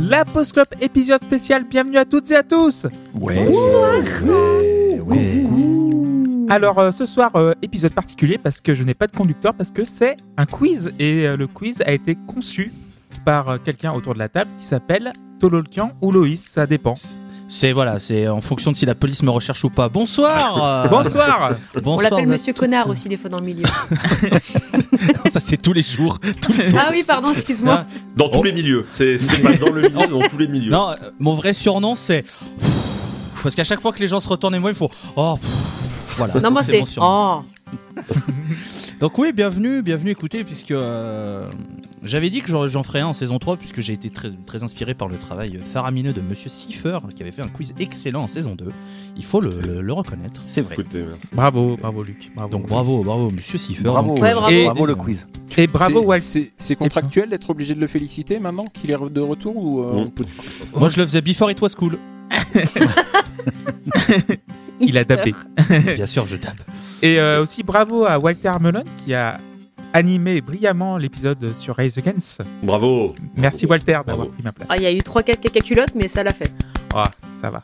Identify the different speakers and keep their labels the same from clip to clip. Speaker 1: La Pause Club épisode spécial, bienvenue à toutes et à tous
Speaker 2: Ouais.
Speaker 3: Ouais, ouais.
Speaker 1: Alors euh, ce soir, euh, épisode particulier parce que je n'ai pas de conducteur, parce que c'est un quiz et euh, le quiz a été conçu par euh, quelqu'un autour de la table qui s'appelle Tololkian ou Loïs, ça dépend.
Speaker 4: C'est voilà, c'est en fonction de si la police me recherche ou pas.
Speaker 1: Ah.
Speaker 4: Bonsoir. euh,
Speaker 1: Bonsoir
Speaker 4: bonsoir.
Speaker 3: On l'appelle
Speaker 4: à-
Speaker 3: Monsieur Connard aussi des fois dans le milieu.
Speaker 4: Ça c'est tous les jours. tous les-
Speaker 3: ah oui, pardon, excuse-moi.
Speaker 2: Dans tous les milieux. C'est c'est pas dans le milieu, c'est dans tous les milieux.
Speaker 4: Non, euh, mon vrai surnom c'est parce qu'à chaque fois que les gens se retournent et moi ils font oh voilà.
Speaker 3: Non, moi c'est.
Speaker 4: mon surnom.
Speaker 3: Oh,
Speaker 4: Donc oui, bienvenue, bienvenue écoutez puisque euh, j'avais dit que j'en j'en ferais un en saison 3 puisque j'ai été très, très inspiré par le travail faramineux de monsieur Siffer qui avait fait un quiz excellent en saison 2. Il faut le, le- le reconnaître.
Speaker 5: C'est vrai.
Speaker 2: Écoutez, merci.
Speaker 1: Bravo, bravo Luc. Bravo,
Speaker 4: Donc
Speaker 1: Loïs.
Speaker 4: bravo, bravo monsieur Siffer.
Speaker 5: Bravo,
Speaker 4: Donc,
Speaker 3: Ouais,
Speaker 5: euh,
Speaker 3: bravo.
Speaker 5: et-
Speaker 4: Et-
Speaker 5: bravo le quiz.
Speaker 1: Et bravo
Speaker 6: C'est-
Speaker 1: Walt.
Speaker 6: C'est c'est contractuel d'être obligé de le féliciter maintenant qu'il est de retour ou euh,
Speaker 2: Non.
Speaker 6: on peut-
Speaker 4: Moi je le faisais before it was cool.
Speaker 1: Il a
Speaker 3: hipster.
Speaker 1: tapé.
Speaker 4: Bien sûr, je tape.
Speaker 1: Et euh, aussi bravo à Walter Melon qui a animé brillamment l'épisode sur Raise Against.
Speaker 2: Bravo.
Speaker 1: Merci Walter d'avoir
Speaker 2: Bravo.
Speaker 1: pris ma place.
Speaker 3: Ah, il y a eu 3-4 caca culottes, mais ça l'a fait.
Speaker 1: Ah, ça va.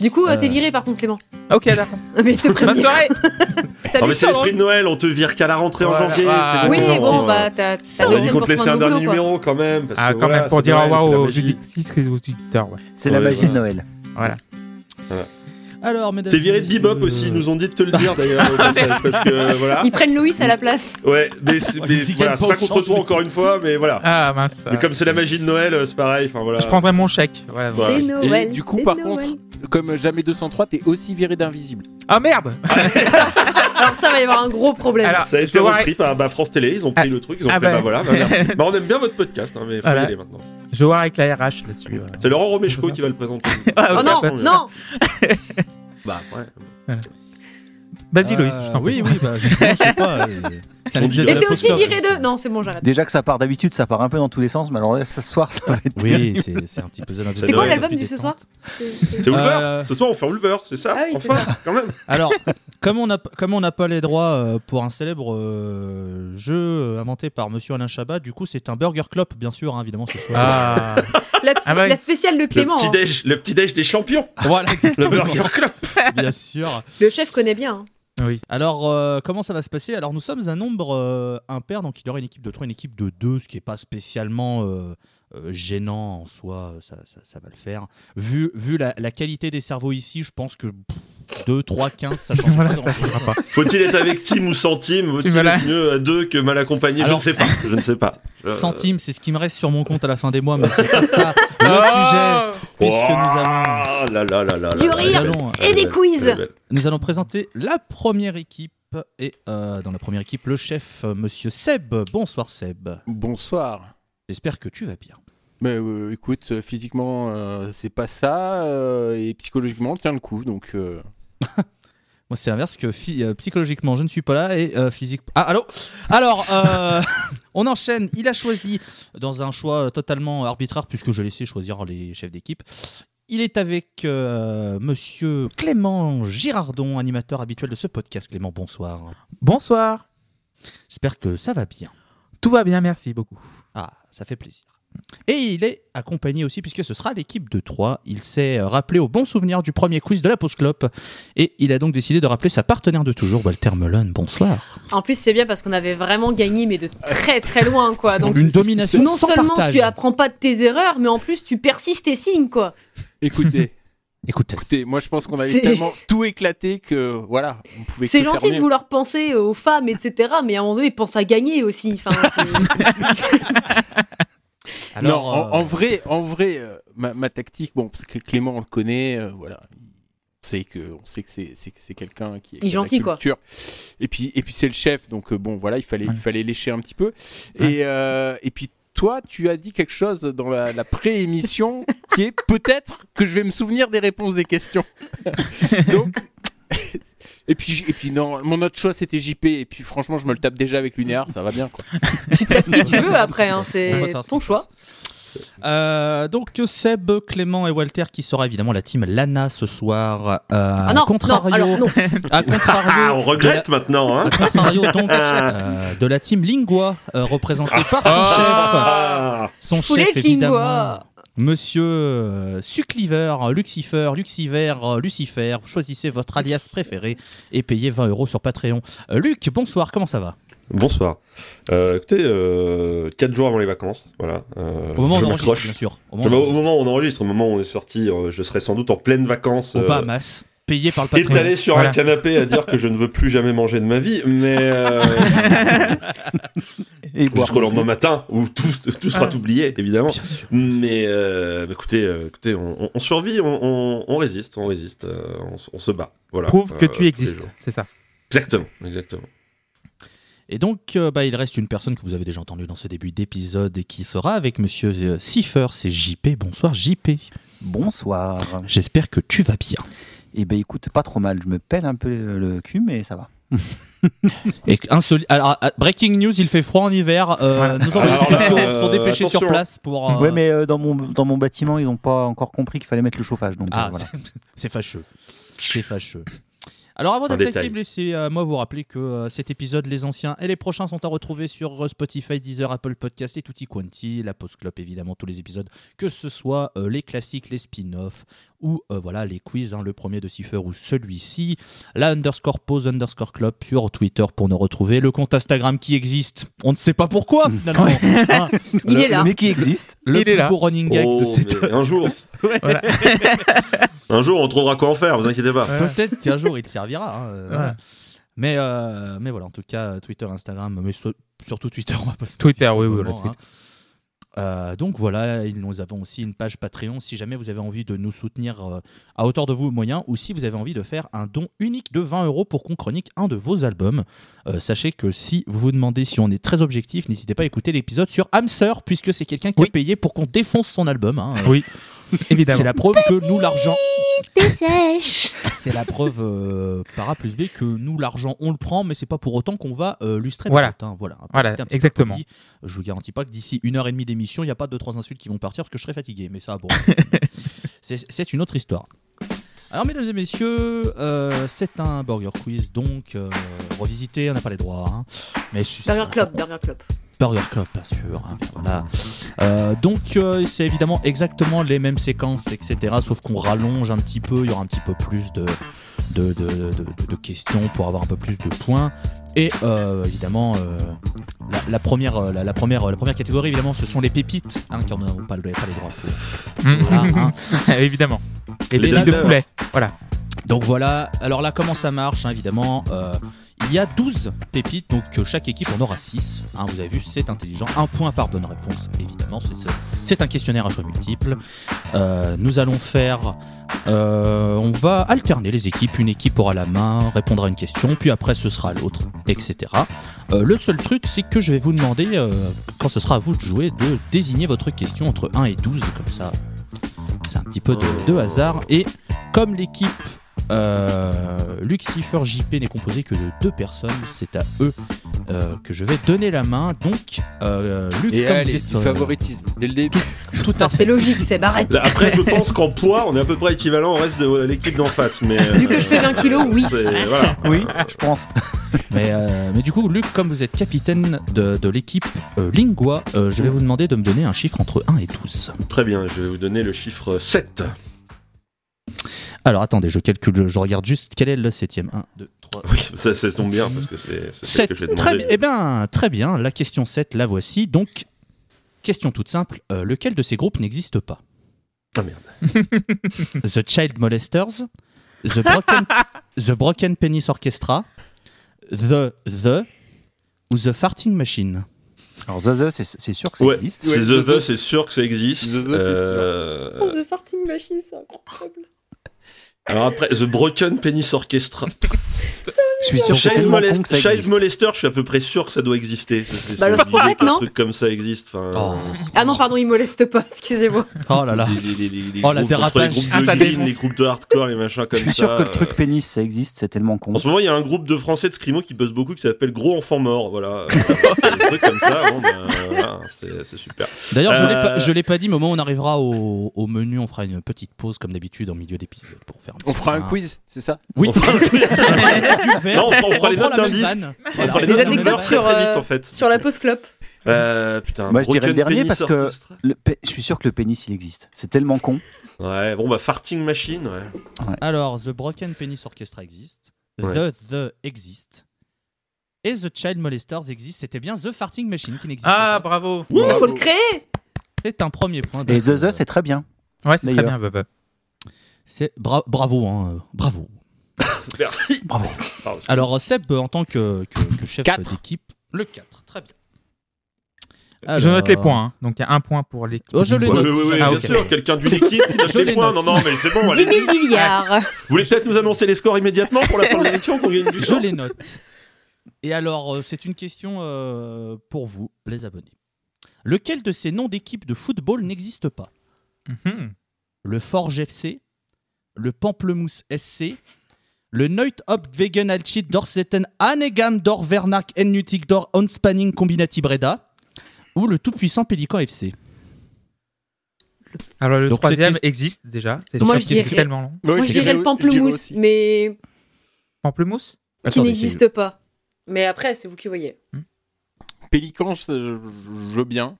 Speaker 3: Du coup, euh, t'es
Speaker 4: Euh.
Speaker 3: viré par contre, Clément.
Speaker 1: Ok, d'accord.
Speaker 3: Mais te
Speaker 1: Bonne
Speaker 3: préviens.
Speaker 1: soirée
Speaker 2: Non, Ah, mais
Speaker 3: Salut,
Speaker 2: c'est
Speaker 3: Sandro.
Speaker 2: l'esprit de Noël, on te vire qu'à la rentrée hein, en
Speaker 1: Voilà.
Speaker 2: janvier.
Speaker 1: Ah,
Speaker 2: c'est
Speaker 3: Oui,
Speaker 2: gentil,
Speaker 3: bon,
Speaker 2: hein.
Speaker 3: bah, t'as. t'as
Speaker 2: On a
Speaker 3: raison
Speaker 2: dit
Speaker 3: de
Speaker 2: qu'on te laissait
Speaker 3: reprendre
Speaker 2: un
Speaker 3: le
Speaker 2: dernier
Speaker 3: boulot, quoi.
Speaker 2: numéro quand même. Parce
Speaker 1: Ah,
Speaker 2: que
Speaker 1: quand
Speaker 2: voilà,
Speaker 1: même, pour
Speaker 2: c'est
Speaker 1: dire au
Speaker 2: Noël,
Speaker 1: revoir
Speaker 2: c'est la
Speaker 1: aux
Speaker 2: magie.
Speaker 1: auditrices et aux auditeurs. ouais.
Speaker 5: C'est la
Speaker 2: Ouais,
Speaker 5: magie
Speaker 2: voilà.
Speaker 5: de Noël.
Speaker 4: Alors, mesdames
Speaker 2: T'es viré de Bebop
Speaker 4: messieurs, euh,
Speaker 2: aussi, ils nous ont dit de te le dire d'ailleurs au passage, parce que voilà.
Speaker 3: Ils prennent Louis à la place.
Speaker 2: Ouais, mais c'est
Speaker 1: Oh,
Speaker 4: Ouais,
Speaker 2: mais
Speaker 4: ils y
Speaker 2: voilà,
Speaker 4: gagnent pas
Speaker 2: c'est pas
Speaker 4: au
Speaker 2: contre
Speaker 4: change,
Speaker 2: toi
Speaker 4: mais-
Speaker 2: encore une fois, mais voilà.
Speaker 1: Ah mince.
Speaker 2: Mais comme c'est la magie de Noël, euh, c'est pareil. Enfin voilà.
Speaker 1: Je prendrai mon chèque. Voilà.
Speaker 2: Ouais.
Speaker 3: C'est Noël.
Speaker 6: Et du coup,
Speaker 3: c'est
Speaker 6: par
Speaker 3: Noël.
Speaker 6: contre, comme jamais 203, t'es aussi viré d'invisible.
Speaker 1: Ah merde
Speaker 3: Alors, Ah, ça va y avoir un gros problème.
Speaker 1: Alors,
Speaker 2: Ça a
Speaker 1: je
Speaker 2: été
Speaker 1: vais voir-
Speaker 2: repris par bah, France Télé, ils ont
Speaker 1: Ah.
Speaker 2: pris le truc, ils ont
Speaker 1: Ah,
Speaker 2: fait
Speaker 1: bah.
Speaker 2: bah voilà, bah, merci. Bah, on aime bien votre podcast, hein, mais faut y
Speaker 1: Voilà.
Speaker 2: aller maintenant.
Speaker 1: je vais voir avec la RH là-dessus. ouais.
Speaker 2: C'est Laurent
Speaker 1: C'est
Speaker 2: Romeshko
Speaker 1: ça.
Speaker 2: qui va le présenter.
Speaker 1: Ah,
Speaker 3: oh
Speaker 1: ok,
Speaker 3: non,
Speaker 1: bah,
Speaker 2: bah,
Speaker 3: non
Speaker 2: Bah ouais.
Speaker 1: Vas-y, Loïs,
Speaker 4: Euh,
Speaker 1: je t'en prie.
Speaker 4: Oui, oui, bah, je je sais pas. euh, C'est un épisode de
Speaker 3: Mais
Speaker 4: la
Speaker 3: t'es
Speaker 4: Post
Speaker 3: aussi
Speaker 4: Club.
Speaker 3: viré de. Non, c'est bon, j'arrête.
Speaker 5: Déjà que ça part d'habitude, ça part un peu dans tous les sens, mais alors là, ce soir, ça va être.
Speaker 4: Oui, c'est c'est un petit peu
Speaker 2: C'est
Speaker 3: C'était quoi
Speaker 2: Noël,
Speaker 3: l'album du ce soir
Speaker 2: C'est Hoover
Speaker 4: Euh.
Speaker 2: Ce soir on fait Hoover, c'est ça
Speaker 3: Ah oui, c'est
Speaker 2: Enfin, quand même
Speaker 4: Alors, comme on n'a comme on n'a pas les droits euh, pour un célèbre euh, jeu inventé par Monsieur Alain Chabat, du coup c'est un burger clop, bien sûr, hein, évidemment ce soir.
Speaker 1: Ah.
Speaker 3: La,
Speaker 1: Ah bah oui.
Speaker 3: la spéciale de
Speaker 2: Le
Speaker 3: Clément.
Speaker 2: petit,
Speaker 3: hein.
Speaker 2: déj, le petit déj des champions
Speaker 1: Ah.
Speaker 4: Voilà,
Speaker 2: Le
Speaker 4: exactement.
Speaker 2: Burger Club
Speaker 4: bien sûr.
Speaker 3: Le chef connaît bien. hein.
Speaker 4: Alors, euh, comment ça va se passer Alors, nous sommes un nombre euh, impair, donc il y aura une équipe de 3, une équipe de 2, ce qui n'est pas spécialement euh, euh, gênant en soi, ça, ça- ça va le faire. Vu, vu la, la qualité des cerveaux ici, je pense que 2, 3, 15, ça change
Speaker 1: Voilà,
Speaker 4: pas
Speaker 1: ça
Speaker 4: grand-chose.
Speaker 1: changera pas.
Speaker 2: Faut-il être avec Tim ou sans Tim Vaut-il
Speaker 1: Voilà.
Speaker 2: être mieux à deux que mal accompagné Je
Speaker 4: Alors-
Speaker 2: ne sais pas. Je ne sais pas. Euh, Je-
Speaker 4: Centimes, c'est ce qui me reste sur mon compte à la fin des mois, mais c'est pas ça le sujet, puisque nous allons,
Speaker 2: Ah là là là là
Speaker 3: Du
Speaker 2: là,
Speaker 3: rire
Speaker 2: elle est belle,
Speaker 4: et
Speaker 2: elle est
Speaker 3: des
Speaker 2: belle,
Speaker 3: quiz.
Speaker 2: elle est belle.
Speaker 4: nous allons présenter la première équipe. Et euh, dans la première équipe, le chef, euh, monsieur Seb. Bonsoir Seb.
Speaker 6: Bonsoir.
Speaker 4: J'espère que tu vas bien.
Speaker 6: Mais euh, écoute, euh, physiquement, euh, c'est pas ça, euh, et psychologiquement, on tient le coup, donc. euh,
Speaker 4: Moi, c'est l'inverse que phy- euh, psychologiquement, je ne suis pas là et euh, physique. Ah, allô Alors, euh, on enchaîne. Il a choisi, dans un choix totalement arbitraire, puisque je laissais choisir les chefs d'équipe. Il est avec euh, monsieur Clément Girardon, animateur habituel de ce podcast. Clément, bonsoir.
Speaker 1: Bonsoir.
Speaker 4: J'espère que ça va bien.
Speaker 1: Tout va bien, merci beaucoup.
Speaker 4: Ah, ça fait plaisir. Et il est accompagné aussi, puisque ce sera l'équipe de 3. Il s'est euh, rappelé au bon souvenir du premier quiz de la pause clope. Et il a donc décidé de rappeler sa partenaire de toujours, Walter Melon. Bonsoir.
Speaker 3: En plus, c'est bien parce qu'on avait vraiment gagné, mais de très très loin, quoi. Donc,
Speaker 4: une domination
Speaker 3: non
Speaker 4: sans
Speaker 3: seulement
Speaker 4: partage.
Speaker 3: tu apprends pas de tes erreurs, mais en plus tu persistes et signes quoi.
Speaker 6: Écoutez,
Speaker 4: Écoutez,
Speaker 6: écoutez, moi je pense qu'on avait
Speaker 3: C'est-
Speaker 6: tellement tout éclaté que voilà, on pouvait.
Speaker 3: C'est
Speaker 6: que faire
Speaker 3: gentil de
Speaker 6: mieux.
Speaker 3: vouloir penser euh, aux femmes, etc. Mais à un moment donné, pense à gagner aussi. Enfin, c'est-
Speaker 4: alors
Speaker 6: non, en,
Speaker 4: euh,
Speaker 6: en vrai, en vrai, euh, ma, ma tactique, bon, parce que Clément, on le connaît, euh, voilà, on sait que, on sait que c'est, c'est, c'est quelqu'un qui est
Speaker 3: Il est
Speaker 6: qui a de la
Speaker 3: gentil, quoi.
Speaker 6: culture. Et puis, et puis c'est le chef, donc euh, bon, voilà, il fallait,
Speaker 1: Ouais.
Speaker 6: il fallait lécher un petit peu. Et, euh, et puis toi, tu as dit quelque chose dans la, la pré-émission qui est peut-être que je vais me souvenir des réponses des questions. donc. Et puis, j- et puis non, mon autre choix c'était JP, et puis franchement je me le tape déjà avec Lunéar, ça va bien quoi.
Speaker 3: tu tapes qui tu
Speaker 4: on va
Speaker 3: veux
Speaker 4: savoir ce
Speaker 3: après,
Speaker 4: qui
Speaker 3: hein,
Speaker 4: se passe. On va
Speaker 3: c'est
Speaker 4: savoir ce
Speaker 3: ton
Speaker 4: qui se passe.
Speaker 3: choix.
Speaker 4: Euh, donc Seb, Clément et Walter qui sera évidemment la team Lana ce soir. Euh,
Speaker 3: Ah non,
Speaker 4: à contrario,
Speaker 3: non, alors non.
Speaker 4: à
Speaker 2: Ah,
Speaker 4: contrario,
Speaker 2: on regrette maintenant, hein
Speaker 4: à contrario donc euh, de la team Lingua euh, représentée par son
Speaker 1: Ah.
Speaker 2: Ah
Speaker 4: chef, son
Speaker 3: Fous les
Speaker 4: chef
Speaker 3: Kingwa.
Speaker 4: évidemment. Monsieur euh, Sucliver, Luxifer, Luxiver, euh, Lucifer, choisissez votre alias préféré et payez 20 euros sur Patreon. Euh, Luc, bonsoir, comment ça va
Speaker 2: Bonsoir. Euh, écoutez, 4 jours avant les vacances, voilà. euh,
Speaker 4: Au moment où
Speaker 2: je
Speaker 4: on enregistre,
Speaker 2: m'accroche.
Speaker 4: bien sûr. Au
Speaker 2: Je-
Speaker 4: moment
Speaker 2: Au
Speaker 4: où on
Speaker 2: moment,
Speaker 4: enregistre.
Speaker 2: où on enregistre, au moment où on est sorti, euh, je serai sans doute en pleine vacances.
Speaker 4: Au
Speaker 2: euh,
Speaker 4: Bahamas, payé par le Patreon.
Speaker 2: étalé sur
Speaker 1: Voilà.
Speaker 2: un canapé à dire que je ne veux plus jamais manger de ma vie, mais euh,
Speaker 5: Et boire.
Speaker 2: jusqu'au lendemain matin où tout, tout sera
Speaker 1: Ah.
Speaker 2: oublié, évidemment.
Speaker 4: Bien sûr.
Speaker 2: Mais euh, bah, écoutez, euh, écoutez, on, on- on survit, on, on- on résiste, on résiste, euh, on, s- on se bat. Voilà.
Speaker 1: Prouve que
Speaker 2: Euh, tous
Speaker 1: tu
Speaker 2: les
Speaker 1: existes,
Speaker 2: jours.
Speaker 1: c'est ça.
Speaker 2: Exactement, exactement.
Speaker 4: Et donc, euh, bah, il reste une personne que vous avez déjà entendue dans ce début d'épisode et qui sera avec Monsieur euh, Cipher, c'est JP. Bonsoir JP.
Speaker 5: euh, Bonsoir.
Speaker 4: J'espère que tu vas bien.
Speaker 5: Eh ben écoute, pas trop mal. Je me pèle un peu euh, le cul, mais ça va.
Speaker 4: Et un seul- alors, ah, breaking news, il fait froid en hiver. euh, Nos envoyés
Speaker 2: Alors là,
Speaker 4: spéciaux
Speaker 2: euh,
Speaker 4: sont dépêchés sur
Speaker 2: attention. hein.
Speaker 4: place pour. euh,
Speaker 5: Ouais, mais euh, dans mon dans mon bâtiment, ils n'ont pas encore compris qu'il fallait mettre le chauffage. Donc
Speaker 4: Ah,
Speaker 5: euh, voilà.
Speaker 4: c'est- c'est fâcheux. C'est fâcheux. Alors avant
Speaker 2: Un
Speaker 4: d'attaquer,
Speaker 2: détail.
Speaker 4: laissez-moi vous rappeler que euh, cet épisode, les anciens et les prochains sont à retrouver sur euh, Spotify, Deezer, Apple Podcast et Tutti Quanti, la Post Club évidemment, tous les épisodes, que ce soit euh, les classiques, les spin-offs ou euh, voilà les quiz, hein, le premier de Cipher ou celui-ci, la underscore pause underscore club sur Twitter pour nous retrouver, le compte Instagram qui existe, on ne sait pas pourquoi finalement, hein,
Speaker 3: Il est là.
Speaker 5: Mais qui existe
Speaker 4: le
Speaker 1: Il
Speaker 4: plus
Speaker 1: est là.
Speaker 4: beau running gag
Speaker 2: Oh,
Speaker 4: de cette...
Speaker 2: mais un jour,
Speaker 1: Voilà.
Speaker 2: un jour, on trouvera quoi en faire, vous inquiétez pas.
Speaker 1: Ouais.
Speaker 4: Peut-être qu'un jour il servira. hein, euh,
Speaker 1: Ouais.
Speaker 4: voilà. Mais, euh, mais voilà, en tout cas, euh, Twitter, Instagram, mais so- surtout Twitter, on va pas se
Speaker 1: Twitter,
Speaker 4: mentir,
Speaker 1: oui, oui,
Speaker 4: vraiment,
Speaker 1: voilà, Twitter.
Speaker 4: hein. Euh, donc voilà, et nous avons aussi une page Patreon si jamais vous avez envie de nous soutenir euh, à hauteur de vos moyens ou si vous avez envie de faire un don unique de 20 euros pour qu'on chronique un de vos albums. Euh, sachez que si vous vous demandez si on est très objectif, n'hésitez pas à écouter l'épisode sur Hamster puisque c'est quelqu'un qui
Speaker 1: Oui.
Speaker 4: a payé pour qu'on défonce son album. hein.
Speaker 1: Oui, évidemment.
Speaker 4: C'est la preuve que nous l'argent
Speaker 3: sèche.
Speaker 4: c'est la preuve euh, par A plus B que nous, l'argent, on le prend, mais c'est pas pour autant qu'on va euh, lustrer. nos
Speaker 1: Voilà.
Speaker 4: potes, hein. voilà. Après,
Speaker 1: Voilà,
Speaker 4: c'était un petit peu
Speaker 1: exactement.
Speaker 4: poli. Je vous garantis pas que d'ici une heure et demie d'émission, il n'y a pas deux, trois insultes qui vont partir parce que je serai fatigué. Mais ça, bon. c'est c'est une autre histoire. Alors, mesdames et messieurs, euh, c'est un burger quiz, donc euh, revisité, on n'a pas les droits. hein. Mais
Speaker 3: Burger Club, Burger Club.
Speaker 4: Burger Club, bien sûr. hein, voilà. Euh, donc, euh, c'est évidemment exactement les mêmes séquences, etc. Sauf qu'on rallonge un petit peu. Il y aura un petit peu plus de, de, de- de- de questions pour avoir un peu plus de points. Et euh, évidemment, euh, la, la première, euh, la, la première, la première catégorie, évidemment, ce sont les pépites, hein, car on n'a pas, le- pas les droits.
Speaker 1: Mm.
Speaker 4: Voilà, hein.
Speaker 1: évidemment. Et les
Speaker 2: Les
Speaker 1: billes de
Speaker 2: donneurs.
Speaker 1: poulet.
Speaker 4: Donc voilà, alors là comment ça marche hein, évidemment euh, Il y a 12 pépites, donc euh, chaque équipe en aura 6. vous avez vu, c'est intelligent. Un point par bonne réponse, évidemment. c'est- c'est- C'est un questionnaire à choix multiples. Euh, nous allons faire... euh, on va alterner les équipes. Une équipe aura la main, répondra à une question, puis après ce sera à l'autre, etc. Euh, le seul truc, c'est que je vais vous demander, euh, quand ce sera à vous de jouer, de désigner votre question entre 1 et 12, comme ça. C'est un petit peu de- de hasard. Et comme l'équipe euh, Lucifer JP n'est composé que de deux personnes, c'est à eux euh, que je vais donner la main. Donc, euh, Luc,
Speaker 6: Et
Speaker 4: comme
Speaker 6: allez,
Speaker 4: vous
Speaker 6: du
Speaker 4: êtes, euh,
Speaker 6: favoritisme dès le début.
Speaker 4: tout à
Speaker 3: C'est
Speaker 4: fait.
Speaker 3: logique, c'est barrette.
Speaker 2: Là, Après, je pense qu'en poids, on est à peu près équivalent au reste de euh, l'équipe d'en face. Mais, euh,
Speaker 3: Vu que je fais 20 kilos, oui.
Speaker 2: c'est- Voilà.
Speaker 5: Oui, je pense.
Speaker 4: Mais, euh, mais du coup, Luc, comme vous êtes capitaine de, de l'équipe euh, Lingua, euh, je vais vous demander de me donner un chiffre entre 1 et 12.
Speaker 2: Très bien, je vais vous donner le chiffre 7.
Speaker 4: Alors attendez, je calcule, je, je regarde juste quel est le septième. 1, 2, 3,
Speaker 2: Oui, ça, ça tombe bien parce que c'est c'est celle que j'ai
Speaker 4: 7. Très,
Speaker 2: demandé.
Speaker 4: bien. eh bien, très bien, la question 7, la voici. Donc, question toute simple, euh, lequel de ces groupes n'existe pas
Speaker 2: Ah merde.
Speaker 4: The Child Molesters, The Broken, the broken Penis Orchestra, The The ou The Farting Machine.
Speaker 5: Alors The The, c'est c'est sûr que ça
Speaker 2: Ouais,
Speaker 5: existe.
Speaker 2: c'est
Speaker 6: Ouais,
Speaker 2: The The, c'est sûr que ça existe.
Speaker 6: The The, c'est
Speaker 2: Euh,
Speaker 3: Oh, The Farting Machine, c'est incroyable.
Speaker 2: Alors après, The Broken Penis Orchestra.
Speaker 5: Je suis sûr que c'est
Speaker 2: Child,
Speaker 5: tellement
Speaker 2: Molest-
Speaker 5: con que ça
Speaker 2: Child
Speaker 5: existe.
Speaker 2: Molester, je suis à peu près sûr que ça doit exister. C'est- C'est
Speaker 3: Bah,
Speaker 2: c'est
Speaker 3: le
Speaker 2: obligé
Speaker 3: Fortnite,
Speaker 2: qu'un
Speaker 3: non
Speaker 2: truc comme ça existe. Enfin,
Speaker 5: Oh,
Speaker 3: Ah non, pardon, il moleste pas, excusez-moi.
Speaker 4: Oh là là.
Speaker 2: Les, les- les- les
Speaker 4: Oh,
Speaker 2: groupes,
Speaker 4: la
Speaker 2: entre les
Speaker 4: dérapage.
Speaker 2: groupes
Speaker 1: Ah,
Speaker 2: de
Speaker 1: ça
Speaker 2: green,
Speaker 1: défonce.
Speaker 2: les groupes de hardcore, les machins
Speaker 5: Je
Speaker 2: comme ça.
Speaker 5: suis sûr que le truc
Speaker 2: euh,
Speaker 5: pénis, ça existe. C'est tellement con.
Speaker 2: En ce moment, il y a un groupe de français de scrimo qui bosse beaucoup qui s'appelle Gros Enfant Mort. Voilà. Euh, des trucs comme ça. Bon, ben, voilà, c'est c'est super.
Speaker 4: D'ailleurs, je l'ai
Speaker 2: Euh.
Speaker 4: pas- je l'ai pas dit, mais au moment où on arrivera au, au menu, on fera une petite pause comme d'habitude en milieu d'épisode pour faire.
Speaker 6: On fera un
Speaker 4: quiz.
Speaker 6: quiz, c'est ça
Speaker 4: Oui.
Speaker 2: On fera un
Speaker 4: Tu le fais.
Speaker 2: Non, on fera- on fera les
Speaker 4: reprend
Speaker 2: notes
Speaker 4: la même
Speaker 2: d'indice.
Speaker 4: vanne.
Speaker 2: On
Speaker 4: Voilà.
Speaker 2: parle
Speaker 3: Les
Speaker 2: d'un
Speaker 3: anecdotes
Speaker 2: honneur très,
Speaker 3: sur,
Speaker 2: très
Speaker 3: euh,
Speaker 2: vite, en fait.
Speaker 3: Sur la pause clope.
Speaker 2: Euh, putain,
Speaker 5: Moi, je dirais le
Speaker 2: Broken
Speaker 5: dernier
Speaker 2: Penis
Speaker 5: parce que-
Speaker 2: Orchestra.
Speaker 5: Le pe- Je suis sûr que le pénis, il existe. C'est tellement con.
Speaker 2: Ouais, bon, bah, Farting Machine, ouais.
Speaker 4: Alors, The Broken Penis Orchestra existe.
Speaker 2: Ouais.
Speaker 4: The The existe. Et The Child Molesters existe. C'était bien The Farting Machine qui n'existe
Speaker 1: Ah,
Speaker 4: pas.
Speaker 1: bravo
Speaker 3: Il faut le créer
Speaker 4: C'est un premier point.
Speaker 5: Et
Speaker 4: Donc,
Speaker 5: The
Speaker 4: euh,
Speaker 5: The, c'est très bien.
Speaker 1: Ouais, c'est très
Speaker 5: D'ailleurs.
Speaker 1: bien, Baba.
Speaker 4: c'est bra- bravo, hein, euh, bravo.
Speaker 2: Merci.
Speaker 5: Bravo.
Speaker 2: Pardon.
Speaker 4: Alors, euh, Seb, euh, en tant que, que- que chef
Speaker 6: Quatre.
Speaker 4: d'équipe, le 4. Très Euh, bien.
Speaker 1: Je note les
Speaker 4: Alors-
Speaker 1: points. hein. Donc, il y a un point pour l'équipe.
Speaker 4: Oh, je les
Speaker 2: Oui,
Speaker 4: note.
Speaker 2: oui, oui, oui,
Speaker 1: Ah,
Speaker 2: bien
Speaker 1: ok.
Speaker 2: sûr, quelqu'un d'une équipe,
Speaker 4: Je
Speaker 2: des
Speaker 4: les
Speaker 2: points. Non,
Speaker 4: note.
Speaker 2: non, mais c'est bon,
Speaker 3: 10
Speaker 2: allez.
Speaker 3: 000 milliards
Speaker 2: Vous voulez peut-être nous annoncer les scores immédiatement pour la fin de l'émission qu'on gagne du
Speaker 4: Je
Speaker 2: temps
Speaker 4: les note. Et alors, euh, c'est une question euh, pour vous, les abonnés. Lequel de ces noms d'équipes de football n'existe pas
Speaker 1: Mhm.
Speaker 4: le Forge FC, le Pamplemousse SC, le Neut Wegen Alchit Dorseten Anegam Dor Vernach Ennutig Dor Onspanning Combinati Breda ou le tout-puissant Pélican FC.
Speaker 1: Alors, le
Speaker 4: Donc,
Speaker 1: troisième
Speaker 4: c'était-
Speaker 1: existe déjà. C'est
Speaker 3: Moi,
Speaker 1: sûr
Speaker 3: je
Speaker 1: qu'il est
Speaker 3: dirais-
Speaker 1: tellement long.
Speaker 3: Moi je dirais le pamplemousse, mais
Speaker 1: Pamplemousse
Speaker 3: qui n'existe pas. Mais après, c'est vous qui voyez.
Speaker 6: Pélican, je, je- je veux bien.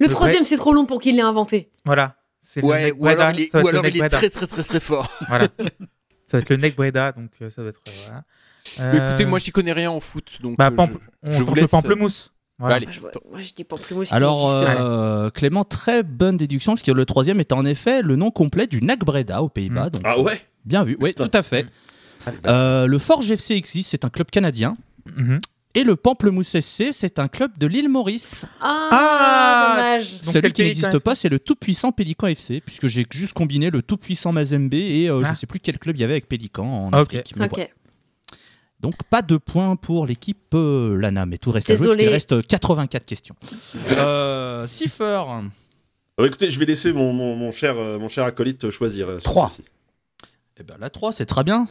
Speaker 1: Le
Speaker 3: Le
Speaker 1: vrai-
Speaker 3: troisième, c'est trop long pour qu'il l'ait inventé.
Speaker 1: Voilà. C'est le neck
Speaker 6: ou alors
Speaker 1: Breda.
Speaker 6: il est,
Speaker 1: Ça va
Speaker 6: ou
Speaker 1: être le
Speaker 6: alors
Speaker 1: neck
Speaker 6: il est
Speaker 1: Breda.
Speaker 6: très très très très fort.
Speaker 1: Voilà. Ça va être le neck Breda, donc euh, ça va être. euh, voilà.
Speaker 6: Mais écoutez,
Speaker 1: Euh,
Speaker 6: moi j'y connais rien en foot, donc.
Speaker 1: Bah,
Speaker 6: euh,
Speaker 1: pample-
Speaker 6: je-
Speaker 1: on
Speaker 6: je
Speaker 1: tente
Speaker 6: vous
Speaker 1: le
Speaker 6: laisse-
Speaker 1: pamplemousse. Voilà.
Speaker 6: Bah, allez.
Speaker 3: Moi, je, vois- moi, je dis pamplemousse. qui
Speaker 4: Alors,
Speaker 3: n'existe pas.
Speaker 4: euh, Clément, très bonne déduction, parce que le troisième est en effet le nom complet du NAC Breda aux Pays-Bas. Donc,
Speaker 2: Ah ouais
Speaker 4: bien vu, oui, tout à fait.
Speaker 1: Mm.
Speaker 4: Euh, le Forge FC existe, c'est un club canadien.
Speaker 1: Mhm.
Speaker 4: Et le Pamplemousse SC, c'est un club de l'île Maurice.
Speaker 3: Ah,
Speaker 1: Ah
Speaker 3: dommage.
Speaker 1: Donc, c'est
Speaker 4: Celui
Speaker 1: le
Speaker 4: qui
Speaker 1: Pélican
Speaker 4: n'existe
Speaker 1: FC.
Speaker 4: pas, c'est le tout-puissant Pélican FC, puisque j'ai juste combiné le tout-puissant Mazembe et euh, je
Speaker 1: Ah.
Speaker 4: ne sais plus quel club il y avait avec Pélican en
Speaker 1: Ah, ok.
Speaker 4: Afrique. mais voilà.
Speaker 3: Ok.
Speaker 4: Donc pas de points pour l'équipe euh, Lana, mais tout reste à jouer, parce
Speaker 3: Désolé.
Speaker 4: qu'il reste 84 questions. Euh, Cipher,
Speaker 2: Bah, Écoutez, je vais laisser mon, mon, mon cher, euh, mon cher acolyte choisir. euh, sur
Speaker 5: Trois.
Speaker 2: celle-ci.
Speaker 4: eh ben, la 3, c'est très bien.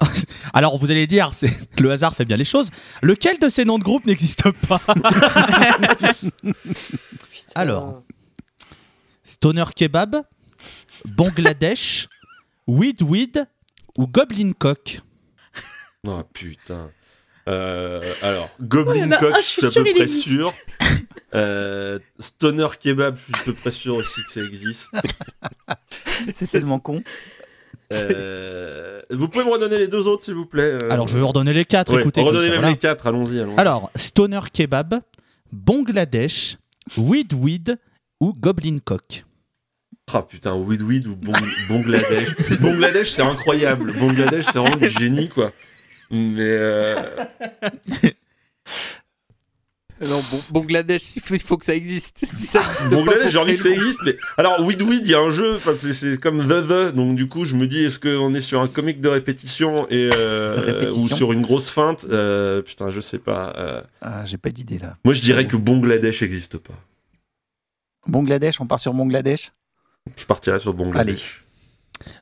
Speaker 4: Alors vous allez dire, c'est- le hasard fait bien les choses. Lequel de ces noms de groupe n'existe pas
Speaker 3: Putain.
Speaker 4: Alors. Stoner Kebab, Bangladesh, Weed Weed ou Goblin Cock
Speaker 2: Oh putain. Euh, alors, Goblin
Speaker 3: Oh, il y en
Speaker 4: bah,
Speaker 3: a
Speaker 4: ah,
Speaker 2: Cock,
Speaker 3: un, je
Speaker 2: je suis
Speaker 3: suis
Speaker 2: à
Speaker 3: sûre,
Speaker 2: peu
Speaker 3: il
Speaker 2: près
Speaker 3: existe.
Speaker 2: sûr. Euh, Stoner Kebab, je suis à peu près sûr aussi que ça existe.
Speaker 5: C'est tellement con.
Speaker 2: Euh, vous pouvez me redonner les deux autres, s'il vous plaît euh,
Speaker 4: Alors je vais vous redonner les 4,
Speaker 2: Ouais,
Speaker 4: écoutez. comme
Speaker 2: redonnez
Speaker 4: ça,
Speaker 2: même
Speaker 4: voilà.
Speaker 2: les quatre, allons-y. allons-y.
Speaker 4: Alors, Stoner Kebab, Bangladesh, Weed Weed ou Goblin Cock
Speaker 2: Ah putain, Weed Weed ou Bong- Bangladesh. Bangladesh, c'est incroyable. Bangladesh, c'est vraiment du génie, quoi. Mais euh,
Speaker 6: Euh, Non, bon, Bangladesh, il faut, il faut que ça existe. Si ça existe Eh pas, faut
Speaker 2: Ah, Bangladesh, j'ai envie que ça
Speaker 6: prélever.
Speaker 2: existe. Mais alors, Weed Weed, il y a un jeu. Enfin, c'est- c'est comme The The. Donc, du coup, je me dis, est-ce qu'on est sur un comic de répétition et euh,
Speaker 5: Répétition.
Speaker 2: ou sur une grosse feinte Euh, Putain, je sais pas. euh.
Speaker 5: Ah, J'ai pas d'idée là.
Speaker 2: Moi, je dirais que Bangladesh n'existe pas.
Speaker 5: Bangladesh, on part sur Bangladesh
Speaker 2: Je partirais sur Bangladesh.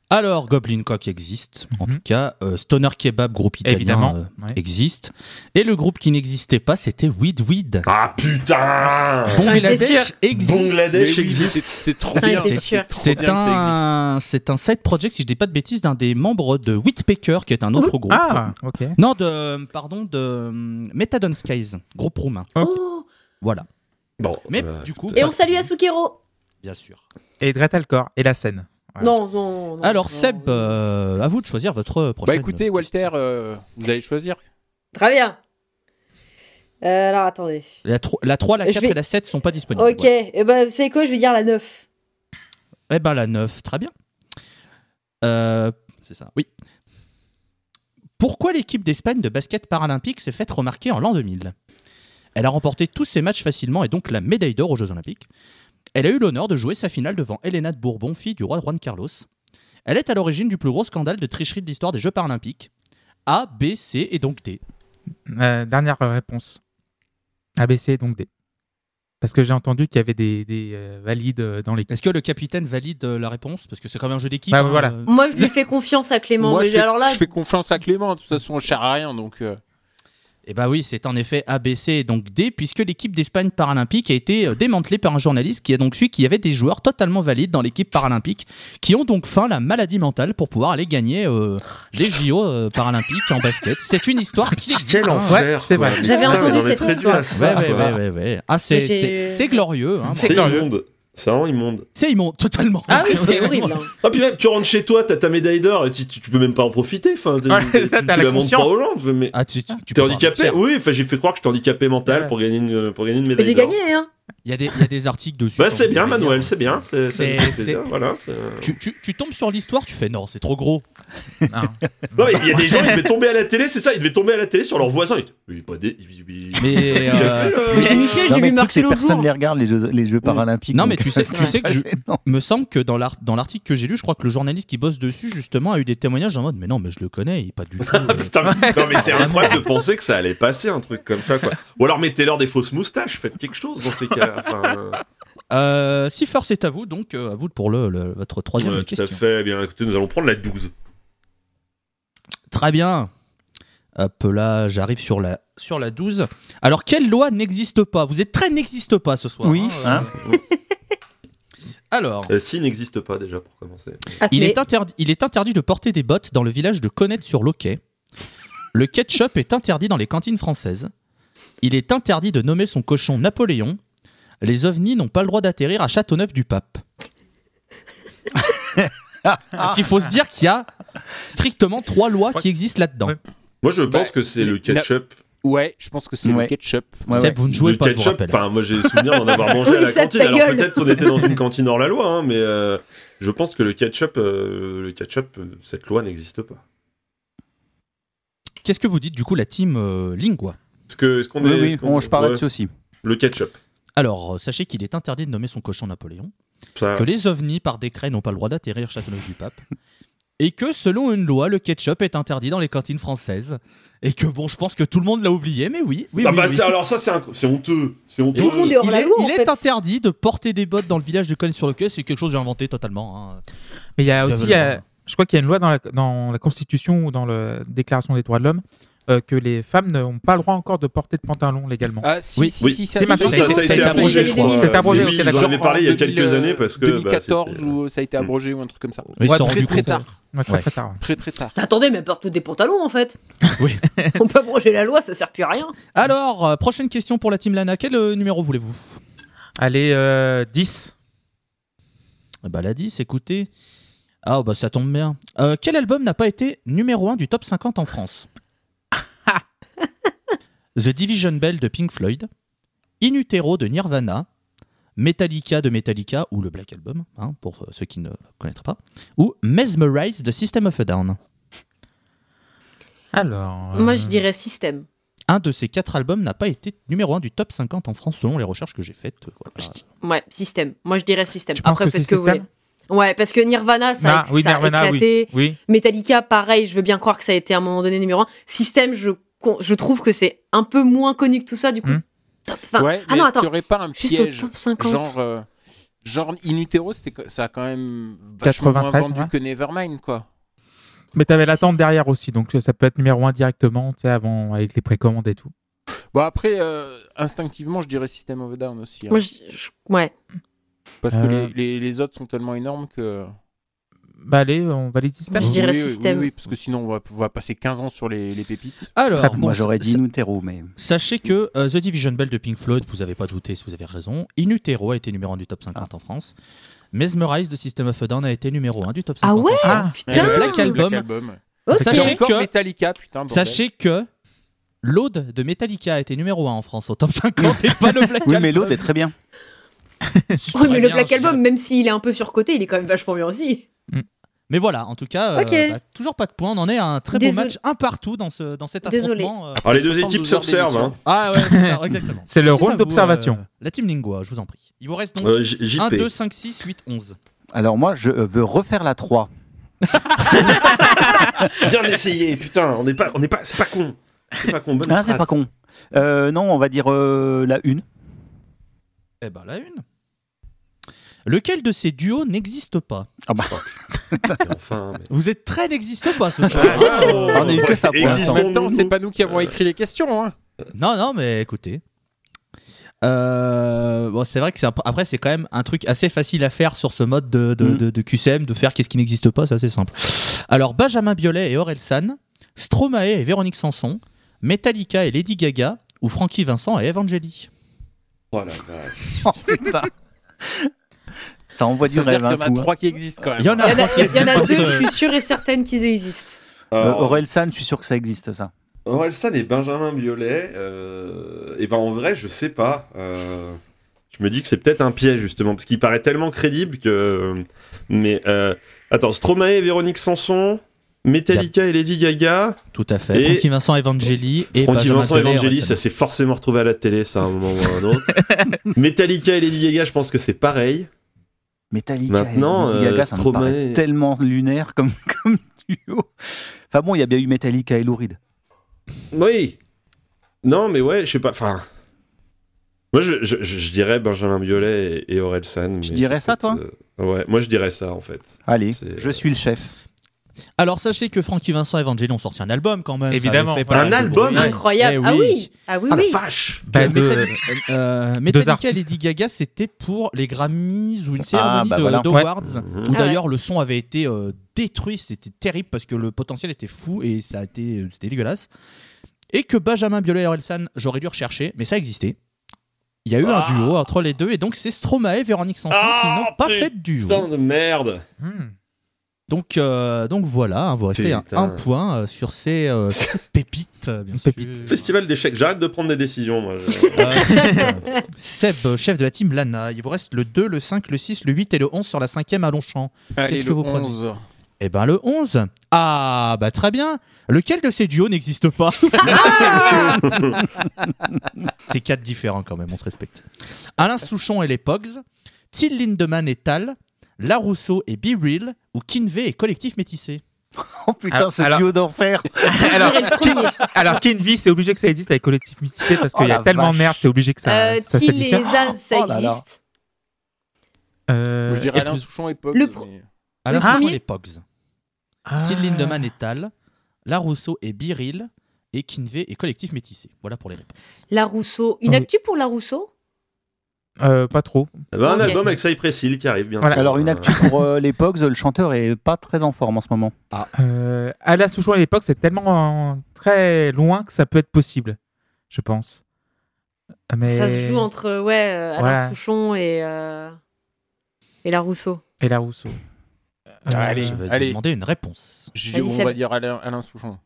Speaker 4: Alors, Goblin Cock existe, en
Speaker 1: Mhm.
Speaker 4: tout cas. euh, Stoner Kebab, groupe italien,
Speaker 1: Évidemment.
Speaker 4: euh,
Speaker 1: Ouais.
Speaker 4: existe. Et le groupe qui n'existait pas, c'était Weed Weed.
Speaker 2: Ah putain
Speaker 3: T'es
Speaker 4: Bangladesh
Speaker 3: sûr
Speaker 4: existe.
Speaker 2: Bangladesh
Speaker 6: Mais oui,
Speaker 2: existe.
Speaker 6: c'est- C'est trop
Speaker 3: Ouais,
Speaker 6: bien.
Speaker 3: c'est sûr.
Speaker 6: trop bien
Speaker 4: C'est
Speaker 6: que ça
Speaker 4: un, c'est un side project, si je dis pas de bêtises, d'un des membres de Whitpecker, qui est un autre groupe.
Speaker 1: Ah, ok.
Speaker 4: Non, de, pardon, de euh, Metadon Skies, groupe roumain.
Speaker 3: Oh.
Speaker 4: Voilà.
Speaker 2: Bon,
Speaker 4: Mais
Speaker 2: euh,
Speaker 4: du coup,
Speaker 3: Et on salue Asukero.
Speaker 4: bien sûr.
Speaker 1: Et Dretalcor et la scène. Voilà.
Speaker 3: Non, non, non.
Speaker 4: Alors
Speaker 3: non.
Speaker 4: Seb, euh, à vous de choisir votre prochaine.
Speaker 6: Bah écoutez, Walter, euh, vous allez choisir.
Speaker 3: Très bien. Euh, alors, attendez.
Speaker 4: La, tro- la 3, la
Speaker 3: Je
Speaker 4: 4
Speaker 3: vais-
Speaker 4: et la 7 sont pas disponibles.
Speaker 3: Ok,
Speaker 4: Ouais.
Speaker 3: et ben, vous savez quoi Je vais dire la 9.
Speaker 4: Eh ben la 9, très bien. Euh, c'est ça, oui. Pourquoi l'équipe d'Espagne de basket paralympique s'est faite remarquer en l'an 2000 Elle a remporté tous ses matchs facilement et donc la médaille d'or aux Jeux Olympiques. Elle a eu l'honneur de jouer sa finale devant Elena de Bourbon, fille du roi Juan Carlos. Elle est à l'origine du plus gros scandale de tricherie de l'histoire des Jeux paralympiques. A, B, C et donc D.
Speaker 1: Euh, dernière réponse. ABC, donc D. Parce que j'ai entendu qu'il y avait des, des, euh, valides euh, dans l'équipe.
Speaker 4: Est-ce que le capitaine valide euh, la réponse Parce que c'est quand même un jeu d'équipe.
Speaker 1: Bah, voilà.
Speaker 4: euh,
Speaker 3: Moi, je lui fais confiance à Clément.
Speaker 6: Moi,
Speaker 3: mais
Speaker 6: je fais,
Speaker 3: alors là,
Speaker 6: je fais confiance à Clément. De toute façon, on ne sert à rien. Donc, euh,
Speaker 4: Eh bah oui, c'est en effet ABC, donc D, puisque l'équipe d'Espagne paralympique a été euh, démantelée par un journaliste qui a donc su qu'il y avait des joueurs totalement valides dans l'équipe paralympique qui ont donc faim la maladie mentale pour pouvoir aller gagner euh, les JO euh, paralympiques en basket. C'est une histoire qui existe.
Speaker 2: Quel
Speaker 3: Ah,
Speaker 4: hein.
Speaker 2: enfer
Speaker 1: c'est
Speaker 2: quoi.
Speaker 1: vrai.
Speaker 2: Mais
Speaker 3: J'avais
Speaker 2: putain, mais
Speaker 3: entendu
Speaker 2: on est
Speaker 3: cette
Speaker 2: très dur à
Speaker 4: Ouais,
Speaker 2: ça,
Speaker 4: ouais,
Speaker 2: quoi.
Speaker 4: ouais, ouais, ouais. Ah, c'est,
Speaker 3: Mais j'ai-
Speaker 4: c'est, c'est glorieux. hein.
Speaker 2: C'est
Speaker 1: glorieux.
Speaker 2: immonde. C'est vraiment immonde.
Speaker 4: C'est immonde, totalement.
Speaker 1: Ah oui,
Speaker 3: C'est horrible. hein.
Speaker 2: Ah, puis même, tu rentres chez toi, t'as ta médaille d'or et tu, tu- tu peux même pas en profiter. Enfin, t'es-
Speaker 1: Ouais,
Speaker 2: tu,
Speaker 1: ça,
Speaker 2: tu
Speaker 1: t'as
Speaker 2: la
Speaker 1: la
Speaker 2: montres pas
Speaker 1: conscience.
Speaker 2: aux gens, tu veux, mais-
Speaker 4: Ah, tu, tu- tu
Speaker 2: T'es
Speaker 4: peux
Speaker 2: handicapé
Speaker 4: partir.
Speaker 2: Oui, enfin, j'ai fait croire que j'étais handicapé mental
Speaker 1: Ouais.
Speaker 2: pour, gagner une, pour gagner une
Speaker 3: Mais
Speaker 2: médaille
Speaker 3: j'ai
Speaker 2: d'or.
Speaker 3: gagné, hein.
Speaker 4: Il y, a des- il y a des articles dessus.
Speaker 2: Bah,
Speaker 4: sur
Speaker 2: c'est
Speaker 4: des
Speaker 2: bien,
Speaker 4: délires. hein.
Speaker 2: Manuel, c'est bien. C'est
Speaker 1: C'est-
Speaker 2: c'est- c'est-
Speaker 1: c'est-
Speaker 2: voilà. c'est-
Speaker 4: Tu, tu- tu tombes sur l'histoire, tu fais non, c'est trop gros.
Speaker 2: Non, il y a des gens qui devaient tomber à la télé, c'est ça, ils devaient tomber à la télé sur leur voisin. Ils- Il est pas dé- il- il- il-
Speaker 4: Mais. euh,
Speaker 3: Mais j'ai niqué, j'ai
Speaker 5: Non, mais le
Speaker 3: vu
Speaker 5: truc,
Speaker 3: marquer
Speaker 5: c'est
Speaker 3: l'autre
Speaker 5: personne
Speaker 3: jour.
Speaker 5: ne les regarde, les Jeux, les jeux Paralympiques.
Speaker 4: Non, mais
Speaker 5: donc, euh,
Speaker 4: tu sais,
Speaker 5: c'est
Speaker 4: tu sais
Speaker 5: pas
Speaker 4: que je-
Speaker 5: gênant.
Speaker 4: me semble que dans l'art- dans l'article que j'ai lu, je crois que le journaliste qui bosse dessus justement a eu des témoignages en mode mais non mais je le connais, il est pas du tout. euh,
Speaker 2: Ah, Putain, mais- non mais c'est incroyable de penser que ça allait passer un truc comme ça quoi. Ou alors mettez-leur des fausses moustaches, faites quelque chose dans ces cas. Enfin,
Speaker 4: Euh, si force est à vous, donc euh, à vous pour le, le- votre troisième
Speaker 2: euh, tout à
Speaker 4: question.
Speaker 2: fait. Bien écoutez, nous allons prendre la 12.
Speaker 4: Très bien. Hop là, j'arrive sur la sur la 12. Alors quelle loi n'existe pas Vous êtes très n'existe pas ce soir.
Speaker 5: Oui,
Speaker 4: hein,
Speaker 5: hein.
Speaker 4: euh. Alors,
Speaker 2: Euh, si n'existe pas déjà pour commencer.
Speaker 3: Ah,
Speaker 4: il
Speaker 3: mais-
Speaker 4: est, interdit, il est interdit de porter des bottes dans le village de Connette sur Loquet. Le ketchup est interdit dans les cantines françaises. Il est interdit de nommer son cochon Napoléon. Les ovnis n'ont pas le droit d'atterrir à Châteauneuf-du-Pape. Donc il faut se dire qu'il y a strictement trois lois qui existent là-dedans.
Speaker 1: Ouais.
Speaker 2: Moi je
Speaker 6: Bah,
Speaker 2: pense que c'est le
Speaker 6: la-
Speaker 2: ketchup.
Speaker 6: Ouais, je pense que c'est
Speaker 5: Ouais.
Speaker 6: le ketchup.
Speaker 5: Ouais, ouais.
Speaker 4: Seb, vous ne jouez
Speaker 2: le
Speaker 4: pas, je vous
Speaker 2: ketchup.
Speaker 4: rappelle.
Speaker 2: Enfin, moi j'ai souvenir d'en avoir mangé
Speaker 3: Oui,
Speaker 2: à la
Speaker 3: ça,
Speaker 2: cantine.
Speaker 3: ta
Speaker 2: Alors
Speaker 3: gueule.
Speaker 2: peut-être qu'on était dans une cantine hors la loi, hein, mais euh, je pense que le ketchup, euh, le ketchup, euh, cette loi n'existe pas.
Speaker 4: Qu'est-ce que vous dites du coup la team euh, Lingua
Speaker 2: Est-ce que, est-ce qu'on
Speaker 5: Oui,
Speaker 2: est,
Speaker 5: oui,
Speaker 2: est-ce qu'on-
Speaker 5: bon, je parle
Speaker 2: ouais,
Speaker 5: là-dessus aussi.
Speaker 2: Le ketchup.
Speaker 4: Alors, euh, sachez qu'il est interdit de nommer son cochon Napoléon.
Speaker 2: Ça,
Speaker 4: que les ovnis par décret n'ont pas le droit d'atterrir Châteauneuf du Pape et que selon une loi le ketchup est interdit dans les cantines françaises et que bon je pense que tout le monde l'a oublié mais oui oui,
Speaker 2: Ah
Speaker 4: oui,
Speaker 2: bah,
Speaker 4: oui.
Speaker 2: ça, alors ça c'est inc- c'est honteux, c'est honteux.
Speaker 3: Tout le monde est hors
Speaker 4: il
Speaker 3: la
Speaker 4: est,
Speaker 3: loi, en
Speaker 4: il est
Speaker 3: fait.
Speaker 4: interdit de porter des bottes dans le village de Cognes sur le quai, c'est quelque chose que j'ai inventé totalement. hein.
Speaker 1: Mais
Speaker 6: Ah,
Speaker 1: il y a
Speaker 4: Ça
Speaker 1: aussi,
Speaker 4: veut le
Speaker 1: euh,
Speaker 4: dire.
Speaker 1: je crois qu'il y a une loi dans la, dans la Constitution ou dans la Déclaration des droits de l'homme euh, que les femmes n'ont pas le droit encore de porter de pantalon légalement.
Speaker 6: Ah, si,
Speaker 4: Oui.
Speaker 6: si,
Speaker 2: Oui.
Speaker 6: si,
Speaker 1: C'est
Speaker 6: ça,
Speaker 1: ma-
Speaker 2: Ça,
Speaker 1: c'est-
Speaker 2: ça, ça a
Speaker 1: c'est
Speaker 2: été abrogé, je crois.
Speaker 1: C'est abrogé,
Speaker 2: Oui,
Speaker 1: ok,
Speaker 2: Ils en avaient
Speaker 1: d'accord.
Speaker 2: parlé il y a quelques
Speaker 6: euh,
Speaker 2: années parce que. bah,
Speaker 6: 2014
Speaker 2: c'était-
Speaker 6: ou ça a été abrogé ou un truc comme ça.
Speaker 4: Ils se sont
Speaker 6: très,
Speaker 4: rendus
Speaker 6: très
Speaker 4: compte.
Speaker 6: tard.
Speaker 1: Ouais, très,
Speaker 4: Ouais.
Speaker 1: très tard, ouais.
Speaker 6: Très très tard.
Speaker 3: Attendez, mais porte des pantalons en fait.
Speaker 4: Oui.
Speaker 3: On peut abroger la loi, ça sert plus à rien.
Speaker 4: Alors, euh, prochaine question pour la team Lana. Quel euh, numéro voulez-vous
Speaker 1: Allez, euh, 10.
Speaker 4: Eh Bah, la 10, écoutez. Ah, bah ça tombe bien. Euh, quel album n'a pas été numéro 1 du top 50 en France The Division Bell de Pink Floyd, In Utero de Nirvana, Metallica de Metallica, ou le Black Album, hein, pour euh, ceux qui ne connaîtraient pas, ou Mesmerize de System of a Down.
Speaker 1: Alors. euh,
Speaker 3: Moi, je dirais système.
Speaker 4: Un de ces quatre albums n'a pas été numéro 1 du top 50 en France, selon les recherches que j'ai faites. euh, Voilà.
Speaker 3: Ouais, système. Moi, je dirais système.
Speaker 1: Tu penses
Speaker 3: Après,
Speaker 1: que
Speaker 3: faites ce
Speaker 1: c'est
Speaker 3: que vous voulez.
Speaker 1: système
Speaker 3: Ouais, parce que Nirvana, ça, a-
Speaker 1: Ah, oui,
Speaker 3: ça a
Speaker 1: Nirvana, oui.
Speaker 3: éclaté.
Speaker 1: Oui.
Speaker 3: Metallica, pareil, je veux bien croire que ça a été à un moment donné numéro 1. Système, je, con- je trouve que c'est un peu moins connu que tout ça, du coup.
Speaker 1: Hmm.
Speaker 3: Top. Enfin,
Speaker 6: ouais,
Speaker 3: ah non,
Speaker 6: mais est-ce qu'il y
Speaker 3: attends.
Speaker 6: aurait pas un
Speaker 3: Juste au
Speaker 6: piège
Speaker 3: top 50.
Speaker 6: genre euh, genre in utero, c'était co- ça a quand même vachement moins
Speaker 1: 93,
Speaker 6: vendu
Speaker 1: ouais.
Speaker 6: que Nevermind quoi.
Speaker 1: Mais t'avais l'attente derrière aussi, donc euh, ça peut être numéro 1 directement, tu sais, avant, avec les précommandes et tout.
Speaker 6: Bon après euh, instinctivement, je dirais System of a Down aussi hein,
Speaker 3: Moi, je- je- ouais.
Speaker 6: parce que
Speaker 1: Euh.
Speaker 6: les, les- les autres sont tellement énormes que
Speaker 1: Bah, allez, on valide système.
Speaker 3: Je dirais
Speaker 6: Oui, oui, oui,
Speaker 3: System.
Speaker 6: oui, parce que sinon on va, on va passer 15 ans sur les, les pépites.
Speaker 1: Très
Speaker 4: Alors,
Speaker 1: bien.
Speaker 4: bon,
Speaker 5: Moi, j'aurais dit
Speaker 4: ça-
Speaker 5: Inutero, mais.
Speaker 4: Sachez que euh, The Division Bell de Pink Floyd, vous n'avez pas douté si vous avez raison. In Utero a été numéro 1 du top 50 en France. Mesmerize de System of a Down a été numéro 1 du top 50
Speaker 3: Ah ouais
Speaker 4: en
Speaker 1: Ah,
Speaker 4: France.
Speaker 6: Mais
Speaker 3: Putain.
Speaker 6: ouais,
Speaker 4: Black
Speaker 6: c'est Euh, le
Speaker 4: Album.
Speaker 3: Oh,
Speaker 4: Sachez
Speaker 6: Et
Speaker 3: c'est-
Speaker 6: encore
Speaker 4: que-
Speaker 6: Metallica putain bordel.
Speaker 4: Sachez que l'Aude de Metallica a été numéro 1 en France au top 50 et pas le Black
Speaker 5: Oui,
Speaker 4: Album.
Speaker 5: mais l'autre est très bien.
Speaker 4: Très
Speaker 3: Ouais, mais le
Speaker 4: bien,
Speaker 3: Black
Speaker 4: je dirais.
Speaker 3: Album, même s'il est un peu surcoté, il est quand même vachement bien aussi.
Speaker 4: Mais voilà, en tout cas, euh,
Speaker 3: Ok.
Speaker 4: bah, toujours pas de points. On en est à un très beau
Speaker 3: Désolé.
Speaker 4: match, un partout dans, ce, dans cet
Speaker 3: Désolé.
Speaker 4: affrontement. euh.
Speaker 2: Alors les deux
Speaker 6: 72
Speaker 2: équipes se
Speaker 6: heures
Speaker 2: resservent.
Speaker 6: d'émission.
Speaker 2: hein.
Speaker 4: Ah ouais, c'est ça, exactement.
Speaker 1: C'est le
Speaker 4: à
Speaker 1: rôle
Speaker 4: vous,
Speaker 1: d'observation.
Speaker 4: euh, la team Lingua, je vous en prie. Il vous reste donc
Speaker 2: Euh, J-
Speaker 4: 1,
Speaker 2: JP.
Speaker 4: 2, 5, 6, 8, 11.
Speaker 5: Alors, moi, je euh, veux refaire la 3.
Speaker 2: Bien essayé, putain, on n'est pas, on n'est pas, c'est pas con. C'est pas con, bonne
Speaker 5: Ah, c'est
Speaker 2: strat.
Speaker 5: pas con. Euh, non, on va dire euh, la 1.
Speaker 4: Eh ben la une. Lequel de ces duos n'existe pas
Speaker 2: Et Enfin, mais-
Speaker 4: Vous êtes très n'existe pas ce soir.
Speaker 2: Ah,
Speaker 4: hein.
Speaker 2: oh,
Speaker 5: On a eu que ça pour
Speaker 2: existons-nous.
Speaker 5: l'instant.
Speaker 6: Maintenant, c'est pas nous qui
Speaker 2: Euh.
Speaker 6: avons écrit les questions. Hein.
Speaker 4: Non, non, mais écoutez. Euh, bon, c'est vrai que c'est un- après c'est quand même un truc assez facile à faire sur ce mode de, de,
Speaker 5: Mm.
Speaker 4: de- de QCM de faire qu'est-ce qui n'existe pas, c'est assez simple. Alors Benjamin Biolay et Aurel San, Stromae et Véronique Sanson, Metallica et Lady Gaga ou Frankie Vincent et Evangeli.
Speaker 2: Oh la vache.
Speaker 5: Oh, putain. Ça envoie du
Speaker 6: Ça veut
Speaker 5: rêve
Speaker 6: dire qu'il y
Speaker 5: un
Speaker 6: en a
Speaker 5: coup. hein.
Speaker 6: trois qui existent quand même.
Speaker 4: Il y en a,
Speaker 3: Il y en
Speaker 4: trois
Speaker 3: a,
Speaker 4: qui
Speaker 3: il y en a
Speaker 4: existent dans
Speaker 3: deux,
Speaker 4: ce-
Speaker 3: je suis sûre et certaine qu'ils existent.
Speaker 5: Euh,
Speaker 2: Alors,
Speaker 5: Aurel San, je suis sûr que ça existe ça.
Speaker 2: Orelsan et Benjamin Biolay, euh, eh ben en vrai, je sais pas. Euh, je me dis que c'est peut-être un piège justement, parce qu'il paraît tellement crédible que. Mais euh, attends, Stromae et Véronique Sanson, Metallica et Lady Gaga,
Speaker 4: Tout à fait.
Speaker 2: Et-
Speaker 4: Frankie Vincent Evangeli et
Speaker 2: Francky
Speaker 4: Benjamin
Speaker 2: Vincent
Speaker 4: Biolay et Aurel
Speaker 2: Evangeli,
Speaker 4: San.
Speaker 2: ça s'est forcément retrouvé à la télé, ça à un moment ou à un autre. Metallica et Lady Gaga, je pense que c'est pareil.
Speaker 5: Metallica
Speaker 2: Maintenant,
Speaker 5: et Lady Gaga,
Speaker 2: euh,
Speaker 5: ça me
Speaker 2: Stromae-
Speaker 5: paraît tellement lunaire comme, comme duo. Enfin bon, il y a bien eu Metallica et Lou Reed.
Speaker 2: Oui. Non, mais ouais, je sais pas. Enfin. Moi, je, je- je- je dirais Benjamin Biolay et, et Orelsan.
Speaker 5: Tu
Speaker 2: mais
Speaker 5: dirais ça,
Speaker 2: peut-être, euh, Ouais, moi je dirais ça en fait.
Speaker 5: Allez,
Speaker 2: C'est,
Speaker 5: je
Speaker 2: euh,
Speaker 5: suis le chef.
Speaker 4: Alors sachez que Frankie Vincent et Evangeli ont sorti un album quand même. ça avait
Speaker 1: Évidemment.
Speaker 4: fait pas mal
Speaker 2: Un
Speaker 4: de
Speaker 2: album
Speaker 4: bruit.
Speaker 3: Incroyable.
Speaker 4: Eh
Speaker 3: Ah
Speaker 4: oui.
Speaker 3: oui, ah oui,
Speaker 2: Ah
Speaker 3: oui.
Speaker 2: la vache
Speaker 1: Bah, de-
Speaker 4: Metallica, euh, Metallica et
Speaker 1: artistes.
Speaker 4: Lady Gaga, c'était pour les Grammys ou une
Speaker 5: Ah,
Speaker 4: cérémonie
Speaker 5: bah
Speaker 4: de-
Speaker 5: voilà.
Speaker 4: d'Awards,
Speaker 2: Mhm.
Speaker 4: où
Speaker 3: Ah
Speaker 4: d'ailleurs le son avait été euh, détruit, c'était terrible parce que le potentiel était fou et ça a été euh, c'était dégueulasse. Et que Benjamin Biolay et Orelsan, j'aurais dû rechercher, mais ça existait. Il y a eu
Speaker 2: Ah.
Speaker 4: un duo entre les deux et donc c'est Stromae et Véronique Sanson qui
Speaker 2: Ah,
Speaker 4: n'ont pas
Speaker 2: putain.
Speaker 4: fait de duo.
Speaker 2: Putain de merde
Speaker 1: Hmm.
Speaker 4: Donc, euh, donc voilà, hein, vous restez à
Speaker 2: Putain.
Speaker 4: un point euh, sur ces euh, pépites, euh, bien sûr.
Speaker 2: Festival d'échecs, j'arrête de prendre des décisions moi. je-
Speaker 4: Euh, Seb, Seb, euh, chef de la team Lana, il vous reste le 2, le 5, le 6, le 8 et le 11 sur la 5ème à Longchamp.
Speaker 6: Ah,
Speaker 4: Qu'est-ce
Speaker 6: et
Speaker 4: que
Speaker 6: le
Speaker 4: vous prenez
Speaker 6: 11.
Speaker 4: Eh ben le 11 Ah bah très bien Lequel de ces duos n'existe pas C'est quatre différents quand même, on se respecte. Alain Souchon et les Pogs, Till Lindemann et Tal, La Rousseau et Be Real, ou Kinvey et Collectif Métissé.
Speaker 2: euh,
Speaker 5: Oh putain,
Speaker 1: Alors-
Speaker 5: ce
Speaker 1: alors-
Speaker 5: duo d'enfer.
Speaker 1: Alors,
Speaker 3: dirais le
Speaker 1: Ken- alors Kenvi, c'est obligé que ça existe avec Collectif Métissé parce
Speaker 5: Oh
Speaker 1: qu'il y a
Speaker 5: la
Speaker 1: tellement de
Speaker 5: vache.
Speaker 1: merde, c'est obligé que ça,
Speaker 3: Euh,
Speaker 1: ça
Speaker 3: Till et
Speaker 1: s'additionne.
Speaker 3: Zaz, ça
Speaker 5: Oh là là.
Speaker 3: existe.
Speaker 1: Euh,
Speaker 6: Moi, je dirais
Speaker 1: et
Speaker 6: Alain
Speaker 1: plus-
Speaker 6: Souchon et Pog.
Speaker 3: Le pro-
Speaker 6: mais-
Speaker 4: Alain
Speaker 3: Ah,
Speaker 4: Souchon et
Speaker 3: oui.
Speaker 4: les Pogs,
Speaker 1: Ah.
Speaker 4: Till Lindemann et Tal, La Rousseau et Be Real, et Kinvey et Collectif Métissé. Voilà pour les réponses.
Speaker 3: La Rousseau. Une
Speaker 1: Oui.
Speaker 3: actu pour La Rousseau
Speaker 1: Euh, Pas trop.
Speaker 2: Ah bah, un
Speaker 3: Ok.
Speaker 2: album avec Cypress Hill qui arrive bientôt.
Speaker 1: Voilà.
Speaker 5: Alors une
Speaker 2: Euh,
Speaker 5: actu pour euh, les Pogs, le chanteur est pas très en forme en ce moment.
Speaker 1: Euh, Alain Souchon à l'époque, c'est tellement euh, très loin que ça peut être possible, je pense. Mais...
Speaker 3: Ça se joue entre ouais, euh, Alain
Speaker 1: Voilà.
Speaker 3: Souchon et, euh, et La Rousseau.
Speaker 1: Et la Rousseau. Euh,
Speaker 6: Allez.
Speaker 4: Je vais
Speaker 6: allez.
Speaker 4: vous demander une réponse.
Speaker 6: J'ai-
Speaker 3: Vas-y,
Speaker 6: on
Speaker 3: Seb.
Speaker 6: va dire Alain, Alain Souchon.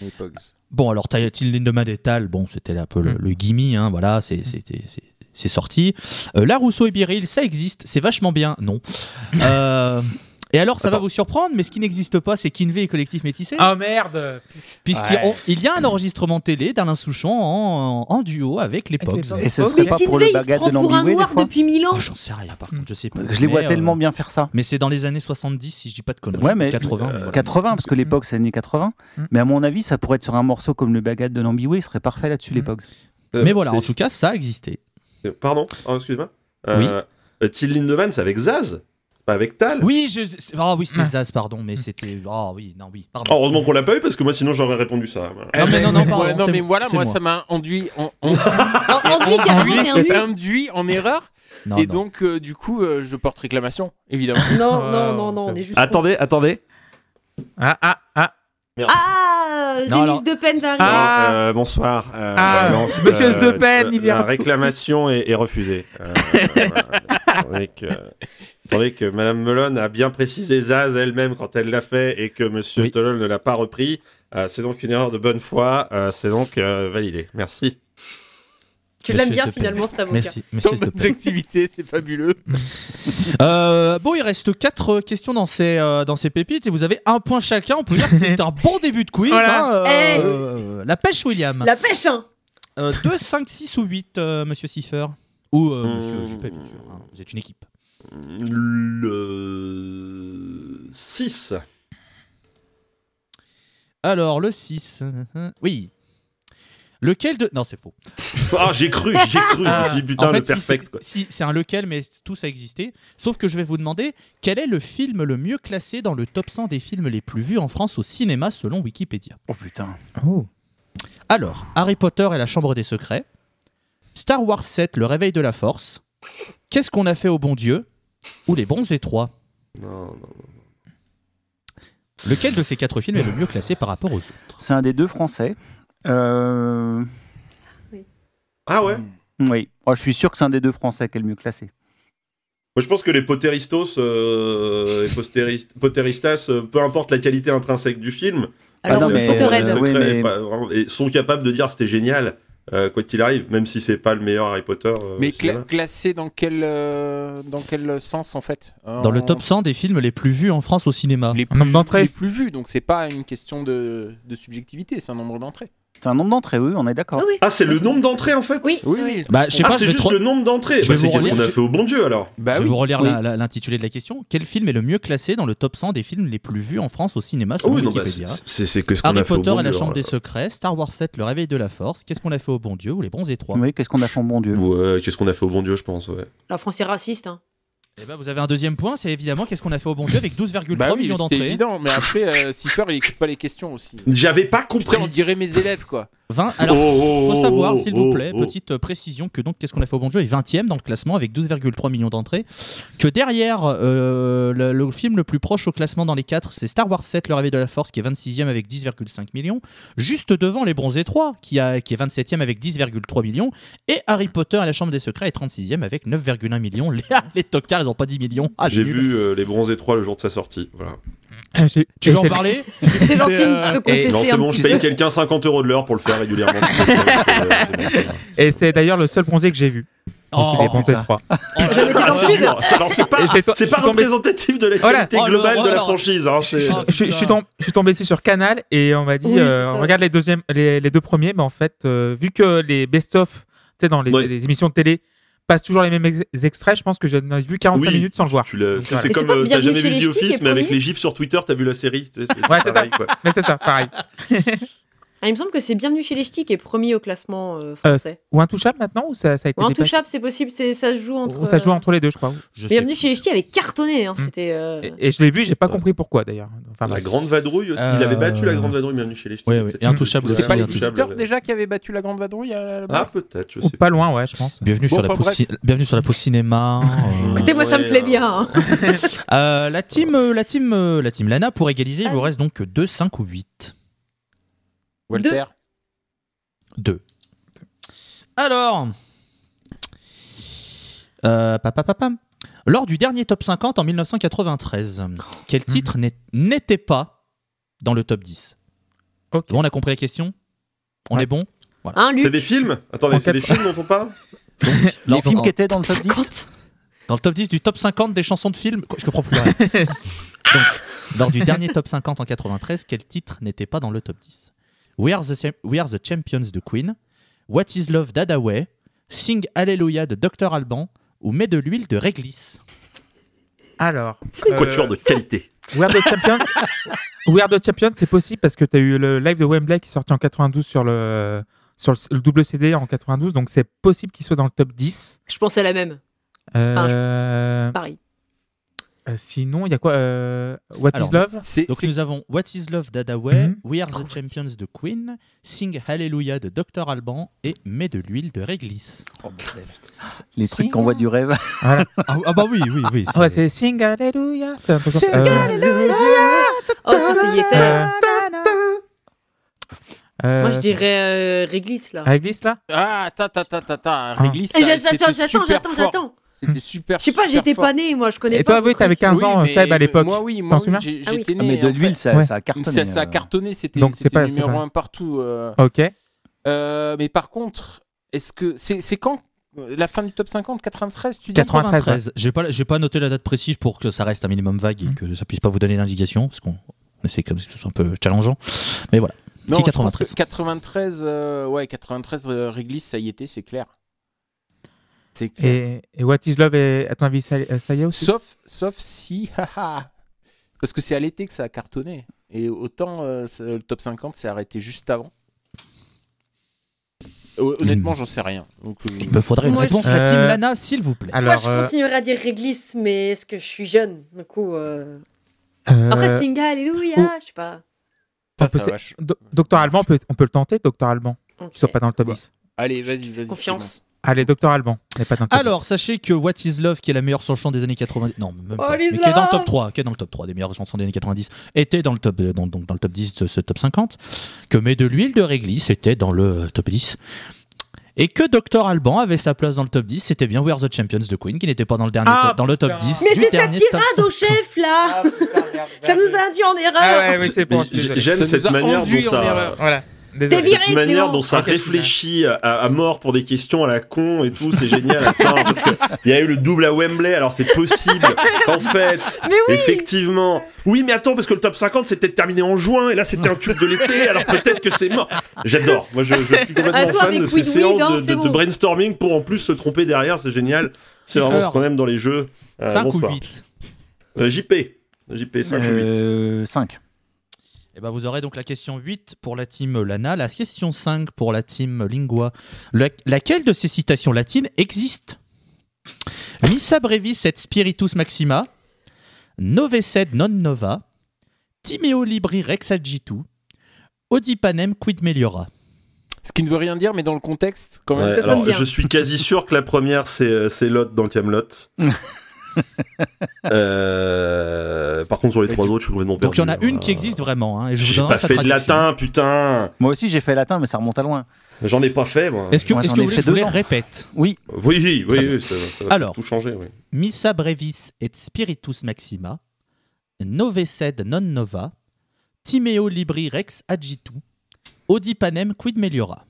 Speaker 6: Et Pogs.
Speaker 4: Bon, alors Ty- Till Lindemann et Tal, bon, c'était un peu le,
Speaker 1: Mm.
Speaker 4: le gimme, hein, voilà, c'est, c'était- c'est, c'est sorti. Euh, La Rousseau et Biril, ça existe, c'est vachement bien, non. Euh, et alors, ça va vous surprendre, mais ce qui n'existe pas, c'est Kinvey et Collectif Métissé,
Speaker 1: Ah merde
Speaker 4: puisqu'il
Speaker 6: ouais.
Speaker 4: il y a un enregistrement télé d'Alain Souchon en, en duo avec les
Speaker 1: Avec
Speaker 4: Pogs.
Speaker 1: les Pogs.
Speaker 5: Et ce
Speaker 1: Oh,
Speaker 5: serait
Speaker 1: mais
Speaker 5: pas pour
Speaker 3: Kinvey,
Speaker 5: le
Speaker 3: il se
Speaker 5: bagage de
Speaker 3: prend pour un
Speaker 5: l'ambigué des
Speaker 3: noir
Speaker 5: fois Ah,
Speaker 3: depuis mille ans.
Speaker 4: Oh, j'en sais rien,
Speaker 1: Mm.
Speaker 4: par contre, je sais pas.
Speaker 5: Parce que je les vois
Speaker 4: Mais, euh,
Speaker 5: tellement bien faire ça.
Speaker 4: Mais c'est dans les années 70, si je dis pas de conneries.
Speaker 5: Ouais, mais- euh,
Speaker 4: 80.
Speaker 2: Euh,
Speaker 4: mais voilà.
Speaker 5: 80, parce que les Pogs c'est années 80.
Speaker 1: Mm.
Speaker 5: Mais à mon avis, ça pourrait être sur un morceau comme le bagage de l'ambiway, il serait parfait là-dessus les
Speaker 1: Mm.
Speaker 5: Pogs.
Speaker 2: euh,
Speaker 4: Mais voilà,
Speaker 2: c'est-
Speaker 4: en tout cas, ça existait.
Speaker 2: c'est- Pardon, oh, excuse-moi. Euh, euh, Till Lindemann, c'est avec Zaz, pas avec Tal.
Speaker 4: Oui, je... ah oui, c'était Zaz, pardon, mais c'était. Ah oui, non, oui, pardon.
Speaker 2: Oh, heureusement qu'on l'a pas eu parce que moi sinon j'aurais répondu ça.
Speaker 4: Non, mais non, non, pardon,
Speaker 6: Ouais, non,
Speaker 4: c'est
Speaker 6: mais
Speaker 4: moi,
Speaker 6: voilà,
Speaker 4: c'est
Speaker 6: moi,
Speaker 4: moi.
Speaker 6: ça m'a enduit en,
Speaker 3: En,
Speaker 6: en-
Speaker 3: en lui, carrément, il y a un
Speaker 6: induit,
Speaker 3: lui.
Speaker 6: induit en erreur.
Speaker 4: Non,
Speaker 6: et
Speaker 4: non.
Speaker 6: donc, euh, du coup, euh, je porte réclamation, évidemment.
Speaker 3: Non,
Speaker 1: Ah,
Speaker 3: non, non, non,
Speaker 1: c'est
Speaker 3: on est juste.
Speaker 2: Attendez, attendez.
Speaker 1: Ah ah ah
Speaker 3: Ah,
Speaker 4: Non,
Speaker 3: Rémise
Speaker 4: alors-
Speaker 3: de peine va
Speaker 1: Ah,
Speaker 3: arriver.
Speaker 2: Euh, bonsoir. euh,
Speaker 1: Ah,
Speaker 2: Valence,
Speaker 1: monsieur
Speaker 2: euh,
Speaker 1: De Pen,
Speaker 2: euh,
Speaker 1: il y
Speaker 2: La
Speaker 1: a-
Speaker 2: réclamation est, est refusée. Euh, voilà. attendez, que, attendez que Madame Melon a bien précisé Zaz elle-même quand elle l'a fait et que Monsieur
Speaker 4: Oui.
Speaker 2: Tolol ne l'a pas repris. Euh, c'est donc une erreur de bonne foi. euh, c'est donc euh, validé. Merci.
Speaker 3: Tu l'aimes
Speaker 4: Monsieur
Speaker 3: bien
Speaker 4: Stoppel.
Speaker 3: finalement cet avocat.
Speaker 4: Merci, merci,
Speaker 6: Tant
Speaker 4: s'il te plaît.
Speaker 6: d'activité, c'est fabuleux.
Speaker 4: Euh, bon, il reste quatre euh, questions dans ces, euh, dans ces pépites et vous avez un point chacun. On peut dire que c'est un bon début de quiz.
Speaker 1: Voilà.
Speaker 4: hein, euh,
Speaker 3: Hey.
Speaker 4: euh, la pêche, William. Euh,
Speaker 3: La pêche, hein
Speaker 4: 2, 5, 6 ou 8, monsieur Siffer Ou euh, monsieur
Speaker 2: Hmm.
Speaker 4: Juppé, bien sûr. hein. Vous êtes une équipe.
Speaker 2: Le 6.
Speaker 4: Alors, le 6. Oui. euh, Lequel de. Non, c'est faux.
Speaker 2: Ah, j'ai cru, j'ai cru.
Speaker 1: Ah.
Speaker 2: Je me suis dit, putain,
Speaker 4: en fait,
Speaker 2: le
Speaker 4: si
Speaker 2: perfect.
Speaker 4: c'est-
Speaker 2: quoi.
Speaker 4: si c'est un lequel, mais tout ça existé. Sauf que je vais vous demander quel est le film le mieux classé dans le top 100 des films les plus vus en France au cinéma selon Wikipédia.
Speaker 5: Oh putain.
Speaker 1: Oh.
Speaker 4: Alors, Harry Potter et la Chambre des Secrets, Star Wars 7, Le Réveil de la Force, Qu'est-ce qu'on a fait au bon Dieu ou Les Bons Étroits.
Speaker 2: Non, non, non.
Speaker 4: Lequel de ces quatre films est le mieux classé par rapport aux autres
Speaker 5: C'est un des deux français. Euh,
Speaker 2: Ah ouais
Speaker 5: Oui. Oh, je suis sûr que c'est un des deux français qui est le mieux classé.
Speaker 2: Moi, je pense que les poteristos euh, et posteris- poteristas, euh, peu importe la qualité intrinsèque du film,
Speaker 3: Alors,
Speaker 5: non,
Speaker 3: on
Speaker 5: mais,
Speaker 3: dit Potterhead.
Speaker 5: euh,
Speaker 2: secret,
Speaker 5: ouais, mais-
Speaker 2: pas vraiment, et sont capables de dire c'était génial, euh, quoi qu'il arrive, même si c'est pas le meilleur Harry Potter. euh,
Speaker 6: Mais
Speaker 2: au cinéma.
Speaker 6: cla- classé dans quel, euh, dans quel sens en fait
Speaker 4: Dans le top 100 des films les plus vus en France au cinéma.
Speaker 6: les
Speaker 1: En nombre d'entrées.
Speaker 6: les plus vus, donc c'est pas une question de, de subjectivité, c'est un nombre d'entrées.
Speaker 5: C'est un nombre d'entrées, oui, on est d'accord.
Speaker 3: Ah oui.
Speaker 2: Ah, c'est le nombre d'entrées en fait
Speaker 3: Oui.
Speaker 4: Bah, je sais
Speaker 2: Ah,
Speaker 4: pas, je
Speaker 2: c'est
Speaker 4: vais
Speaker 2: juste
Speaker 4: trop-
Speaker 2: le nombre d'entrées.
Speaker 4: Je
Speaker 2: Bah,
Speaker 4: vais
Speaker 2: c'est
Speaker 4: vous
Speaker 2: qu'est-ce qu'on a
Speaker 4: relire.
Speaker 2: fait au bon Dieu alors
Speaker 6: Bah
Speaker 4: je vais
Speaker 6: oui.
Speaker 4: vous relire
Speaker 5: Oui.
Speaker 4: la- la- l'intitulé de la question. Quel film est le mieux classé dans le top 100 des films les plus vus en France au cinéma
Speaker 2: Ah
Speaker 4: selon
Speaker 2: oui, non, bah,
Speaker 4: Wikipédia
Speaker 2: c'est c'est- c'est que ce qu'on
Speaker 4: Harry
Speaker 2: a fait au
Speaker 4: Potter
Speaker 2: bon
Speaker 4: et la
Speaker 2: Dieu, hein,
Speaker 4: Chambre
Speaker 2: alors.
Speaker 4: des Secrets, Star Wars 7, Le Réveil de la Force, Qu'est-ce qu'on a fait au bon Dieu ou Les Bons Étroits.
Speaker 5: Oui, qu'est-ce qu'on a fait, mon bon Dieu
Speaker 2: Ouais, euh, qu'est-ce qu'on a fait au bon Dieu, je pense. Ouais.
Speaker 3: La France est raciste. Hein.
Speaker 4: Et bah, vous avez un deuxième point, c'est évidemment Qu'est-ce qu'on a fait au bon Dieu avec 12,3
Speaker 6: Bah oui,
Speaker 4: millions
Speaker 6: c'était
Speaker 4: d'entrées.
Speaker 6: évident, mais après, euh, Cipher, il écoute pas les questions aussi.
Speaker 2: J'avais pas
Speaker 6: Putain,
Speaker 2: compris.
Speaker 6: on dirait mes élèves, quoi.
Speaker 4: 20, alors,
Speaker 2: Oh, oh,
Speaker 4: faut savoir,
Speaker 2: oh,
Speaker 4: s'il
Speaker 2: oh,
Speaker 4: vous plaît,
Speaker 2: oh.
Speaker 4: petite euh, précision que donc Qu'est-ce qu'on a fait au bon Dieu est 20ème dans le classement avec 12,3 millions d'entrées. Que derrière, euh, le, le film le plus proche au classement dans les 4, c'est Star Wars 7, Le Réveil de la Force qui est 26ème avec 10,5 millions. Juste devant Les Bronzés 3 qui, a, qui est 27ème avec 10,3 millions. Et Harry Potter et la Chambre des Secrets est 36ème avec 9,1 millions. Les, les tocards, ils ont pas 10 millions. Ah,
Speaker 2: J'ai
Speaker 4: nul.
Speaker 2: vu euh, Les Bronzés 3 le jour de sa sortie. Voilà.
Speaker 1: Ah,
Speaker 4: Tu veux en parler
Speaker 3: C'est gentil
Speaker 4: euh,
Speaker 3: de te confesser
Speaker 2: eh, Non, c'est
Speaker 3: un
Speaker 2: bon, je
Speaker 3: petit
Speaker 2: paye
Speaker 3: peu.
Speaker 2: quelqu'un 50 euros de l'heure pour le faire régulièrement. euh,
Speaker 1: Et c'est d'ailleurs le seul bronzé que j'ai vu.
Speaker 4: Oh,
Speaker 1: c'est les bronzés
Speaker 5: putain.
Speaker 1: 3.
Speaker 3: J'en étais
Speaker 2: Ah,
Speaker 3: dans
Speaker 2: c'est
Speaker 3: le sud.
Speaker 2: dur. Alors, c'est pas,
Speaker 1: Et j'ai to-
Speaker 2: c'est
Speaker 1: je
Speaker 2: pas
Speaker 1: suis tombé-
Speaker 2: représentatif de la
Speaker 1: Voilà.
Speaker 2: qualité
Speaker 4: Oh, le-
Speaker 2: globale de la
Speaker 4: alors-
Speaker 2: franchise. hein,
Speaker 4: Je
Speaker 2: c'est-
Speaker 4: suis-
Speaker 1: Je, je suis tom- je suis tombé dessus sur Canal et on m'a dit
Speaker 3: Ah, Oui, c'est
Speaker 1: euh,
Speaker 3: ça.
Speaker 1: regarde les, deuxièmes, les, les deux premiers, mais en fait, euh, vu que les best-of tu sais, dans les,
Speaker 2: Ouais.
Speaker 1: les émissions de télé passent toujours les mêmes ex- extraits, je pense que j'ai vu 45
Speaker 2: Oui.
Speaker 1: minutes sans le voir.
Speaker 2: Tu l'as-
Speaker 1: Donc,
Speaker 2: c'est
Speaker 1: voilà.
Speaker 3: Et
Speaker 2: comme
Speaker 3: c'est pas
Speaker 2: euh, t'as
Speaker 3: Bienvenue
Speaker 2: jamais
Speaker 3: chez
Speaker 2: vu
Speaker 3: les
Speaker 2: The
Speaker 3: Ch'tis qui
Speaker 2: Office,
Speaker 3: est
Speaker 2: mais avec
Speaker 3: premier
Speaker 2: les gifs sur Twitter, t'as vu la série. tu sais, c'est
Speaker 1: Ouais, c'est
Speaker 2: pareil, quoi.
Speaker 1: Mais c'est ça, pareil.
Speaker 3: Ah, il me semble que c'est Bienvenue chez les Ch'tis qui est premier au classement euh,
Speaker 1: Euh,
Speaker 3: français.
Speaker 1: Ou Intouchable maintenant ou ça, ça a été
Speaker 3: Ou
Speaker 1: dépassé
Speaker 3: Intouchable, c'est possible, c'est- ça se joue entre.
Speaker 1: Ou ça joue
Speaker 3: euh,
Speaker 1: entre Mm. les deux, je crois.
Speaker 4: Je sais
Speaker 3: Bienvenue chez les Ch'tis avait cartonné. Hein, C'était. euh,
Speaker 1: Et, et je l'ai vu, j'ai pas compris pourquoi d'ailleurs. Enfin,
Speaker 2: La
Speaker 1: bref.
Speaker 2: grande vadrouille aussi. Il
Speaker 4: Euh,
Speaker 2: avait battu la grande vadrouille, bienvenue chez les ch'tis.
Speaker 4: Ouais, ouais. Et Intouchable
Speaker 2: Ouais,
Speaker 4: aussi, hein,
Speaker 6: C'est pas les
Speaker 2: Intouchable,
Speaker 6: visiteurs
Speaker 2: ouais.
Speaker 6: déjà qui avaient battu la grande vadrouille euh, à la
Speaker 2: Ah,
Speaker 6: base
Speaker 2: peut-être, je
Speaker 1: Ou
Speaker 2: sais
Speaker 1: pas loin, ouais, je pense.
Speaker 4: Bienvenue,
Speaker 6: Bon,
Speaker 4: sur la
Speaker 6: enfin,
Speaker 4: pause ci- Bienvenue sur la pause cinéma. euh,
Speaker 3: Écoutez-moi, ça me
Speaker 2: Ouais,
Speaker 3: plaît
Speaker 2: euh,
Speaker 3: bien. hein.
Speaker 4: euh, la team, euh, la team, euh, la team Lana pour égaliser, il vous
Speaker 3: Ah.
Speaker 4: reste donc 2, 5 ou 8.
Speaker 6: Walter.
Speaker 4: 2. Alors, euh, pa, pa, pa, pam. lors du dernier top 50 en 1993, quel titre n'est- n'était pas dans le top 10
Speaker 1: Ok.
Speaker 4: Bon, on a compris la question. On
Speaker 1: Ouais.
Speaker 4: est bon.
Speaker 3: Hein,
Speaker 2: C'est
Speaker 3: Luc
Speaker 2: des films Attendez,
Speaker 1: En
Speaker 2: c'est des
Speaker 1: quatre-
Speaker 2: films dont on parle
Speaker 5: Les
Speaker 4: Lors-
Speaker 5: films
Speaker 4: dans-
Speaker 5: qui étaient dans le top 10
Speaker 3: 50.
Speaker 4: Dans le top 10 du top 50 des chansons de films Quoi, Je comprends plus rien. Donc, lors du dernier top 50 en 93, quel titre n'était pas dans le top 10 We are the, Cham- We Are the Champions de Queen, What is Love d'Adaway, Sing Hallelujah de Dr Alban ou Mets de l'huile de Réglisse.
Speaker 1: Alors. euh,
Speaker 2: Quatuor de qualité.
Speaker 1: We Are the Champions. We Are the Champions, c'est possible parce que tu as eu le live de Wembley qui est sorti en 92 sur le sur le, le double CD en 92, donc c'est possible qu'il soit dans le top 10.
Speaker 3: Je pensais à la même. Ah,
Speaker 1: Euh,
Speaker 3: Pareil.
Speaker 1: euh, sinon, il y a quoi euh, What
Speaker 4: Alors,
Speaker 1: is Love
Speaker 6: C'est
Speaker 4: Donc
Speaker 6: c'est-
Speaker 4: nous avons What is Love d'Adaway,
Speaker 1: Mhm.
Speaker 4: We Are the Champions de Queen, Sing Hallelujah de Dr Alban et Mets de l'huile de Réglisse.
Speaker 5: Les trucs qu'on voit du rêve.
Speaker 4: Ah, ah bah oui, oui, oui.
Speaker 1: Ah Ouais, c'est Sing Hallelujah. C'est un truc comme ça.
Speaker 4: Sing
Speaker 1: Euh,
Speaker 3: Oh, ça, c'est y était.
Speaker 1: euh, euh,
Speaker 3: Moi, je dirais euh, Réglisse, là.
Speaker 1: À l'église, là
Speaker 6: Ah, ta ta ta ta ta.
Speaker 1: Ah.
Speaker 6: Réglisse.
Speaker 3: Eh,
Speaker 6: ça,
Speaker 3: j'a-
Speaker 6: c'était
Speaker 3: J'attends, j'attends,
Speaker 6: super
Speaker 3: j'attends,
Speaker 6: fort.
Speaker 3: j'attends.
Speaker 6: C'était super.
Speaker 3: Je sais pas,
Speaker 6: super
Speaker 3: j'étais
Speaker 6: fort.
Speaker 3: pas née, moi, je connais
Speaker 1: Et
Speaker 3: pas.
Speaker 1: toi,
Speaker 3: le
Speaker 1: oui,
Speaker 3: truc.
Speaker 1: t'avais 15
Speaker 6: Oui,
Speaker 1: ans,
Speaker 6: mais
Speaker 1: Seb, à l'époque.
Speaker 6: Moi, oui, moi,
Speaker 1: T'en
Speaker 6: oui,
Speaker 1: souviens
Speaker 6: j'ai-
Speaker 3: Ah oui.
Speaker 6: j'étais né.
Speaker 5: mais de
Speaker 6: en
Speaker 5: l'huile,
Speaker 6: fait.
Speaker 5: ça,
Speaker 1: Ouais.
Speaker 5: ça a cartonné.
Speaker 6: Ça, ça a
Speaker 5: euh.
Speaker 6: cartonné, c'était
Speaker 1: Donc, c'est
Speaker 6: c'était
Speaker 1: pas- c'est
Speaker 6: numéro
Speaker 1: pas-
Speaker 6: un partout. euh.
Speaker 1: Ok.
Speaker 6: Euh, mais par contre, est-ce que c'est c'est quand euh, la fin du top 50 93 tu dis
Speaker 1: 93, ouais.
Speaker 4: 93. Mmh. J'ai pas, j'ai pas noté la date précise pour que ça reste un minimum vague et
Speaker 1: Mhm.
Speaker 4: que ça puisse pas vous donner d'indication, parce qu'on on essaie comme si ce soit un peu challengeant. Mais voilà.
Speaker 6: Non,
Speaker 4: C'est
Speaker 6: je pense
Speaker 4: 93.
Speaker 6: que 93 euh, ouais 93 euh, réglisse ça y était, c'est clair. C'est clair.
Speaker 1: Et, et What is Love, est, à ton avis, ça, ça y est aussi
Speaker 6: Sauf sauf si haha. parce que c'est à l'été que ça a cartonné et autant euh, ça- le top 50 s'est arrêté juste avant. Hon- Honnêtement, j'en sais rien. Donc, euh,
Speaker 4: Il me faudrait une
Speaker 3: Moi,
Speaker 4: réponse,
Speaker 1: je-
Speaker 4: la team
Speaker 1: Euh,
Speaker 4: Lana, s'il vous plaît.
Speaker 1: Alors,
Speaker 3: Moi, je
Speaker 1: euh,
Speaker 3: continuerai à dire réglisse, mais est-ce que je suis jeune Du coup, euh,
Speaker 1: euh,
Speaker 3: après Singa, alléluia,
Speaker 1: ou-
Speaker 3: je sais pas.
Speaker 1: on
Speaker 6: putain,
Speaker 1: peut
Speaker 6: sa
Speaker 1: se-
Speaker 6: vache.
Speaker 1: Do- Docteur Allemand, on peut, on peut le tenter, Docteur Allemand,
Speaker 3: Ok.
Speaker 1: qu'il soit pas hein. dans le top
Speaker 6: Bah,
Speaker 1: 10.
Speaker 6: Allez, vas-y, vas-y.
Speaker 3: Confiance.
Speaker 1: Allez, Docteur Allemand, n'est pas dans le top
Speaker 4: Alors, sachez que What is Love, qui est la meilleure chanson des années 90, non, même pas,
Speaker 3: Oh, les
Speaker 4: mais qui est dans le top
Speaker 3: hommes
Speaker 4: 3, qui est dans le top 3 des meilleures chansons des années 90, était dans le top, euh, dans, donc dans le top 10, ce, ce top 50, que Mets de l'huile de réglisse était dans le euh, top 10, et que Dr Alban avait sa place dans le top 10, c'était bien We Are the Champions de Queen, qui n'était pas dans le dernier,
Speaker 1: Ah,
Speaker 4: top- dans le top
Speaker 1: putain.
Speaker 4: 10.
Speaker 3: Mais
Speaker 4: du
Speaker 3: c'est sa
Speaker 4: dernier top
Speaker 3: tirade au
Speaker 4: 50.
Speaker 3: chef, là Ça nous a induit en
Speaker 1: Ah
Speaker 3: erreur
Speaker 1: ouais, oui, c'est
Speaker 2: Mais
Speaker 1: bon, je suis
Speaker 2: j-
Speaker 1: désolé.
Speaker 2: J'aime
Speaker 6: Ça nous
Speaker 2: cette
Speaker 6: a
Speaker 2: manière dont
Speaker 6: enduit en
Speaker 2: ça.
Speaker 6: erreur.
Speaker 1: Voilà,
Speaker 3: T'es
Speaker 1: désolé.
Speaker 3: viré,
Speaker 2: Cette manière
Speaker 3: Clément.
Speaker 2: dont ça
Speaker 1: Ok, je suis
Speaker 2: réfléchit à, à mort pour des questions à la con et tout, c'est génial. Attends, parce que il y a eu le double à Wembley, alors c'est possible qu'en fait,
Speaker 3: Mais oui
Speaker 2: effectivement. Oui, mais attends, parce que le top 50 c'était terminé en juin et là c'était un tube de l'été, alors peut-être que c'est mort. J'adore. Moi, je, je suis complètement
Speaker 3: Ah, toi,
Speaker 2: fan
Speaker 3: avec
Speaker 2: de ces
Speaker 3: Queen
Speaker 2: séances
Speaker 3: Weed, hein,
Speaker 2: de,
Speaker 3: c'est
Speaker 2: de- de
Speaker 3: bon.
Speaker 2: brainstorming pour en plus se tromper derrière, c'est génial. C'est vraiment
Speaker 4: Kiefer.
Speaker 2: ce qu'on aime dans les jeux. Euh,
Speaker 4: 5
Speaker 2: bonsoir.
Speaker 4: ou 8.
Speaker 2: Euh, JP. JP,
Speaker 5: euh,
Speaker 2: 5 ou 8.
Speaker 5: 5.
Speaker 4: Et ben vous aurez donc la question 8 pour la team Lana, la question 5 pour la team Lingua. Le- laquelle de ces citations latines existe Missa brevis et spiritus maxima, Nove sed non nova, Timeo libri rex agitu, Odipanem quid meliora.
Speaker 6: Ce qui ne veut rien dire, mais dans le contexte, quand même.
Speaker 2: Ouais,
Speaker 3: ça sonne
Speaker 2: alors,
Speaker 3: bien.
Speaker 2: je suis quasi sûr que la première, c'est euh, c'est Lot dans Camelot. Euh, par contre, sur les trois autres, je suis complètement perdu.
Speaker 4: Donc il y en a une qui
Speaker 2: Euh,
Speaker 4: existe vraiment, hein, et je vous
Speaker 2: J'ai
Speaker 4: donnerai
Speaker 2: pas
Speaker 4: sa
Speaker 2: fait de
Speaker 4: traduction.
Speaker 2: latin, putain.
Speaker 5: Moi aussi, j'ai fait latin, mais ça remonte à loin.
Speaker 2: J'en ai pas fait, moi.
Speaker 4: Est-ce que,
Speaker 5: Moi,
Speaker 4: est-ce
Speaker 5: j'en
Speaker 4: que
Speaker 5: ai
Speaker 4: vous voulez
Speaker 5: fait
Speaker 4: que je vous
Speaker 5: deux
Speaker 4: les
Speaker 5: ans.
Speaker 4: répète
Speaker 5: Oui,
Speaker 2: Oui, oui,
Speaker 4: Très bien.
Speaker 2: oui, ça, ça va
Speaker 4: Alors.
Speaker 2: tout changer. Oui.
Speaker 4: Missa brevis et spiritus maxima, nove sed non nova, timeo libri rex agitu, odipanem quid meliora.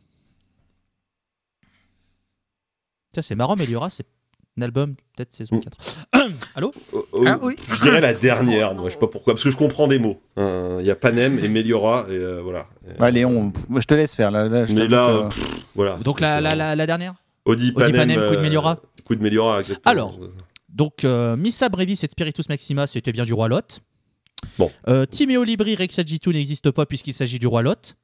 Speaker 4: Tiens, c'est marrant, Meliora, c'est un album, peut-être saison 4.
Speaker 2: Oh, oh,
Speaker 1: Ah, oui.
Speaker 2: Je dirais la dernière, moi, je sais pas pourquoi, parce que je comprends des mots. hein. Il y a Panem et Meliora, et euh, voilà. Et,
Speaker 5: allez, on, pff, je te laisse faire. Là, là, je
Speaker 2: Mais
Speaker 5: t'avoue
Speaker 2: là,
Speaker 5: que-
Speaker 2: euh, pff, voilà.
Speaker 4: Donc la, la, la, la dernière
Speaker 2: Audi Panem, euh,
Speaker 4: Panem, Quid Meliora.
Speaker 2: Coup de Meliora, exactement.
Speaker 4: Alors. Donc euh, Missa brevis et spiritus maxima, c'était bien du roi Lot.
Speaker 2: Bon.
Speaker 4: Euh, timeo libri rex agitu n'existe pas puisqu'il s'agit du roi Lot.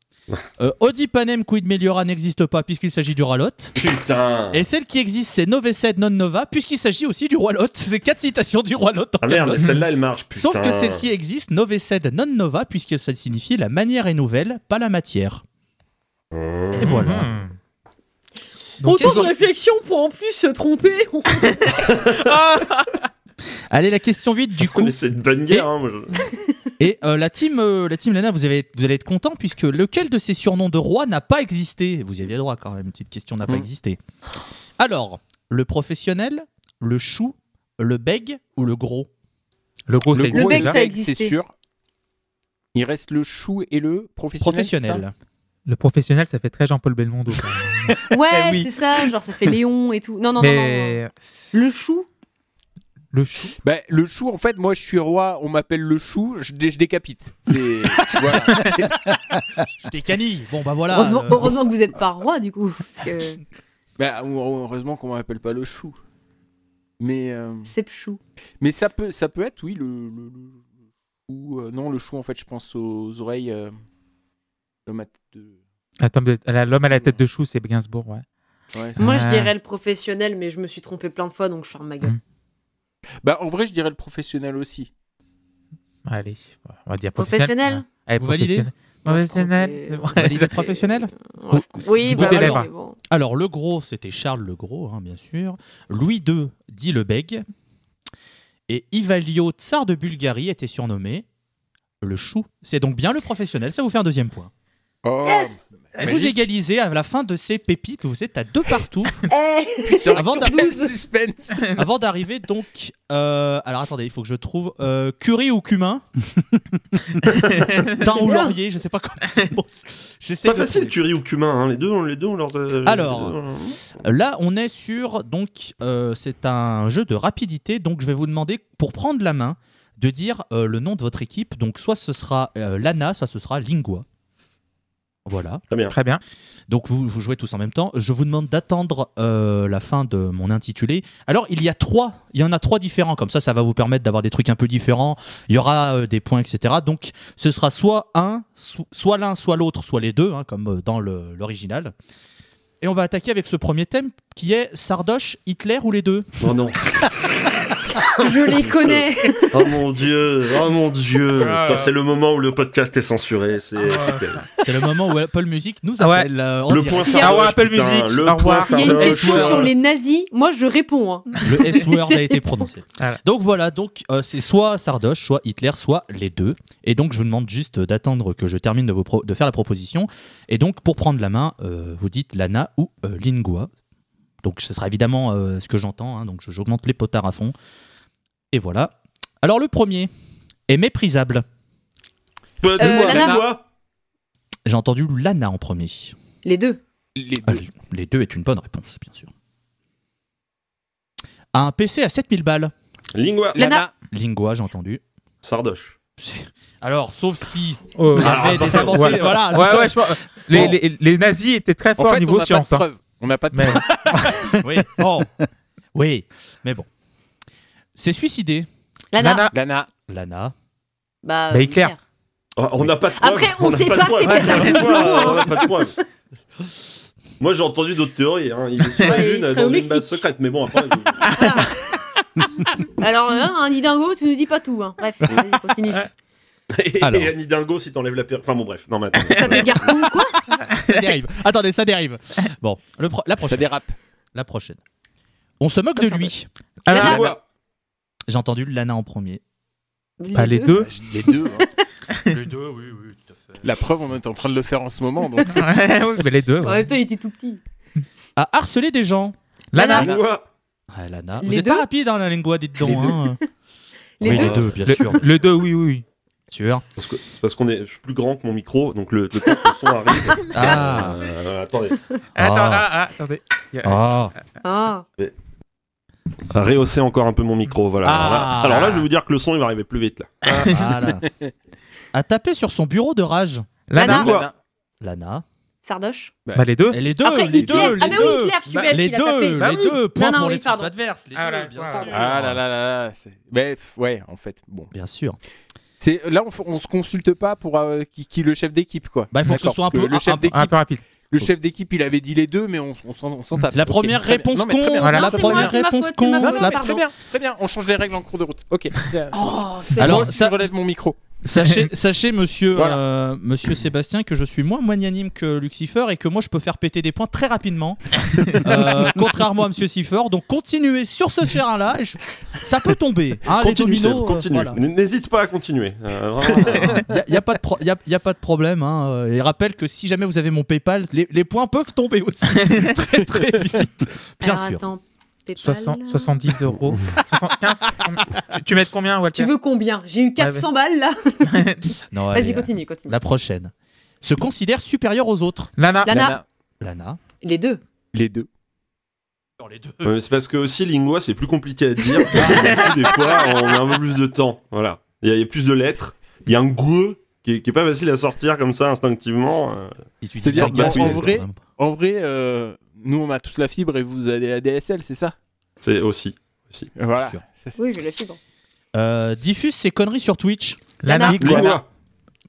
Speaker 4: Euh, odipanem quid meliora n'existe pas puisqu'il s'agit du roi Lot.
Speaker 2: Putain.
Speaker 4: Et celle qui existe, c'est Nove Sed Non Nova, puisqu'il s'agit aussi du Roi Lot. C'est quatre citations du Roi Lot dans
Speaker 2: Ah merde,
Speaker 4: Camelot.
Speaker 2: mais celle-là, elle marche. Putain.
Speaker 4: Sauf que celle-ci existe, Nove Sed Non Nova, puisque ça signifie la manière est nouvelle, pas la matière.
Speaker 2: Hum.
Speaker 4: Et voilà.
Speaker 1: Hmm. Donc,
Speaker 3: Autant
Speaker 1: ils ont-
Speaker 3: de réflexion pour en plus se tromper
Speaker 4: Allez, la question 8 du coup.
Speaker 2: Ah, Mais c'est une bonne guerre, hein, moi, je-
Speaker 4: Et euh, la, team, euh, la team Lana, vous, avez, vous allez être content, puisque lequel de ces surnoms de roi n'a pas existé Vous y aviez le droit quand même, une petite question n'a pas
Speaker 2: Hmm.
Speaker 6: Mm.
Speaker 4: existé. Alors, le professionnel, le chou, le bègue ou le gros
Speaker 1: Le gros, ça
Speaker 6: Le
Speaker 1: existe
Speaker 6: gros
Speaker 3: bec,
Speaker 1: déjà.
Speaker 3: ça
Speaker 6: steak,
Speaker 3: existait.
Speaker 6: c'est sûr. Il reste le chou et le professionnel. c'est
Speaker 4: Professionnel.
Speaker 1: Le professionnel, ça fait très Jean-Paul Belmondo. quand même.
Speaker 3: Ouais,
Speaker 1: Eh oui.
Speaker 3: c'est ça, genre ça fait Léon et tout. Non, non, non, non, non.
Speaker 1: Mais
Speaker 3: Le chou
Speaker 1: le chou.
Speaker 6: ça Bah, le chou, en fait, moi, je suis roi, on m'appelle le chou, je, dé- je décapite. C'est. voilà.
Speaker 1: Ah.
Speaker 4: Je t'ai canille. Bon, bah voilà.
Speaker 3: heureusement,
Speaker 4: euh,
Speaker 3: heureusement que vous êtes pas roi, du coup. Parce que
Speaker 6: Bah, heureusement qu'on m'appelle pas le chou. Mais, euh,
Speaker 3: c'est le chou.
Speaker 6: mais ça, peut, ça peut être, oui, le. le- le- ou, euh, non, le chou, en fait, je pense aux oreilles. euh, le mat- de-
Speaker 1: Attends, mais- elle a- l'homme à la tête de chou, c'est Gainsbourg, ouais.
Speaker 6: Ouais, c'est-
Speaker 3: Moi, je
Speaker 1: Ah.
Speaker 3: dirais le professionnel, mais je me suis trompé plein de fois, donc je ferme ma gueule.
Speaker 1: Mm.
Speaker 6: Bah, en vrai, je dirais le professionnel aussi.
Speaker 1: Allez, on va dire
Speaker 3: Professionnel.
Speaker 1: professionnel. Ouais. Allez,
Speaker 4: Vous validez
Speaker 1: Professionnel.
Speaker 3: On se
Speaker 1: Professionnel.
Speaker 3: trompait.
Speaker 1: Ouais.
Speaker 4: validez professionnel
Speaker 3: On se- Oui,
Speaker 4: Du
Speaker 3: bah
Speaker 4: coup,
Speaker 3: ouais,
Speaker 4: alors.
Speaker 3: mais bon.
Speaker 4: Alors, le gros, c'était Charles le Gros, hein, bien sûr. Louis II, dit le Bègue. Et Ivalio, tsar de Bulgarie, était surnommé le Chou. C'est donc bien le professionnel, ça vous fait un deuxième point.
Speaker 6: Oh,
Speaker 3: Yes
Speaker 2: Eh,
Speaker 4: Et vous égalisez à la fin de ces pépites, vous êtes à deux partout,
Speaker 3: Eh
Speaker 4: Avant
Speaker 3: Sur 12.
Speaker 6: suspense
Speaker 4: avant d'arriver donc... euh, alors attendez, il faut que je trouve euh, curry ou cumin, thym ou
Speaker 3: bien.
Speaker 4: laurier, je sais pas comment c'est bon. J'essaie
Speaker 2: Pas
Speaker 4: de
Speaker 2: facile,
Speaker 4: trouver.
Speaker 2: Curie ou Cumin, hein, les deux, on- les deux, on leur. euh,
Speaker 4: Alors.
Speaker 2: les deux, on-
Speaker 4: Là, on est sur. Donc, euh, c'est un jeu de rapidité. Donc, je vais vous demander, pour prendre la main, de dire euh, le nom de votre équipe. Donc, soit ce sera euh, Lana, soit ce sera Lingua. Voilà.
Speaker 2: Très bien.
Speaker 1: Très bien.
Speaker 4: Donc, vous, vous jouez tous en même temps. Je vous demande d'attendre euh, la fin de mon intitulé. Alors, il y a trois. Il y en a trois différents. Comme ça, ça va vous permettre d'avoir des trucs un peu différents. Il y aura euh, des points, etc. Donc, ce sera soit un, so- soit l'un, soit l'autre, soit les deux, hein, comme euh, dans le- l'original. Et on va attaquer avec ce premier thème qui est Sardoche, Hitler ou les deux.
Speaker 2: Oh non.
Speaker 3: Je les connais.
Speaker 2: Oh mon dieu. Oh mon dieu.
Speaker 1: Ah.
Speaker 2: Putain, c'est le moment où le podcast est censuré. C'est
Speaker 4: C'est le moment où Apple Music nous
Speaker 1: Ah ouais.
Speaker 4: appelle. euh, en
Speaker 2: le
Speaker 4: direct.
Speaker 2: point
Speaker 3: Si y a-
Speaker 2: Sardoche,
Speaker 1: Ah ouais, Apple
Speaker 2: putain,
Speaker 1: Music.
Speaker 2: Le
Speaker 1: Au
Speaker 2: point
Speaker 1: revoir.
Speaker 3: S'il y a une
Speaker 2: Sardoche.
Speaker 3: question sur les nazis, moi je réponds. hein.
Speaker 4: Le S-word a été prononcé.
Speaker 1: Voilà.
Speaker 4: Donc voilà, donc euh, c'est soit Sardoche, soit Hitler, soit les deux. Et donc je vous demande juste euh, d'attendre que je termine de, vous pro- de faire la proposition. Et donc pour prendre la main, euh, vous dites Lana ou euh, Lingua. Donc ce sera évidemment euh, ce que j'entends, hein. donc je- j'augmente les potards à fond. Et voilà. Alors le premier est méprisable.
Speaker 2: Bah, de
Speaker 3: Euh,
Speaker 2: quoi,
Speaker 3: Lana.
Speaker 2: de quoi
Speaker 4: J'ai entendu Lana en premier.
Speaker 3: Les deux.
Speaker 6: Les
Speaker 4: Euh,
Speaker 6: deux.
Speaker 4: les deux est une bonne réponse, bien sûr. Un PC à 7000 balles.
Speaker 1: Ah.
Speaker 2: Lingua.
Speaker 3: Lana.
Speaker 4: Lingua, j'ai entendu.
Speaker 2: Sardoche.
Speaker 4: Alors, sauf si
Speaker 1: Oh.
Speaker 4: il y
Speaker 2: Ah,
Speaker 4: avait des
Speaker 2: pardon.
Speaker 4: avancées,
Speaker 1: Ouais.
Speaker 4: voilà. c'est
Speaker 1: Ouais,
Speaker 4: correct.
Speaker 1: ouais, je pense- les, les- les nazis étaient très
Speaker 6: En
Speaker 1: forts
Speaker 6: fait, on
Speaker 1: niveau
Speaker 6: n'a
Speaker 1: science.
Speaker 6: pas
Speaker 1: hein.
Speaker 6: de preuve. On n'a pas de
Speaker 1: Mais-
Speaker 6: preuve.
Speaker 4: Oui. Oh. Oui, mais bon. C'est suicidé,
Speaker 3: Lana.
Speaker 1: Lana.
Speaker 6: Lana.
Speaker 4: Lana.
Speaker 3: Bah,
Speaker 1: Bah,
Speaker 3: euh,
Speaker 1: Hitler.
Speaker 2: Oh, on n'a pas de preuves.
Speaker 3: Après, on
Speaker 2: n'a
Speaker 3: sait
Speaker 2: de
Speaker 3: pas, hein.
Speaker 2: preuves.
Speaker 3: c'est
Speaker 2: Ouais,
Speaker 3: peut-être
Speaker 2: on n'a
Speaker 3: un
Speaker 2: pas de
Speaker 3: jour.
Speaker 2: preuves, on n'a pas de preuves. Moi, j'ai entendu d'autres théories. hein. Il est sur la
Speaker 3: Ouais, il
Speaker 2: lune
Speaker 3: serait au
Speaker 2: dans une
Speaker 3: Mexique.
Speaker 2: base secrète. Mais bon, après.
Speaker 3: Alors, hein, un idingo, tu nous dis pas tout. hein. Bref, vas-y, continue.
Speaker 2: Et,
Speaker 4: Alors.
Speaker 2: et Annie Dingo, si t'enlèves la perruque. Enfin bon, bref. Non, mais attends.
Speaker 3: Ça fait garçon, quoi
Speaker 4: Ça dérive. Attendez, ça dérive. Bon, le pro- la
Speaker 6: Ça
Speaker 4: prochaine.
Speaker 6: dérape.
Speaker 4: La prochaine. On se moque de lui.
Speaker 1: Alors,
Speaker 3: Lana.
Speaker 2: Lingua.
Speaker 4: J'ai entendu Lana en premier.
Speaker 1: pas les deux.
Speaker 6: Les deux. hein.
Speaker 4: Les deux, oui, oui, tout à fait.
Speaker 6: La preuve, on est en train de le faire en ce moment. Donc.
Speaker 1: Ouais, ouais, mais les deux.
Speaker 3: En
Speaker 1: ouais.
Speaker 3: même temps, il était tout petit.
Speaker 4: À harceler des gens.
Speaker 3: Lana.
Speaker 2: Lingua.
Speaker 4: Ah, Lana.
Speaker 3: Les
Speaker 4: Vous êtes
Speaker 3: deux
Speaker 4: pas rapide, hein, la lingua, dites donc. hein.
Speaker 3: Les
Speaker 4: oui,
Speaker 3: deux.
Speaker 4: les deux, bien
Speaker 1: Le,
Speaker 4: sûr.
Speaker 1: le deux, oui, oui, oui.
Speaker 4: sûr.
Speaker 2: Parce que- C'est parce qu'on est, je suis plus grand que mon micro, donc le, le temps que le son arrive.
Speaker 4: Ah.
Speaker 2: Euh, attendez.
Speaker 4: Ah.
Speaker 1: Attends, ah, ah, attendez.
Speaker 4: Ah.
Speaker 3: Ah.
Speaker 2: Rehausser encore un peu mon micro, voilà.
Speaker 4: Ah.
Speaker 2: Alors, là, alors là, je vais vous dire que le son, il va arriver plus vite là.
Speaker 4: Voilà. À taper sur son bureau de rage.
Speaker 1: Lana.
Speaker 2: Lingua.
Speaker 6: Lana.
Speaker 4: Lana.
Speaker 3: Sardoche.
Speaker 1: Bah, les deux.
Speaker 4: Et les deux,
Speaker 3: Après,
Speaker 4: les
Speaker 3: Hitler.
Speaker 4: deux, les
Speaker 3: ah, mais
Speaker 4: deux.
Speaker 3: oui, Hitler, tu
Speaker 1: Bah,
Speaker 3: bêtes,
Speaker 4: les
Speaker 3: il a tapé.
Speaker 4: deux,
Speaker 1: Bah
Speaker 4: les
Speaker 1: oui.
Speaker 4: deux, point
Speaker 3: Non, non,
Speaker 4: pour
Speaker 3: oui,
Speaker 4: les troupes
Speaker 3: pardon.
Speaker 4: adverses. Les
Speaker 1: Ah
Speaker 4: deux,
Speaker 1: là,
Speaker 4: bien
Speaker 1: voilà.
Speaker 4: sûr.
Speaker 6: Ah là là là là. c'est- Bref, ouais, en fait. Bon.
Speaker 4: Bien sûr.
Speaker 6: C'est Là, on, f- on se consulte pas pour euh, qui, qui le chef d'équipe, quoi.
Speaker 4: Bah, il faut que ce
Speaker 6: D'accord,
Speaker 4: soit un
Speaker 6: parce
Speaker 4: peu-
Speaker 6: Le
Speaker 4: un- un-
Speaker 6: chef
Speaker 1: Un
Speaker 6: d'équipe,
Speaker 1: peu rapide.
Speaker 6: le chef d'équipe, il avait dit les deux, mais on, on s'en on s'en tape.
Speaker 4: La
Speaker 6: Ah, Ok,
Speaker 4: première
Speaker 6: très bien.
Speaker 4: réponse
Speaker 6: Non, mais très
Speaker 4: con.
Speaker 6: bien.
Speaker 1: Voilà,
Speaker 4: la
Speaker 1: la
Speaker 3: c'est
Speaker 4: première
Speaker 3: moi, c'est ma
Speaker 4: réponse
Speaker 3: faute,
Speaker 4: con.
Speaker 3: c'est ma
Speaker 6: Non,
Speaker 3: faute.
Speaker 6: non,
Speaker 4: La-
Speaker 6: mais très bien, très bien. On change les règles en cours de route. Ok.
Speaker 3: Oh, c'est
Speaker 4: Alors,
Speaker 6: Alors,
Speaker 4: ça-
Speaker 6: je relève mon micro.
Speaker 4: Sachez, sachez monsieur,
Speaker 6: Voilà.
Speaker 4: euh, monsieur Sébastien, que je suis moins magnanime que Lucifer et que moi je peux faire péter des points très rapidement, Euh, contrairement à monsieur Sifford. Donc continuez sur ce terrain-là, et je- ça peut tomber. hein, les
Speaker 2: continue, Seb,
Speaker 4: dominos,
Speaker 2: continue.
Speaker 4: euh, voilà.
Speaker 2: N- N'hésite pas à continuer. Euh, vraiment, euh,
Speaker 4: Il n'y a, y a pas de pro- y a- y a pas de problème. hein, euh, Et rappelle que si jamais vous avez mon PayPal, les, les points peuvent tomber aussi très très vite. Bien
Speaker 3: Alors,
Speaker 4: sûr.
Speaker 3: Ah, attends, Paypal.
Speaker 1: 60, 70 euros. 75. Tu, tu mets de combien, Walter
Speaker 3: Tu veux combien J'ai eu 400 balles là.
Speaker 4: Non, allez,
Speaker 3: Vas-y,
Speaker 4: euh,
Speaker 3: continue, continue.
Speaker 4: La prochaine. Se considère supérieur aux autres.
Speaker 1: Lana.
Speaker 3: Lana.
Speaker 4: Lana.
Speaker 3: Les deux.
Speaker 6: Les deux.
Speaker 4: les deux.
Speaker 2: euh, c'est parce que aussi, lingua, c'est plus compliqué à dire. Du coup, des fois, on a un peu plus de temps. Voilà. Il y, a- il y a plus de lettres. Il y a un goût qui, est- qui est pas facile à sortir comme ça instinctivement. euh.
Speaker 6: C'est-à-dire
Speaker 4: bah,
Speaker 2: qu'en
Speaker 6: vrai- En vrai, euh, nous, on a tous la fibre et vous avez la DSL, c'est ça
Speaker 2: C'est aussi. aussi.
Speaker 6: Voilà.
Speaker 4: Sûr.
Speaker 6: Ça, c'est-
Speaker 3: Oui, j'ai la fibre.
Speaker 4: Euh, diffuse ses conneries sur Twitch.
Speaker 1: Lana.
Speaker 6: Lana.
Speaker 2: Lingua.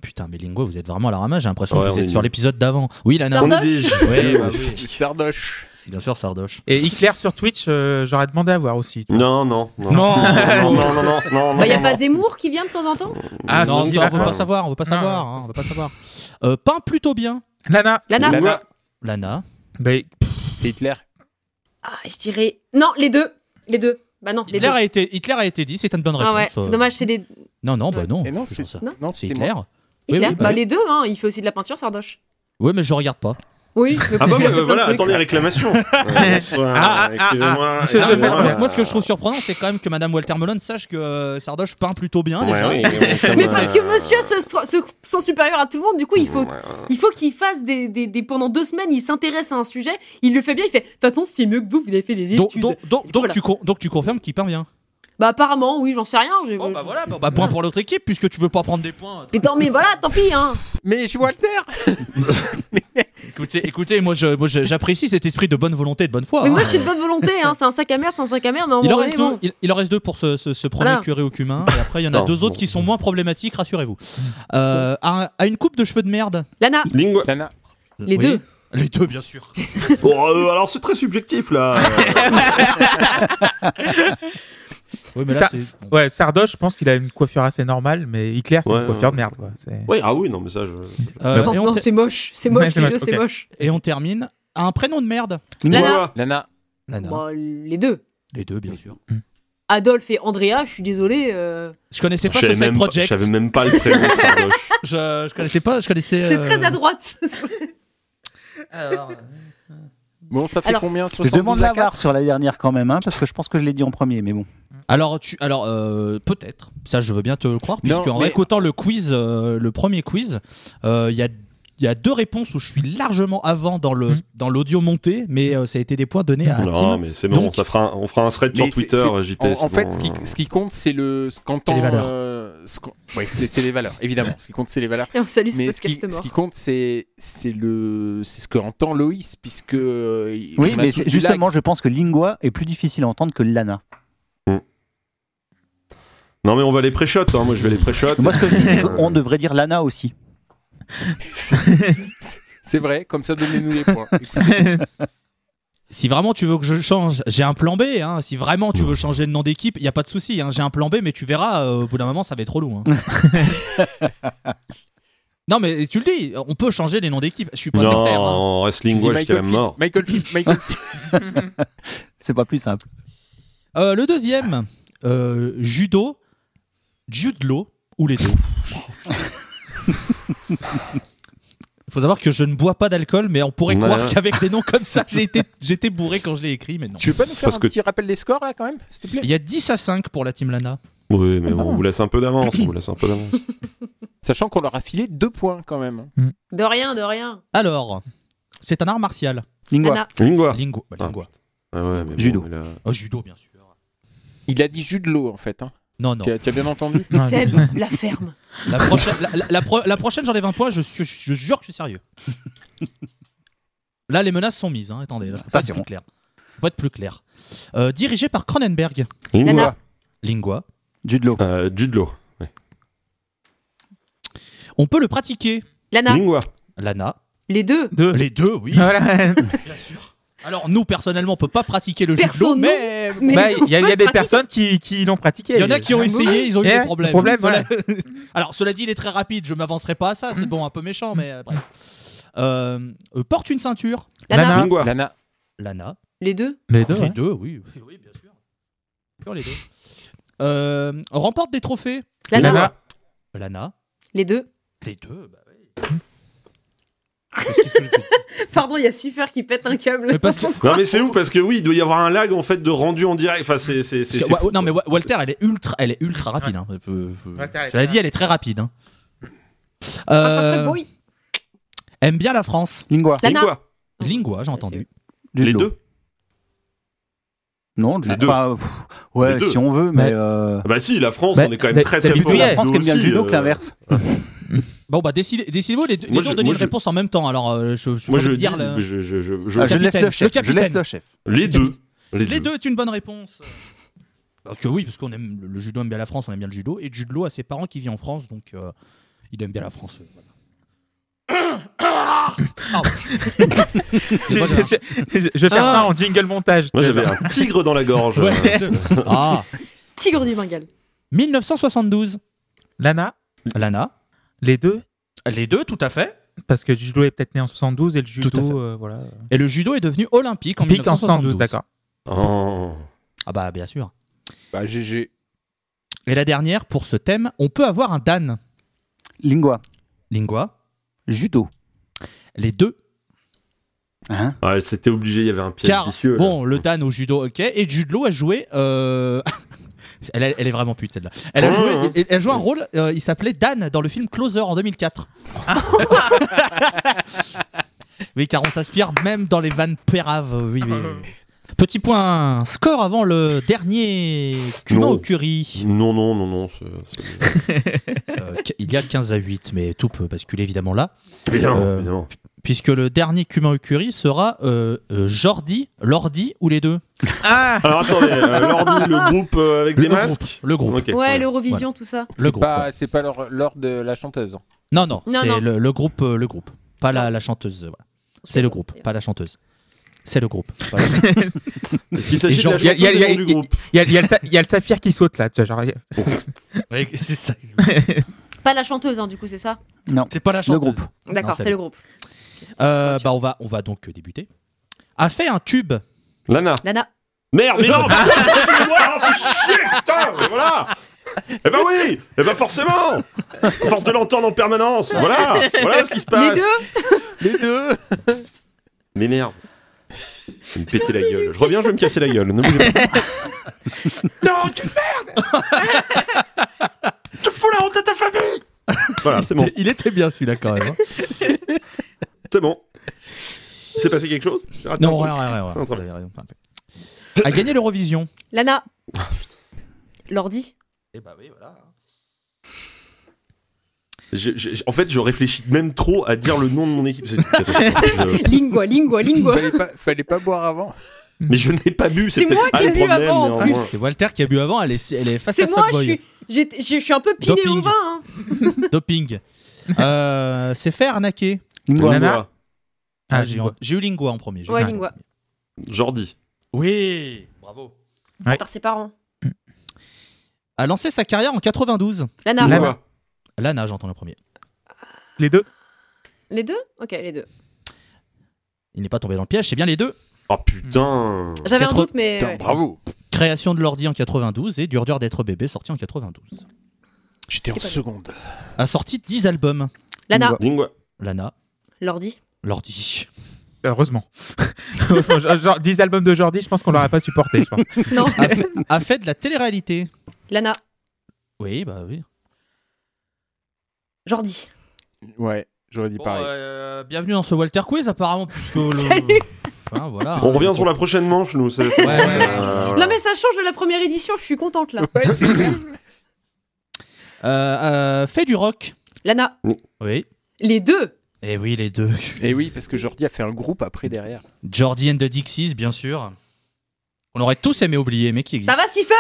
Speaker 4: Putain, mais Lingua, vous êtes vraiment à la ramasse. J'ai l'impression
Speaker 2: Ouais,
Speaker 4: que vous
Speaker 2: on
Speaker 4: êtes
Speaker 2: est
Speaker 4: sur
Speaker 2: nul.
Speaker 4: l'épisode d'avant. Oui, Lana.
Speaker 2: On est
Speaker 3: Sardoche.
Speaker 2: des
Speaker 4: Ouais,
Speaker 2: gilets,
Speaker 4: bah
Speaker 2: ouais.
Speaker 4: oui.
Speaker 6: Sardoche.
Speaker 4: Bien sûr, Sardoche.
Speaker 1: Et Hitler sur Twitch, euh, j'aurais demandé à voir aussi. tu vois.
Speaker 2: Non, non, non.
Speaker 4: Non.
Speaker 2: non, non, non, non, non,
Speaker 3: Bah, y a
Speaker 2: non,
Speaker 3: pas Zemmour qui vient de temps en temps
Speaker 1: Ah,
Speaker 4: non,
Speaker 1: si,
Speaker 4: non, on
Speaker 1: Lana.
Speaker 4: veut pas savoir, on veut pas
Speaker 1: Non.
Speaker 4: savoir, hein, on veut pas savoir. Euh, peint plutôt bien,
Speaker 1: Lana.
Speaker 3: Lana.
Speaker 2: Lingua.
Speaker 4: Lana.
Speaker 1: Bah,
Speaker 6: C'est Hitler.
Speaker 3: Ah, je dirais. Non, les deux. Les deux. Bah non, les
Speaker 4: Hitler
Speaker 3: deux.
Speaker 4: a, été, Hitler a été dit, c'est une bonne réponse.
Speaker 3: Ah ouais,
Speaker 4: euh,
Speaker 3: c'est dommage, c'est les.
Speaker 4: Non, non, bah non.
Speaker 6: Et non,
Speaker 4: c'est
Speaker 6: c'est-
Speaker 4: ça.
Speaker 3: non,
Speaker 6: Non,
Speaker 4: C'est
Speaker 6: c'était
Speaker 4: Hitler.
Speaker 6: moi.
Speaker 4: Oui,
Speaker 3: Hitler
Speaker 4: oui,
Speaker 3: bah,
Speaker 4: bah oui.
Speaker 3: les deux, hein. Il fait aussi de la peinture, Sardoche.
Speaker 4: Oui, mais je regarde pas.
Speaker 3: Oui, mais
Speaker 2: Ah bah
Speaker 3: parce
Speaker 2: ouais,
Speaker 3: qu'il a fait
Speaker 2: euh, voilà,
Speaker 3: plein de trucs.
Speaker 2: attendez, réclamation. Euh, bonsoir,
Speaker 1: Ah, ah, ah, ah.
Speaker 2: excusez-moi,
Speaker 1: Monsieur
Speaker 4: Ah, mais
Speaker 2: excusez-moi.
Speaker 1: Zemmour,
Speaker 4: moi, moi, ce que je trouve surprenant, c'est quand même que Madame Waltermelon sache que euh, Sardoche peint plutôt bien.
Speaker 2: Ouais,
Speaker 4: déjà.
Speaker 2: oui, oui, oui,
Speaker 3: Mais
Speaker 2: comme,
Speaker 3: parce
Speaker 2: euh,
Speaker 3: que monsieur se, se sent supérieur à tout le monde, du coup, il faut,
Speaker 2: ouais,
Speaker 3: il faut qu'il fasse des, des, des- Pendant deux semaines, il s'intéresse à un sujet, il le fait bien, il fait. De toute façon, c'est mieux que vous, vous avez fait des
Speaker 4: Donc,
Speaker 3: études.
Speaker 4: donc, donc, donc
Speaker 3: Voilà.
Speaker 4: tu con- donc tu confirmes qu'il peint bien.
Speaker 3: Bah, apparemment, oui, j'en sais rien. j'ai-
Speaker 4: Bon, bah voilà, bah, bah, point pour l'autre équipe, puisque tu veux pas prendre des points.
Speaker 3: Mais non, mais voilà, tant pis, hein.
Speaker 6: Mais je Walter
Speaker 4: Écoutez, écoutez moi je- moi, je- j'apprécie cet esprit de bonne volonté et de bonne foi.
Speaker 3: Mais
Speaker 4: hein.
Speaker 3: moi, je suis de bonne volonté, hein. C'est un sac à merde, c'est un sac à merde, mais à un
Speaker 4: Il en,
Speaker 3: moment
Speaker 4: reste
Speaker 3: donné,
Speaker 4: deux,
Speaker 3: bon.
Speaker 4: il, il en reste deux pour ce, ce- ce premier
Speaker 3: Voilà.
Speaker 4: curé au cumin. Et après, il y en a
Speaker 2: Non,
Speaker 4: deux autres
Speaker 2: bon.
Speaker 4: qui sont moins problématiques, rassurez-vous. Euh, à, à une coupe de cheveux de merde.
Speaker 3: Lana,
Speaker 2: Lingua.
Speaker 6: Lana.
Speaker 3: les
Speaker 4: Oui.
Speaker 3: deux.
Speaker 4: Les deux, bien sûr.
Speaker 2: Bon, euh, alors c'est très subjectif là.
Speaker 4: Oui,
Speaker 1: Sar- ouais, Sardoche, je pense qu'il a une coiffure assez normale, mais Hitler, c'est
Speaker 2: Ouais,
Speaker 1: une coiffure
Speaker 2: ouais.
Speaker 1: de merde. Quoi. C'est-
Speaker 2: oui, ah oui, non, mais ça, je.
Speaker 3: Non,
Speaker 4: Euh, et, on
Speaker 3: non,
Speaker 4: ter-
Speaker 3: c'est moche, c'est
Speaker 1: Ouais,
Speaker 3: moche,
Speaker 1: c'est
Speaker 3: les
Speaker 1: moche,
Speaker 3: deux, c'est
Speaker 1: ok.
Speaker 3: moche.
Speaker 4: et on termine à un prénom de merde.
Speaker 3: Lana.
Speaker 6: Lana.
Speaker 4: Lana.
Speaker 3: Bah, les deux.
Speaker 4: Les deux, bien sûr.
Speaker 3: Adolphe et Andrea, je suis désolé. euh,
Speaker 4: Je connaissais
Speaker 2: Je
Speaker 4: pas
Speaker 2: savais
Speaker 4: Sunset
Speaker 2: même, pas- je
Speaker 4: Project.
Speaker 2: savais même pas le prénom de Sardoche.
Speaker 4: Je, je connaissais pas. Je connaissais.
Speaker 3: C'est
Speaker 4: euh,
Speaker 3: très à droite.
Speaker 6: Bon, ça fait
Speaker 3: Alors-
Speaker 6: combien
Speaker 5: Je demande
Speaker 6: 72 à
Speaker 5: la
Speaker 6: 4?
Speaker 5: VAR sur la dernière quand même, hein, parce que je pense que je l'ai dit en premier, mais bon.
Speaker 4: Alors, tu, alors euh, peut-être, ça je veux bien te le croire,
Speaker 6: Non,
Speaker 4: puisque en
Speaker 6: mais-
Speaker 4: réécoutant le quiz, euh, le premier quiz, euh, il y, a, il y a deux réponses où je suis largement avant dans le
Speaker 1: Mhm.
Speaker 4: dans l'audio monté, mais euh, ça a été des points donnés à
Speaker 2: Hmm. Non,
Speaker 4: Tim.
Speaker 2: mais c'est bon,
Speaker 4: Donc-
Speaker 2: ça fera un- on fera un thread
Speaker 6: Mais
Speaker 2: sur
Speaker 6: c'est-
Speaker 2: Twitter,
Speaker 6: c'est-
Speaker 2: JP.
Speaker 6: En, en
Speaker 2: c'est
Speaker 6: fait,
Speaker 2: bon,
Speaker 6: ce, qui,
Speaker 2: hein.
Speaker 6: ce qui compte, c'est le ce qu'entend.
Speaker 4: les valeurs.
Speaker 6: euh, ce qu'on- ouais, c'est c'est les valeurs, évidemment. Ce qui compte, c'est les valeurs.
Speaker 3: Et on salue ce
Speaker 6: Mais ce qui,
Speaker 3: podcast mort.
Speaker 6: ce qui compte, c'est c'est le c'est ce que entend Loïs, puisque euh, il-
Speaker 5: Oui,
Speaker 6: on a
Speaker 5: mais
Speaker 6: tous
Speaker 5: c'est-
Speaker 6: du lag.
Speaker 5: justement, je pense que Lingua est plus difficile à entendre que Lana.
Speaker 2: Non, mais on va les pré-shot, hein, moi je vais les Euh, pré-shot.
Speaker 5: Moi, ce que je dis, c'est qu'on devrait dire Lana aussi.
Speaker 6: c'est vrai. Comme ça, donnez-nous les points. Écoute,
Speaker 4: Si vraiment tu veux que je change, j'ai un plan B. hein. Si vraiment tu veux changer de nom d'équipe, il n'y a pas de souci. hein. J'ai un plan B, mais tu verras, euh, au bout d'un moment, ça va être trop lourd. hein. non, mais tu le dis, on peut changer les noms d'équipe. Je suis pas
Speaker 2: Non,
Speaker 4: sectaire. hein.
Speaker 2: on reste
Speaker 6: dis
Speaker 2: lingua jusqu'à la
Speaker 6: Michael
Speaker 2: mort.
Speaker 6: Field, Michael Field, Michael Field.
Speaker 5: C'est pas plus simple.
Speaker 4: Euh, le deuxième, euh, judo, judlo ou les deux. Faut savoir que je ne bois pas d'alcool, mais on pourrait
Speaker 2: Ouais.
Speaker 4: croire qu'avec des noms comme ça, j'ai été, j'étais bourré quand je l'ai écrit, mais non.
Speaker 6: Tu veux pas nous faire
Speaker 2: Parce
Speaker 6: un
Speaker 2: que-
Speaker 6: petit rappel des scores là, quand même, s'il te plaît
Speaker 4: Il y a 10 à 5 pour la Team Lana.
Speaker 2: Oui, mais bon, on vous laisse un peu d'avance, on vous laisse un peu d'avance.
Speaker 6: Sachant qu'on leur a filé deux points quand même. hein.
Speaker 3: De rien, de rien.
Speaker 4: Alors, c'est un art martial.
Speaker 5: Lingua.
Speaker 3: Anna.
Speaker 2: Lingua.
Speaker 4: Lingua. bah,
Speaker 2: Ah.
Speaker 4: lingua.
Speaker 2: Ah ouais, mais bon,
Speaker 5: Judo.
Speaker 2: mais là-
Speaker 4: Oh, judo, bien sûr.
Speaker 6: Il a dit jus de l'eau en fait. Hein.
Speaker 4: Non, non.
Speaker 6: Tu, as, tu as bien entendu
Speaker 1: Non,
Speaker 3: Seb, la ferme.
Speaker 4: La prochaine, la, la- la pro- la prochaine j'en ai 20 points, je, suis- je jure que je suis sérieux. Là, les menaces sont mises. hein. Attendez, là, je peux pas être
Speaker 5: Attention.
Speaker 4: plus clair. Je peux pas être plus clair. Euh, dirigé par Cronenberg.
Speaker 2: Lingua.
Speaker 3: Lana.
Speaker 4: Lingua.
Speaker 5: Judlo.
Speaker 2: Euh, Judlo.
Speaker 4: On peut le pratiquer.
Speaker 3: Lana,
Speaker 2: Lingua.
Speaker 4: Lana.
Speaker 3: les deux.
Speaker 1: Deux.
Speaker 4: Les deux, oui.
Speaker 1: Voilà.
Speaker 4: Alors nous, personnellement, on peut pas pratiquer le
Speaker 3: Perso,
Speaker 4: judo,
Speaker 3: non.
Speaker 4: mais
Speaker 3: Mais
Speaker 1: Bah, Il y a, il y a des
Speaker 3: pratique.
Speaker 1: personnes qui, qui l'ont pratiqué.
Speaker 4: il y en a qui ont essayé, ils ont eu
Speaker 1: Eh,
Speaker 4: des problèmes.
Speaker 1: problème,
Speaker 4: Cela- Alors cela dit, il est très rapide, je m'avancerai pas à ça, c'est bon, un peu méchant, mais euh, bref. Euh, euh, porte une ceinture,
Speaker 3: Lana,
Speaker 1: Lana.
Speaker 2: Lingua.
Speaker 6: Lana.
Speaker 4: Lana.
Speaker 3: les deux.
Speaker 1: Les deux,
Speaker 4: les
Speaker 1: ouais.
Speaker 4: deux, oui. oui, oui, bien sûr. Bien sûr, les deux. Euh, remporte des trophées,
Speaker 3: Lana,
Speaker 1: Lana.
Speaker 4: Lana.
Speaker 3: les deux.
Speaker 4: Les deux, bah oui. Qu'est-ce que je te dis
Speaker 3: Pardon, il y a Siffer qui pète un câble.
Speaker 4: Mais parce que-
Speaker 2: Non, mais c'est ouf parce que oui, il doit y avoir un lag en fait de rendu en direct. Enfin, c'est. c'est- c'est-
Speaker 4: Parce que
Speaker 2: c'est
Speaker 4: Wa-
Speaker 2: fou,
Speaker 4: non mais
Speaker 2: quoi.
Speaker 4: Wa- Walter, elle est ultra, elle est ultra rapide. hein. Je-
Speaker 1: Walter,
Speaker 4: je-
Speaker 1: elle est
Speaker 4: J'avais
Speaker 1: très
Speaker 4: dit, elle est très rapide. hein.
Speaker 3: Ah, ça serait
Speaker 4: Euh,
Speaker 3: bon, oui.
Speaker 4: Aime bien la France.
Speaker 5: Lingua.
Speaker 3: Lana.
Speaker 2: Lingua.
Speaker 4: Lingua, j'ai entendu.
Speaker 2: Les
Speaker 5: Judlo.
Speaker 2: deux.
Speaker 5: Non,
Speaker 2: Les deux.
Speaker 5: enfin, pff, ouais,
Speaker 2: Les deux.
Speaker 5: si on veut, mais.
Speaker 1: Ouais.
Speaker 5: euh,
Speaker 2: Bah si, la France,
Speaker 1: Bah,
Speaker 2: on est quand
Speaker 1: t'as-
Speaker 2: même très
Speaker 1: t'as
Speaker 2: très
Speaker 1: dit
Speaker 2: fort.
Speaker 1: oui,
Speaker 2: en
Speaker 5: la
Speaker 1: Nous
Speaker 5: France qui aime bien le
Speaker 2: aussi,
Speaker 5: judo
Speaker 2: euh,
Speaker 5: que l'inverse.
Speaker 4: Bon bah décidez, décidez-vous les deux, les
Speaker 2: Moi,
Speaker 4: deux
Speaker 2: je-
Speaker 4: donnez
Speaker 2: moi,
Speaker 4: une
Speaker 2: je-
Speaker 4: réponse en même temps. Alors euh, je, je peux
Speaker 2: Moi
Speaker 4: pas
Speaker 2: je
Speaker 4: vous
Speaker 2: dis,
Speaker 4: dire le-
Speaker 2: je- je- je- je-
Speaker 5: Ah, je laisse
Speaker 4: capitaine,
Speaker 5: le chef.
Speaker 4: le
Speaker 5: je laisse
Speaker 4: capitaine.
Speaker 5: le chef.
Speaker 2: les deux, les,
Speaker 4: les
Speaker 2: deux.
Speaker 4: deux est une bonne réponse. Bah, que oui, parce qu'on aime le- le judo, aime bien la France, on aime bien le judo. Et Judo a ses parents qui vivent en France, donc euh, il aime bien la France. euh, voilà. Pardon.
Speaker 1: Je,
Speaker 4: pas grave.
Speaker 1: je- je- je cherche
Speaker 4: Ah.
Speaker 1: ça en jingle montage.
Speaker 2: Moi j'avais un tigre dans la gorge.
Speaker 1: Ouais.
Speaker 4: Ah,
Speaker 3: Tigre du Bengale.
Speaker 4: 1972.
Speaker 1: Lana,
Speaker 4: Lana.
Speaker 1: les deux,
Speaker 4: Les deux, tout à fait.
Speaker 1: parce que le judo est peut-être né en 72 et le judo,
Speaker 4: à fait.
Speaker 1: euh, voilà.
Speaker 4: Et le judo est devenu olympique en
Speaker 1: Pique en
Speaker 4: 1972.
Speaker 1: 72, d'accord.
Speaker 2: Oh.
Speaker 4: Ah bah bien sûr.
Speaker 6: Bah GG.
Speaker 4: Et la dernière, pour ce thème, on peut avoir un Dan.
Speaker 5: Lingua.
Speaker 4: Lingua.
Speaker 5: Judo.
Speaker 4: Les deux.
Speaker 5: Hein
Speaker 2: Ouais, c'était obligé, il y avait un piège
Speaker 4: Car,
Speaker 2: vicieux. là.
Speaker 4: bon, le Dan au judo, ok. Et Jude Law a joué... euh, elle, a- elle est vraiment pute, celle-là. Elle a
Speaker 2: Oh,
Speaker 4: joué,
Speaker 6: Mmh.
Speaker 2: hein.
Speaker 4: elle, elle joue un rôle, euh, il s'appelait Dan dans le film Closer en 2004. oui, car on s'aspire même dans les vannes péraves. oui, oui, oui.
Speaker 6: Ah.
Speaker 4: Petit point, score avant le dernier cumin
Speaker 2: Non.
Speaker 4: au curry.
Speaker 2: Non, non, non, non. c'est- c'est-
Speaker 4: Euh, qu- il y a 15 à 8, mais tout peut basculer évidemment là.
Speaker 2: Évidemment,
Speaker 4: Euh,
Speaker 2: évidemment.
Speaker 4: Puisque le dernier cumin au curry sera euh, euh, Jordi, Lordi ou les deux
Speaker 1: Ah
Speaker 2: Alors attendez, euh, l'ordi, le groupe euh, avec
Speaker 4: Le
Speaker 2: des
Speaker 4: groupe.
Speaker 2: masques
Speaker 4: Le groupe.
Speaker 2: Ok,
Speaker 3: Ouais,
Speaker 2: voilà.
Speaker 3: l'Eurovision, tout ça.
Speaker 4: Le groupe. ouais.
Speaker 6: Pas- C'est pas l'heure l'heure de la chanteuse. hein.
Speaker 4: Non, non,
Speaker 3: Non,
Speaker 4: c'est
Speaker 3: non.
Speaker 4: le, le groupe, euh, le groupe. Pas la, la chanteuse. euh, voilà. C'est le groupe, pas la chanteuse. C'est le groupe. pas la chanteuse.
Speaker 2: Est-ce qu'il s'agit de
Speaker 4: gens-
Speaker 2: la
Speaker 1: y a- y a-
Speaker 2: chanteuse
Speaker 1: y a-
Speaker 2: ou du
Speaker 1: y a-
Speaker 2: groupe
Speaker 1: Il y, a- il y a le sa- il y a le saphir qui saute là, tu vois, genre,
Speaker 4: Ouais, c'est ça.
Speaker 3: Pas la chanteuse, hein, du coup, c'est ça
Speaker 5: Non,
Speaker 4: C'est pas la
Speaker 5: le
Speaker 4: chanteuse.
Speaker 5: groupe.
Speaker 3: D'accord,
Speaker 4: Non, c'est
Speaker 3: c'est le groupe.
Speaker 4: Euh, bah, on va, on va donc débuter. A fait un tube.
Speaker 2: Lana.
Speaker 3: Nana.
Speaker 2: Merde, mais non putain, excusez-moi, fais chier, putain, mais voilà Eh ben oui Eh ben forcément À Force de l'entendre en permanence Voilà Voilà ce qui se passe
Speaker 3: Les deux
Speaker 6: Les deux
Speaker 2: Mais merde Je vais me péter la gueule. Je reviens, je vais me casser la gueule. Ne bougez pas. non, tu merde Tu fous la honte à ta famille Voilà, Ah, c'est bon.
Speaker 4: Il était bien celui-là quand même. hein.
Speaker 2: C'est bon. Il s'est passé quelque chose J'ai raté un
Speaker 4: non,
Speaker 2: truc
Speaker 4: rien, rien, rien.
Speaker 2: Non,
Speaker 4: rien.
Speaker 2: très bien.
Speaker 4: Vous avez raison, parfait. A gagné l'Eurovision.
Speaker 3: Lana. L'ordi.
Speaker 4: Eh bah oui, voilà.
Speaker 2: Je- je- en fait, je réfléchis même trop à dire le nom de mon équipe. C'est une catastrophe. Je-
Speaker 3: Lingua, lingua, lingua.
Speaker 6: fallait, pas, fallait pas boire avant.
Speaker 2: Mais je n'ai pas bu, c'est
Speaker 3: C'est
Speaker 2: peut-être
Speaker 3: moi
Speaker 2: ça
Speaker 3: qui ai
Speaker 2: le
Speaker 3: bu
Speaker 2: problème.
Speaker 3: avant, en
Speaker 2: néanmoins.
Speaker 3: plus.
Speaker 4: C'est Walter qui a bu avant, elle est, elle est face à
Speaker 3: C'est moi, je
Speaker 4: Fatboy.
Speaker 3: suis, j'étais- je je suis un peu pinée
Speaker 4: Doping.
Speaker 3: au vin. hein.
Speaker 4: Doping. Euh, c'est fait arnaquer.
Speaker 2: Lingua.
Speaker 1: Nana.
Speaker 4: Ah,
Speaker 1: Ah,
Speaker 4: j'ai,
Speaker 1: lingua.
Speaker 4: j'ai eu Lingua en premier. j'ai eu
Speaker 3: Ouais,
Speaker 4: Lingua.
Speaker 3: lingua.
Speaker 2: Jordi.
Speaker 4: Oui, bravo.
Speaker 1: Ouais.
Speaker 3: Par ses parents.
Speaker 4: A lancé sa carrière en 92.
Speaker 3: Lana.
Speaker 1: Lana.
Speaker 2: Lana.
Speaker 4: Lana, j'entends le premier.
Speaker 1: les deux.
Speaker 3: Les deux Ok, les deux.
Speaker 4: Il n'est pas tombé dans le piège, c'est bien les deux.
Speaker 2: Oh putain.
Speaker 3: J'avais
Speaker 4: Quatre-
Speaker 3: un doute, mais.
Speaker 6: Putain,
Speaker 3: Eh ouais.
Speaker 6: bravo
Speaker 4: Création de l'ordi en 92 et Dur Dur d'être bébé sorti en 92.
Speaker 6: J'étais en
Speaker 3: C'est pas
Speaker 6: seconde.
Speaker 4: A sorti 10 albums.
Speaker 3: Lana.
Speaker 5: Lingua.
Speaker 2: Lingua.
Speaker 4: Lana,
Speaker 3: L'ordi.
Speaker 4: l'ordi.
Speaker 1: Heureusement. Heureusement, genre- genre, 10 albums de Jordi, je pense qu'on l'aurait pas supporté, je pense.
Speaker 3: Non.
Speaker 4: A fait, a fait de la télé-réalité.
Speaker 3: Lana.
Speaker 4: Oui, bah oui.
Speaker 3: Jordi.
Speaker 6: Ouais, j'aurais dit pareil.
Speaker 3: euh,
Speaker 4: bienvenue dans ce Walter Quiz, apparemment. puisque le-
Speaker 3: Salut.
Speaker 4: Enfin, voilà.
Speaker 2: On revient sur la prochaine manche, nous. c'est-
Speaker 4: Ouais, ouais, ouais.
Speaker 2: Euh, voilà.
Speaker 3: Non, mais ça change de la première édition, je suis contente là.
Speaker 4: Euh, euh, fait du rock.
Speaker 3: Lana.
Speaker 4: Oui.
Speaker 3: Les deux
Speaker 4: Et oui, les deux.
Speaker 6: Et oui, parce que Jordi a fait un groupe après derrière.
Speaker 4: Jordi and the Dixies, bien sûr. On aurait tous aimé oublier, mais qui existe.
Speaker 3: Ça va, Cipher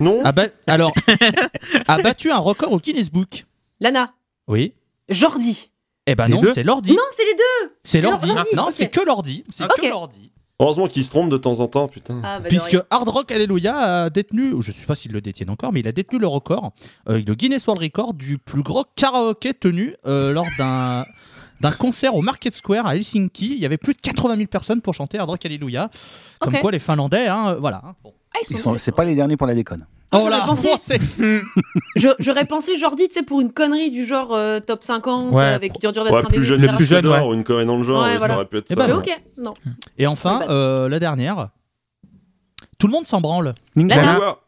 Speaker 2: Non.
Speaker 4: A ba- Alors, a battu un record au Guinness Book.
Speaker 3: Lana.
Speaker 4: Oui.
Speaker 3: Jordi.
Speaker 4: Eh ben
Speaker 1: Les
Speaker 4: non,
Speaker 1: deux
Speaker 4: c'est l'ordi.
Speaker 3: Non, c'est les deux
Speaker 4: C'est l'ordi.
Speaker 3: l'ordi,
Speaker 4: Non,
Speaker 3: ok.
Speaker 4: c'est que l'ordi. C'est
Speaker 3: Ok. Bah,
Speaker 4: que l'ordi.
Speaker 2: Heureusement qu'il se trompe de temps en temps, putain.
Speaker 3: Ah, bah, de
Speaker 4: Puisque
Speaker 3: rien.
Speaker 4: Hard Rock Alléluia a détenu, ou je ne sais pas s'ils le détiennent encore, mais il a détenu le record, euh, le Guinness World Record du plus gros karaoké tenu euh, lors d'un d'un concert au Market Square à Helsinki. Il y avait plus de 80 000 personnes pour chanter Hard Rock Alléluia. Comme
Speaker 3: Ok.
Speaker 4: quoi les Finlandais, hein, euh, voilà. hein. Bon.
Speaker 3: Ah, ils
Speaker 5: Ils
Speaker 3: sont
Speaker 5: sont-
Speaker 3: nuls.
Speaker 5: C'est pas les derniers pour la déconne.
Speaker 3: Ah,
Speaker 4: Oh là,
Speaker 3: j'aurais pensé.
Speaker 4: oh, c'est-
Speaker 3: Je- J'aurais pensé Jordi, tu sais, pour une connerie du genre euh, top 50
Speaker 1: Ouais.
Speaker 3: euh, avec dur dur d'être
Speaker 2: Ouais,
Speaker 3: un
Speaker 2: plus
Speaker 3: bébé,
Speaker 2: jeune,
Speaker 1: le
Speaker 2: le
Speaker 3: etc.
Speaker 1: plus jeune,
Speaker 2: ou une connerie dans le genre,
Speaker 3: Ouais,
Speaker 2: ouais,
Speaker 3: voilà.
Speaker 2: ça aurait pu être
Speaker 4: Eh
Speaker 2: ça.
Speaker 4: ben
Speaker 3: Mais
Speaker 4: non.
Speaker 2: ouais.
Speaker 3: ok, non.
Speaker 4: Et enfin,
Speaker 3: Ouais, bah.
Speaker 4: euh, la dernière. Tout le monde s'en branle.
Speaker 5: Lingua.
Speaker 3: Lana.
Speaker 2: Lingua.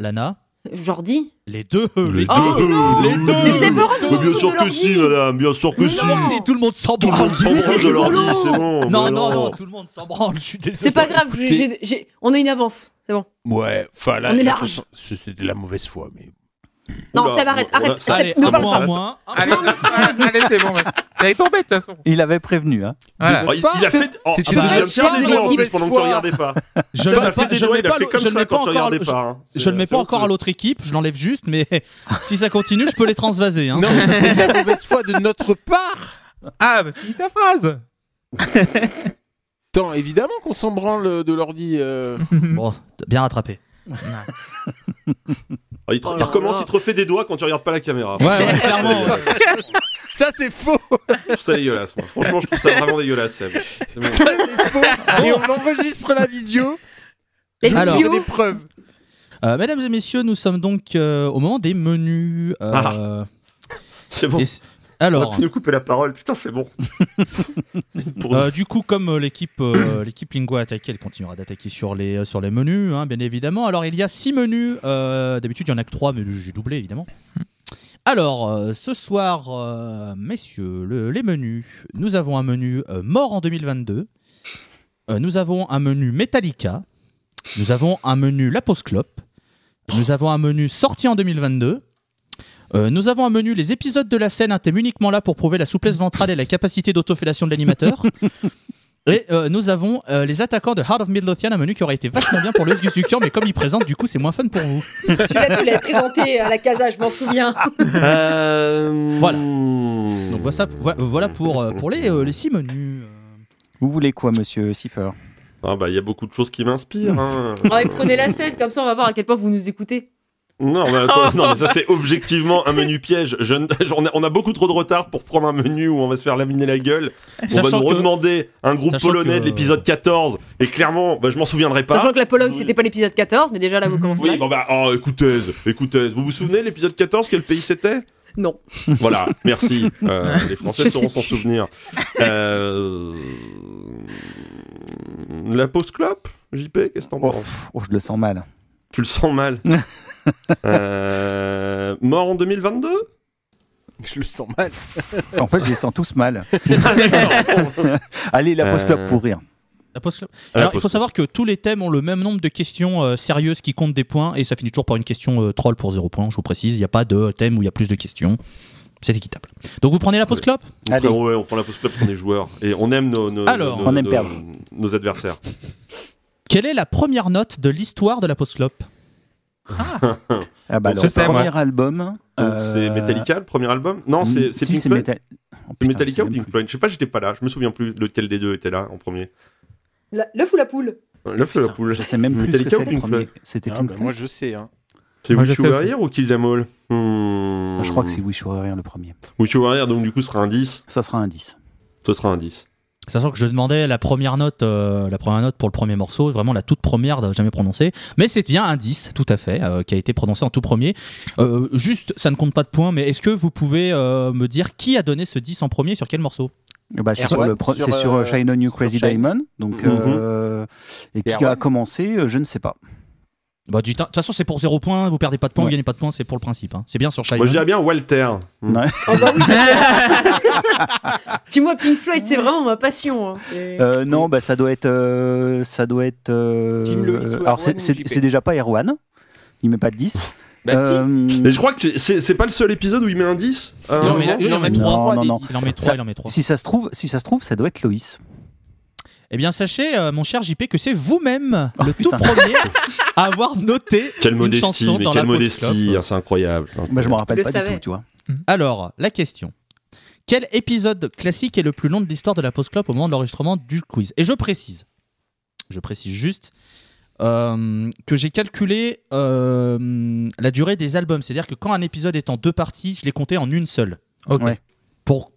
Speaker 4: Lana,
Speaker 3: Jordi
Speaker 4: les deux. euh,
Speaker 2: Les
Speaker 4: les-
Speaker 2: deux.
Speaker 3: Oh,
Speaker 2: les deux.
Speaker 3: Mais vous avez pas honte de
Speaker 2: Mais
Speaker 3: vous
Speaker 2: bien
Speaker 3: foutre
Speaker 2: sûr
Speaker 3: de
Speaker 2: que
Speaker 3: leur
Speaker 2: si,
Speaker 3: vie.
Speaker 2: madame. Bien sûr que
Speaker 3: Mais
Speaker 2: si.
Speaker 3: Oh, non. Ah,
Speaker 4: Si, tout le monde s'en
Speaker 2: Tout le
Speaker 4: branle.
Speaker 2: monde s'en
Speaker 3: Mais c'est
Speaker 2: branle de l'ordi,
Speaker 3: rigolo.
Speaker 2: c'est bon.
Speaker 4: Non,
Speaker 2: mais
Speaker 4: non, non, tout le monde s'en branle. Je suis désolé.
Speaker 3: C'est pas grave, j'ai- j'ai- j'ai- on a une avance, c'est bon.
Speaker 6: Ouais, enfin là,
Speaker 3: On est
Speaker 6: là,
Speaker 3: large.
Speaker 6: ça- C'était de la mauvaise foi, mais...
Speaker 3: Non,
Speaker 2: Oula,
Speaker 3: ça va, arrête,
Speaker 2: on a-
Speaker 3: arrête,
Speaker 2: ça-
Speaker 3: ça-
Speaker 4: Allez,
Speaker 3: ne
Speaker 4: un
Speaker 3: parle
Speaker 4: point
Speaker 2: ça.
Speaker 4: en moins.
Speaker 1: Allez, allez, c'est bon. vas-y. T'allais tomber de toute façon.
Speaker 5: Il avait prévenu, hein.
Speaker 1: Voilà.
Speaker 2: Oh, il, il a fait. Oh,
Speaker 6: C'était
Speaker 2: il
Speaker 4: de la
Speaker 2: a fait
Speaker 6: mauvaise
Speaker 2: des doigts en
Speaker 6: foi.
Speaker 2: plus pendant que tu regardais pas.
Speaker 4: Je
Speaker 2: Ça,
Speaker 4: ne
Speaker 2: il a
Speaker 4: mets
Speaker 2: fait
Speaker 4: pas-
Speaker 2: des
Speaker 4: je ne
Speaker 2: doigts,
Speaker 4: mets
Speaker 2: il a
Speaker 4: pas
Speaker 2: fait
Speaker 4: l'au-
Speaker 2: comme
Speaker 4: je ne
Speaker 2: ça
Speaker 4: mets
Speaker 2: quand
Speaker 4: pas
Speaker 2: tu
Speaker 4: encore
Speaker 2: regardais
Speaker 4: l'au-
Speaker 2: pas. hein.
Speaker 4: Je ne mets
Speaker 2: C'est-
Speaker 4: pas
Speaker 2: c'est
Speaker 4: encore à l'autre équipe, je l'enlève juste, mais si ça continue, je peux les transvaser. Hein.
Speaker 6: Non, mais ça, c'est de la mauvaise foi de notre part
Speaker 1: Ah, bah, finis ta phrase.
Speaker 6: Tant évidemment qu'on s'en branle de l'ordi. euh.
Speaker 4: Bon, t'as bien rattrapé.
Speaker 2: Oh, il, te-
Speaker 3: Oh
Speaker 2: il
Speaker 3: là
Speaker 2: recommence,
Speaker 3: là.
Speaker 2: il te refait des doigts quand tu regardes pas la caméra.
Speaker 4: Ouais, ouais, clairement. ouais.
Speaker 6: Ça, c'est faux
Speaker 2: Je trouve ça dégueulasse, moi. Franchement, je trouve ça vraiment dégueulasse, Seb. C'est bon.
Speaker 6: Ça, c'est faux Et on enregistre la vidéo.
Speaker 3: La
Speaker 6: Je
Speaker 4: Alors.
Speaker 6: vous donne
Speaker 3: vidéo
Speaker 6: des preuves.
Speaker 4: Euh, mesdames et messieurs, nous sommes donc euh, au moment des menus. euh,
Speaker 2: C'est bon.
Speaker 4: et c-
Speaker 2: On a
Speaker 4: alors,
Speaker 2: pu nous couper la parole. Putain, c'est bon. Pour-
Speaker 4: euh, du coup, comme euh, l'équipe euh, l'équipe Lingua a attaqué, elle continuera d'attaquer sur les, euh, sur les menus, hein, bien évidemment. Alors, il y a six menus. euh, D'habitude, il y en a que trois, mais j'ai doublé, évidemment. Alors, euh, ce soir, euh, messieurs, le- les menus. Nous avons un menu euh, mort en 2022. Euh, nous avons un menu Metallica. Nous avons un menu La Pause Clope. Nous avons un menu sorti en 2022. Euh, nous avons un menu les épisodes de la scène, un thème uniquement là pour prouver la souplesse ventrale et la capacité d'autofellation de l'animateur. Et euh, nous avons euh, les attaquants de Heart of Midlothian, un menu qui aurait été vachement bien pour le Sgusukyan, mais comme il présente, du coup, c'est moins fun pour vous.
Speaker 3: Celui-là, tu l'as présenté à la casa, je m'en souviens.
Speaker 4: Euh, Voilà.
Speaker 2: Donc
Speaker 4: Donc voilà, ça- voilà- voilà pour, euh, pour les, euh, les six menus. Euh,
Speaker 5: Vous voulez quoi, monsieur Siffer
Speaker 2: Ah bah il y a beaucoup de choses qui m'inspirent. hein.
Speaker 3: Oh, et prenez la scène, comme ça, on va voir à quel point vous nous écoutez.
Speaker 2: non, mais attends, non, mais ça c'est objectivement un menu piège. Je ne- je- on, a, on a beaucoup trop de retard pour prendre un menu où on va se faire laminer la gueule. On va
Speaker 4: Sachant
Speaker 2: nous
Speaker 4: que-
Speaker 2: redemander un groupe
Speaker 4: sachant
Speaker 2: polonais
Speaker 4: que-
Speaker 2: de l'épisode 14. Et clairement, bah, je m'en souviendrai pas.
Speaker 3: Sachant que la Pologne, c'était pas l'épisode 14, mais déjà là, vous commencez.
Speaker 2: Oui,
Speaker 3: mal.
Speaker 2: bon bah, oh, écoutez, écoutez, vous vous souvenez l'épisode 14, quel pays c'était
Speaker 3: Non.
Speaker 2: Voilà, merci. Euh, les Français
Speaker 3: Je
Speaker 2: sauront
Speaker 3: sais
Speaker 2: s'en souvenir. Euh, La pause clope JP, qu'est-ce que t'en
Speaker 5: oh,
Speaker 2: penses
Speaker 5: pff, oh, je le sens mal.
Speaker 2: Tu le sens mal. Euh, Mort en 2022
Speaker 6: Je le sens mal.
Speaker 5: En fait, je les sens tous mal. Allez, la post
Speaker 2: Euh,
Speaker 5: clope pour rire.
Speaker 4: La post club.
Speaker 2: Ah, la
Speaker 4: Alors, il
Speaker 2: post
Speaker 4: faut
Speaker 2: club.
Speaker 4: savoir que tous les thèmes ont le même nombre de questions euh, sérieuses qui comptent des points, et ça finit toujours par une question euh, troll pour zéro point, je vous précise. Il n'y a pas de thème où il y a plus de questions. C'est équitable. Donc, vous prenez la post club
Speaker 2: Après,
Speaker 5: Allez.
Speaker 2: ouais, on prend la pause clope parce qu'on est joueur. Et on aime nos, nos-
Speaker 4: Alors.
Speaker 2: nos-
Speaker 5: On aime
Speaker 2: nos-
Speaker 5: perdre.
Speaker 2: nos adversaires.
Speaker 4: Quelle est la première note de l'histoire de la post club
Speaker 5: Ah bah,
Speaker 1: donc,
Speaker 5: alors,
Speaker 1: ce thème,
Speaker 5: premier album.
Speaker 2: Donc,
Speaker 5: euh,
Speaker 2: C'est Metallica, le premier album Non, c'est c'est
Speaker 5: si,
Speaker 2: Pink Floyd
Speaker 5: Meta- Oh,
Speaker 2: C'est
Speaker 5: putain, je
Speaker 2: Metallica ou
Speaker 5: sais
Speaker 2: Pink
Speaker 5: même
Speaker 2: Floyd Je sais pas, j'étais pas là. Je me souviens plus lequel des deux était là en premier.
Speaker 3: L'œuf ou la poule
Speaker 2: L'œuf ou la poule
Speaker 5: plus. Je sais même plus ce que
Speaker 2: Metallica
Speaker 5: c'est
Speaker 2: ou
Speaker 5: le
Speaker 2: Pink
Speaker 5: premier.
Speaker 2: Floyd
Speaker 5: C'était
Speaker 6: Ah,
Speaker 5: Pink
Speaker 6: bah,
Speaker 5: Floyd
Speaker 6: moi, je sais. Hein.
Speaker 2: C'est
Speaker 1: Moi, je
Speaker 2: Wish You
Speaker 1: sais
Speaker 2: Were
Speaker 1: aussi.
Speaker 2: Here ou Kill Them All Hmm.
Speaker 5: Je crois que c'est Wish You Were Here le premier.
Speaker 2: Wish You Were Here, donc du coup, ce sera un 10.
Speaker 5: Ça sera un 10.
Speaker 2: Ce sera un 10.
Speaker 4: Sachant que je demandais la première note, euh, la première note pour le premier morceau, vraiment la toute première euh, jamais prononcée, mais c'est bien un 10, tout à fait, euh, qui a été prononcé en tout premier. Euh, juste, ça ne compte pas de points, mais est-ce que vous pouvez euh, me dire qui a donné ce 10 en premier sur quel morceau
Speaker 5: Eh bah, c'est
Speaker 6: Air
Speaker 5: sur,
Speaker 6: One,
Speaker 5: le pro-
Speaker 6: sur,
Speaker 5: c'est sur,
Speaker 6: euh,
Speaker 5: euh, Shine on You
Speaker 6: sur
Speaker 5: Crazy
Speaker 6: Shine.
Speaker 5: Diamond. Donc,
Speaker 2: Mhm.
Speaker 5: euh, et qui
Speaker 6: Air
Speaker 5: a
Speaker 6: One.
Speaker 5: commencé, euh, je ne sais pas.
Speaker 4: Bah, du- De toute façon, c'est pour 0 points, vous perdez pas de points,
Speaker 5: Ouais.
Speaker 4: vous gagnez pas de points, c'est pour le principe. hein. C'est bien
Speaker 5: Ah,
Speaker 4: sur Shine.
Speaker 2: Moi, je dirais bien Walter. Hmm.
Speaker 5: Ouais.
Speaker 3: Oh bah oui. Puis moi, Pink Floyd, c'est vraiment ma passion. hein. C'est-
Speaker 5: Euh, non, bah, ça doit être. euh, ça doit être euh,
Speaker 6: Tim Lewis ou
Speaker 5: alors,
Speaker 6: Erwan
Speaker 5: c'est-
Speaker 6: ou
Speaker 5: c'est
Speaker 6: JP?
Speaker 5: c'est déjà pas Erwan. Il met pas de 10.
Speaker 6: Bah, si.
Speaker 5: Euh,
Speaker 2: Mais je crois que c'est- c'est c'est pas le seul épisode où il met un hein 10.
Speaker 4: Il en met-
Speaker 6: non,
Speaker 4: il en met
Speaker 6: non,
Speaker 4: 3.
Speaker 5: non, non,
Speaker 4: Il en met 3,
Speaker 5: Ça-
Speaker 4: il en met 3.
Speaker 5: si ça se trouve, si ça se trouve, ça doit être Loïs.
Speaker 4: Eh bien, sachez, euh, mon cher JP, que c'est vous-même
Speaker 5: Oh,
Speaker 4: le
Speaker 5: putain.
Speaker 4: tout premier à avoir noté
Speaker 2: Quelle
Speaker 4: une
Speaker 2: modestie,
Speaker 4: chanson
Speaker 2: mais
Speaker 4: dans
Speaker 2: quelle
Speaker 4: la post club.
Speaker 2: modestie. Ah, C'est incroyable.
Speaker 5: Bah, je m'en rappelle
Speaker 3: le
Speaker 5: pas
Speaker 3: savais.
Speaker 5: du tout, tu vois.
Speaker 4: Alors, la question. Quel épisode classique est le plus long de l'histoire de la Post Club au moment de l'enregistrement du quiz Et je précise, je précise juste euh, que j'ai calculé euh, la durée des albums. C'est-à-dire que quand un épisode est en deux parties, je l'ai compté en une seule.
Speaker 1: Ok.
Speaker 5: Ouais.
Speaker 4: Pour,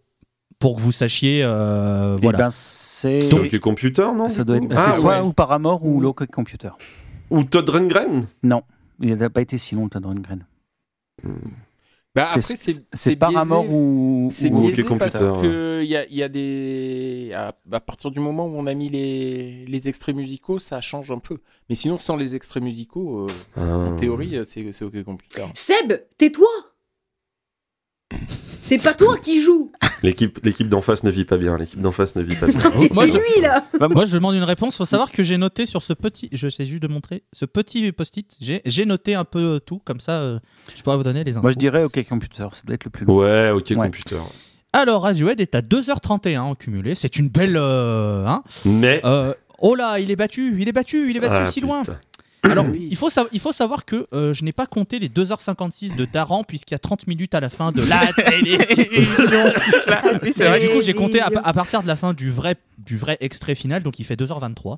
Speaker 4: pour que vous sachiez. euh,
Speaker 5: Eh
Speaker 4: voilà.
Speaker 5: ben, c'est.
Speaker 2: C'est du computer, non
Speaker 5: Ça doit être. bah,
Speaker 2: Ah,
Speaker 5: c'est soit
Speaker 2: ouais.
Speaker 5: ou Paramore ou Loco Computer.
Speaker 2: Ou Todd Rundgren
Speaker 5: Non, il n'a pas été si long, Todd Rundgren.
Speaker 6: Bah,
Speaker 5: C'est-
Speaker 6: après, c'est
Speaker 5: C'est
Speaker 6: biaisé.
Speaker 5: Paramore ou.
Speaker 6: C'est
Speaker 5: ou-
Speaker 2: Ok,
Speaker 6: biaisé
Speaker 2: computer, euh.
Speaker 6: parce
Speaker 2: ouais.
Speaker 6: que il y a, il y a des à, à partir du moment où on a mis les, les extraits musicaux, ça change un peu. Mais sinon, sans les extraits musicaux, euh,
Speaker 2: Ah.
Speaker 6: en théorie, euh, c'est c'est OK computer.
Speaker 3: Seb, tais-toi C'est pas toi qui joue
Speaker 5: Ah,
Speaker 2: L'équipe l'équipe d'en face ne vit pas bien. L'équipe d'en face ne vit pas bien.
Speaker 4: Oh, moi,
Speaker 3: C'est lui, là
Speaker 4: Moi, je demande une réponse. faut savoir que j'ai noté sur ce petit. Je sais juste de montrer. Ce petit post-it, j'ai j'ai noté un peu euh, tout. Comme ça, euh, je pourrais vous donner les infos.
Speaker 5: Moi, je dirais OK Computer, ça doit être le plus long.
Speaker 2: Ouais, ok,
Speaker 5: Ouais.
Speaker 2: computer.
Speaker 4: Alors, Radiohead est à 2h31 en cumulé. C'est une belle. euh, hein
Speaker 2: Mais.
Speaker 4: Euh, oh là, il est battu, il est battu, il est battu
Speaker 2: Ah,
Speaker 4: si loin.
Speaker 2: putain.
Speaker 4: Alors, il faut, sa- il faut savoir que euh, je n'ai pas compté les 2h56 de Daran, puisqu'il y a 30 minutes à la fin de la télévision.
Speaker 1: Oui, c'est
Speaker 4: Et
Speaker 1: vrai.
Speaker 4: du coup, j'ai compté à,
Speaker 5: euh,
Speaker 3: Télévision.
Speaker 4: à partir de la fin du vrai, du vrai extrait final, donc il fait 2h23.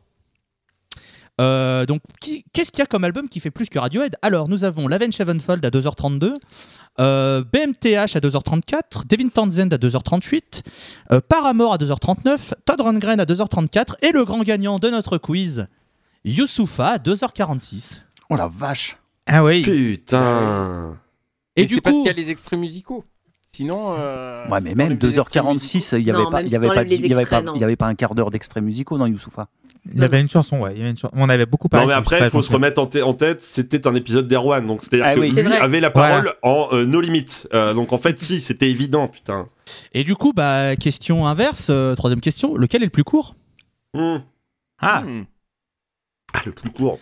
Speaker 4: Euh, donc, qui- qu'est-ce qu'il y a comme album qui fait plus que Radiohead Alors, nous avons Laven Sevenfold à 2h32, euh, BMTH à 2h34, Devin Townsend à 2h38, euh, Paramore à 2h39, Todd Rundgren à 2h34 et le grand gagnant de notre quiz, Youssoufa à 2h46.
Speaker 5: Oh la vache
Speaker 1: Ah oui.
Speaker 2: Putain.
Speaker 4: Et,
Speaker 6: Mais
Speaker 4: du
Speaker 6: c'est parce
Speaker 4: coup,
Speaker 6: qu'il y a les extraits musicaux. Sinon, euh,
Speaker 5: Ouais, mais
Speaker 6: si
Speaker 5: même
Speaker 6: t'enlèves les extraits
Speaker 5: 2h46, il n'y
Speaker 3: musicaux.
Speaker 5: avait,
Speaker 3: Non,
Speaker 5: pas,
Speaker 3: même
Speaker 5: il y
Speaker 3: si
Speaker 5: avait, pas,
Speaker 3: t'enlèves les
Speaker 5: il y avait, pas,
Speaker 3: extraits, non.
Speaker 5: il y avait pas un quart d'heure d'extraits musicaux dans Youssoufa.
Speaker 1: Il y avait une chanson, ouais. Il y avait une chanson. On avait beaucoup parlé.
Speaker 2: Non mais
Speaker 1: sur
Speaker 2: après,
Speaker 1: Shrek,
Speaker 2: il faut se
Speaker 1: donc,
Speaker 2: remettre en, tê- en tête, c'était un épisode d'Erwan, donc c'est-à-dire
Speaker 5: Ah
Speaker 2: que
Speaker 5: oui.
Speaker 3: C'est
Speaker 2: lui
Speaker 3: vrai.
Speaker 2: avait la parole en euh, No limites. Euh, donc en fait, si, c'était évident, putain.
Speaker 4: et du coup, bah, question inverse, euh, troisième question, lequel est le plus court
Speaker 2: Hmm.
Speaker 1: Ah,
Speaker 6: Hmm.
Speaker 2: Ah, le plus court.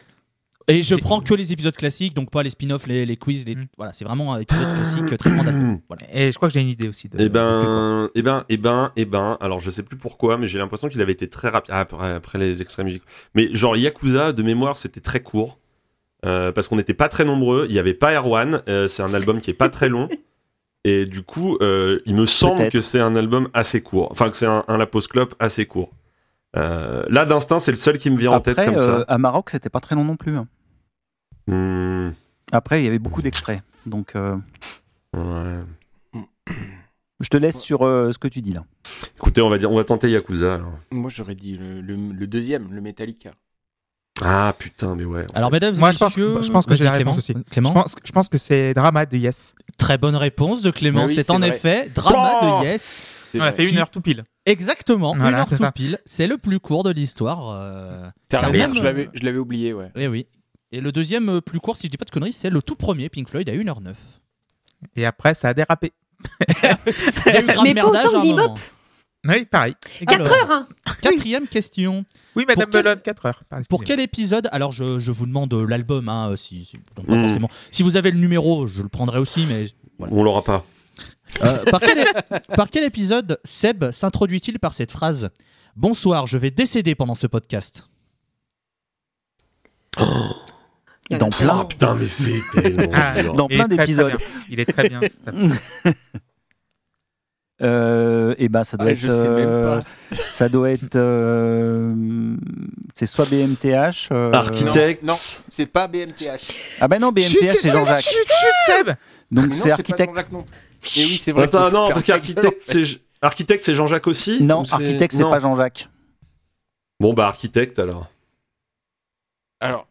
Speaker 4: Et je
Speaker 1: J'ai-
Speaker 4: prends que les épisodes classiques, donc pas les spin-offs, les, les quiz, les...
Speaker 1: Mm.
Speaker 4: voilà, c'est vraiment un
Speaker 3: Ah,
Speaker 4: épisode classique très grand
Speaker 2: Hmm.
Speaker 4: appel. Voilà.
Speaker 1: ah. Et je crois que j'ai une idée aussi.
Speaker 5: Euh,
Speaker 1: De, de
Speaker 2: Eh
Speaker 1: plus, quoi.
Speaker 2: ben, eh ben, eh ben, eh ben. Alors, je sais plus pourquoi, mais j'ai l'impression qu'il avait été très rapide Ah, après, après les extraits musicaux. Mais genre Yakuza de mémoire, c'était très court euh, parce qu'on n'était pas très nombreux. Il n'y avait pas Erwan. euh, c'est un album qui est pas très long. Et du coup, euh, il me semble
Speaker 5: Peut-être.
Speaker 2: que c'est un album assez court. Enfin, que c'est un, un La Pause Clope assez court. Euh, là, d'instinct, c'est le seul qui me vient en tête
Speaker 5: Après,
Speaker 2: comme
Speaker 5: euh, à Maroc, c'était pas très long non plus. hein.
Speaker 2: ça. Hmm,
Speaker 5: Après, il y avait beaucoup d'extraits. Donc, euh,
Speaker 2: ouais.
Speaker 5: je te laisse sur euh, ce que tu dis là.
Speaker 2: Écoutez, on va dire, on va tenter Yakuza. alors.
Speaker 6: Moi, j'aurais dit le, le- le deuxième, le Metallica.
Speaker 2: Ah putain, mais ouais.
Speaker 4: Alors mesdames, et
Speaker 1: Moi, je pense que-
Speaker 4: messieurs,
Speaker 1: je pense que j'ai
Speaker 4: vas-y,
Speaker 1: la
Speaker 4: Clément,
Speaker 1: réponse aussi.
Speaker 4: Clément,
Speaker 1: Je pense, je pense que c'est Drama de Yes.
Speaker 4: très bonne réponse de Clément.
Speaker 6: Mais oui,
Speaker 4: c'est
Speaker 6: c'est
Speaker 4: en
Speaker 6: vrai.
Speaker 4: effet drama
Speaker 2: Oh
Speaker 4: de Yes.
Speaker 1: On
Speaker 5: Ah,
Speaker 1: a fait
Speaker 4: Qui-
Speaker 1: une heure tout pile.
Speaker 4: Exactement, une
Speaker 1: Voilà,
Speaker 4: heure
Speaker 1: c'est
Speaker 4: tout
Speaker 1: ça.
Speaker 4: pile. C'est le plus court de l'histoire. euh,
Speaker 6: T'as
Speaker 4: Car
Speaker 6: raison,
Speaker 4: même,
Speaker 6: je l'avais- je l'avais oublié, ouais.
Speaker 4: Et oui. Et le deuxième euh, plus court, si je dis pas de conneries, c'est le tout premier Pink Floyd à 1h09.
Speaker 1: Et après, ça a dérapé.
Speaker 4: Il y a eu grave
Speaker 3: Mais pas autant
Speaker 4: merdage à un
Speaker 3: que Bebop.
Speaker 4: moment.
Speaker 1: Oui, pareil. Ah,
Speaker 3: 4
Speaker 4: Alors,
Speaker 3: heures, hein
Speaker 4: Quatrième question.
Speaker 1: Oui, Madame
Speaker 4: Pour quel-
Speaker 1: Belone, 4 heures. Pardon,
Speaker 4: Pour
Speaker 1: excusez-moi.
Speaker 4: quel épisode Alors, je, je vous demande euh, l'album, hein, euh, si, si- donc pas
Speaker 3: Hmm.
Speaker 2: Mm.
Speaker 4: forcément. Si vous avez le numéro, je le prendrai aussi, mais. voilà.
Speaker 2: On l'aura pas.
Speaker 4: Euh, par, quel, par quel épisode Seb s'introduit-il par cette phrase Bonsoir, je vais décéder pendant ce podcast
Speaker 5: Oh.
Speaker 3: Il y en a
Speaker 5: Dans
Speaker 3: tellement.
Speaker 5: plein.
Speaker 2: Ah, Putain, mais c'est tellement
Speaker 1: Ah,
Speaker 2: dur.
Speaker 5: Dans
Speaker 1: Il est
Speaker 5: plein
Speaker 1: très, très
Speaker 5: d'épisodes.
Speaker 1: bien. Il est très bien. cet album.
Speaker 5: Euh, et ben, ça doit
Speaker 6: Ah,
Speaker 5: être.
Speaker 6: je sais même
Speaker 5: euh,
Speaker 6: pas.
Speaker 5: ça doit être. euh, c'est soit BMTH. euh,
Speaker 2: Architecte.
Speaker 6: Non, non. C'est pas BMTH.
Speaker 5: Ah ben non, BMTH, c'est Jean-Jacques.
Speaker 1: Chut, chut, Seb
Speaker 5: Donc
Speaker 6: Mais non,
Speaker 5: c'est
Speaker 6: pas
Speaker 5: architecte.
Speaker 6: Jean-Jacques non. Et oui, c'est vrai.
Speaker 2: Attends,
Speaker 6: faut
Speaker 2: non,
Speaker 6: faire
Speaker 2: parce
Speaker 6: ta gueule,
Speaker 2: qu'architecte,
Speaker 6: en fait.
Speaker 2: c'est architecte, c'est Jean-Jacques aussi.
Speaker 5: Non,
Speaker 2: Ou c'est-
Speaker 5: architecte, c'est
Speaker 2: non.
Speaker 5: pas Jean-Jacques.
Speaker 2: Bon bah architecte alors.
Speaker 6: Alors,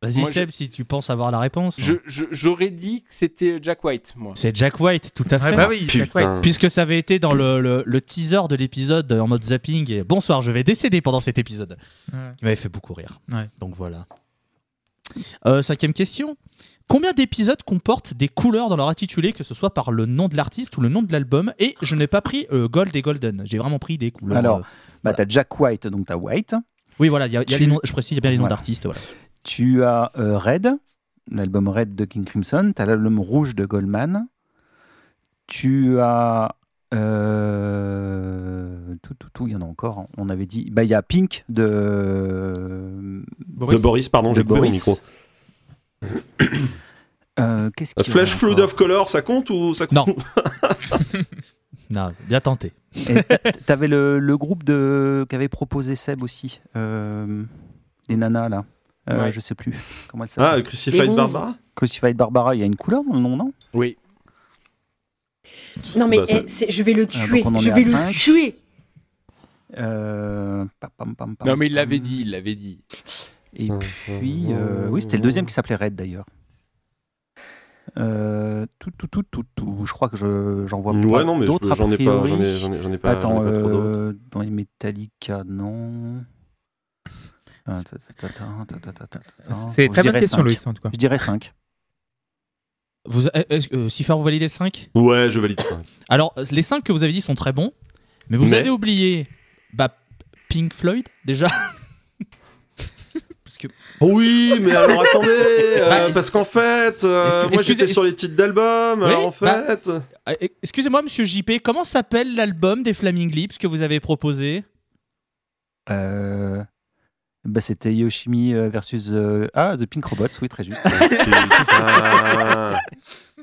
Speaker 4: Vas-y,
Speaker 6: Moi,
Speaker 4: Seb, si tu penses avoir la réponse.
Speaker 6: je- je- j'aurais dit que c'était Jack White, moi.
Speaker 4: C'est Jack White, tout à fait.
Speaker 1: Ah bah oui, Jack White.
Speaker 2: Putain.
Speaker 4: Puisque ça avait été dans le, le- le teaser de l'épisode euh, en mode zapping, et bonsoir, je vais décéder pendant cet épisode.
Speaker 1: Ouais.
Speaker 4: qui m'avait fait beaucoup rire.
Speaker 1: Ouais.
Speaker 4: Donc voilà. Euh, cinquième question. Combien d'épisodes comportent des couleurs dans leur intitulé, que ce soit par le nom de l'artiste ou le nom de l'album Et je n'ai pas pris euh, Gold et Golden. J'ai vraiment pris des couleurs.
Speaker 5: Alors.
Speaker 4: euh,
Speaker 5: Bah,
Speaker 4: Voilà.
Speaker 5: t'as Jack White, donc t'as White.
Speaker 4: oui, voilà, il y a- il y a
Speaker 5: Tu-
Speaker 4: les noms- je précise, il y a bien les noms
Speaker 5: Voilà.
Speaker 4: d'artistes. Voilà.
Speaker 5: Tu as euh, Red, l'album Red de King Crimson. T'as l'album Rouge de Goldman. Tu as. euh, tout, tout, tout, il y en a encore. hein. On avait dit. Bah, il y a Pink euh, de.
Speaker 2: De Boris, pardon, j'ai
Speaker 5: de
Speaker 2: coupé mon
Speaker 5: Boris.
Speaker 2: micro.
Speaker 5: Euh, Qu'est-ce
Speaker 2: Euh,
Speaker 5: qu'il y
Speaker 2: Flash
Speaker 5: a
Speaker 2: Flood
Speaker 5: encore
Speaker 2: of Color, ça compte ou ça compte
Speaker 4: Non. Non, bien tenté.
Speaker 5: Et t'a- T'avais le, le groupe de qu'avait proposé Seb aussi, euh, les nanas là. Euh,
Speaker 6: Ouais.
Speaker 5: Je sais plus comment elle
Speaker 2: Ah,
Speaker 5: s'appelle.
Speaker 2: euh, Crucified
Speaker 3: Les
Speaker 2: Barbara
Speaker 5: Crucified Barbara, il y a une couleur dans le nom, non
Speaker 6: Oui.
Speaker 3: Non, mais
Speaker 2: Bah, ça-
Speaker 3: eh, c'est- je vais le
Speaker 5: Ah,
Speaker 3: tuer.
Speaker 5: donc on en
Speaker 3: je
Speaker 5: est à
Speaker 3: vais le
Speaker 5: cinq.
Speaker 3: tuer.
Speaker 5: Euh, pam, pam, pam, pam,
Speaker 6: Non, mais il
Speaker 5: pam.
Speaker 3: Ah.
Speaker 6: l'avait dit, il l'avait dit.
Speaker 5: Et
Speaker 2: Mmh,
Speaker 5: puis, euh, oui, c'était le deuxième qui s'appelait Red d'ailleurs. Euh, tout, tout, tout, tout, tout. Je crois que je- j'en vois
Speaker 2: Ouais,
Speaker 5: pas
Speaker 2: non, mais je-
Speaker 5: d'autres a
Speaker 2: j'en ai pas,
Speaker 5: priori.
Speaker 2: j'en ai, j'en ai- j'en ai pas,
Speaker 5: Attends,
Speaker 2: j'en ai pas trop d'autres.
Speaker 5: euh, dans les Metallica, non. Ah, ta, ta, ta, ta, ta, ta, ta, ta.
Speaker 1: C'est
Speaker 5: Ah, Je
Speaker 1: très bonne
Speaker 5: dirais
Speaker 1: question,
Speaker 5: cinq.
Speaker 1: Loïs, en tout cas.
Speaker 5: Je dirais 5.
Speaker 4: Vous, euh, est-ce que- euh, Sifa, vous validez le 5
Speaker 2: Ouais, je valide ça.
Speaker 4: Alors, euh, les 5 que vous avez dit sont très bons, mais vous
Speaker 2: Mais-
Speaker 4: avez oublié bah, Pink Floyd, déjà. Parce que
Speaker 2: Oui, mais alors attendez, euh,
Speaker 4: Bah, est-ce-
Speaker 2: parce qu'en fait, euh,
Speaker 4: est-ce que-
Speaker 2: moi
Speaker 4: excusez-
Speaker 2: j'étais sur les titres d'albums,
Speaker 4: Oui,
Speaker 2: alors en
Speaker 4: bah-
Speaker 2: fait.
Speaker 4: Ah, e- Excusez-moi, monsieur JP, comment s'appelle l'album des Flaming Lips que vous avez proposé
Speaker 5: Euh, bah, c'était Yoshimi euh, versus euh, ah The Pink Robots, oui très juste.
Speaker 2: Putain.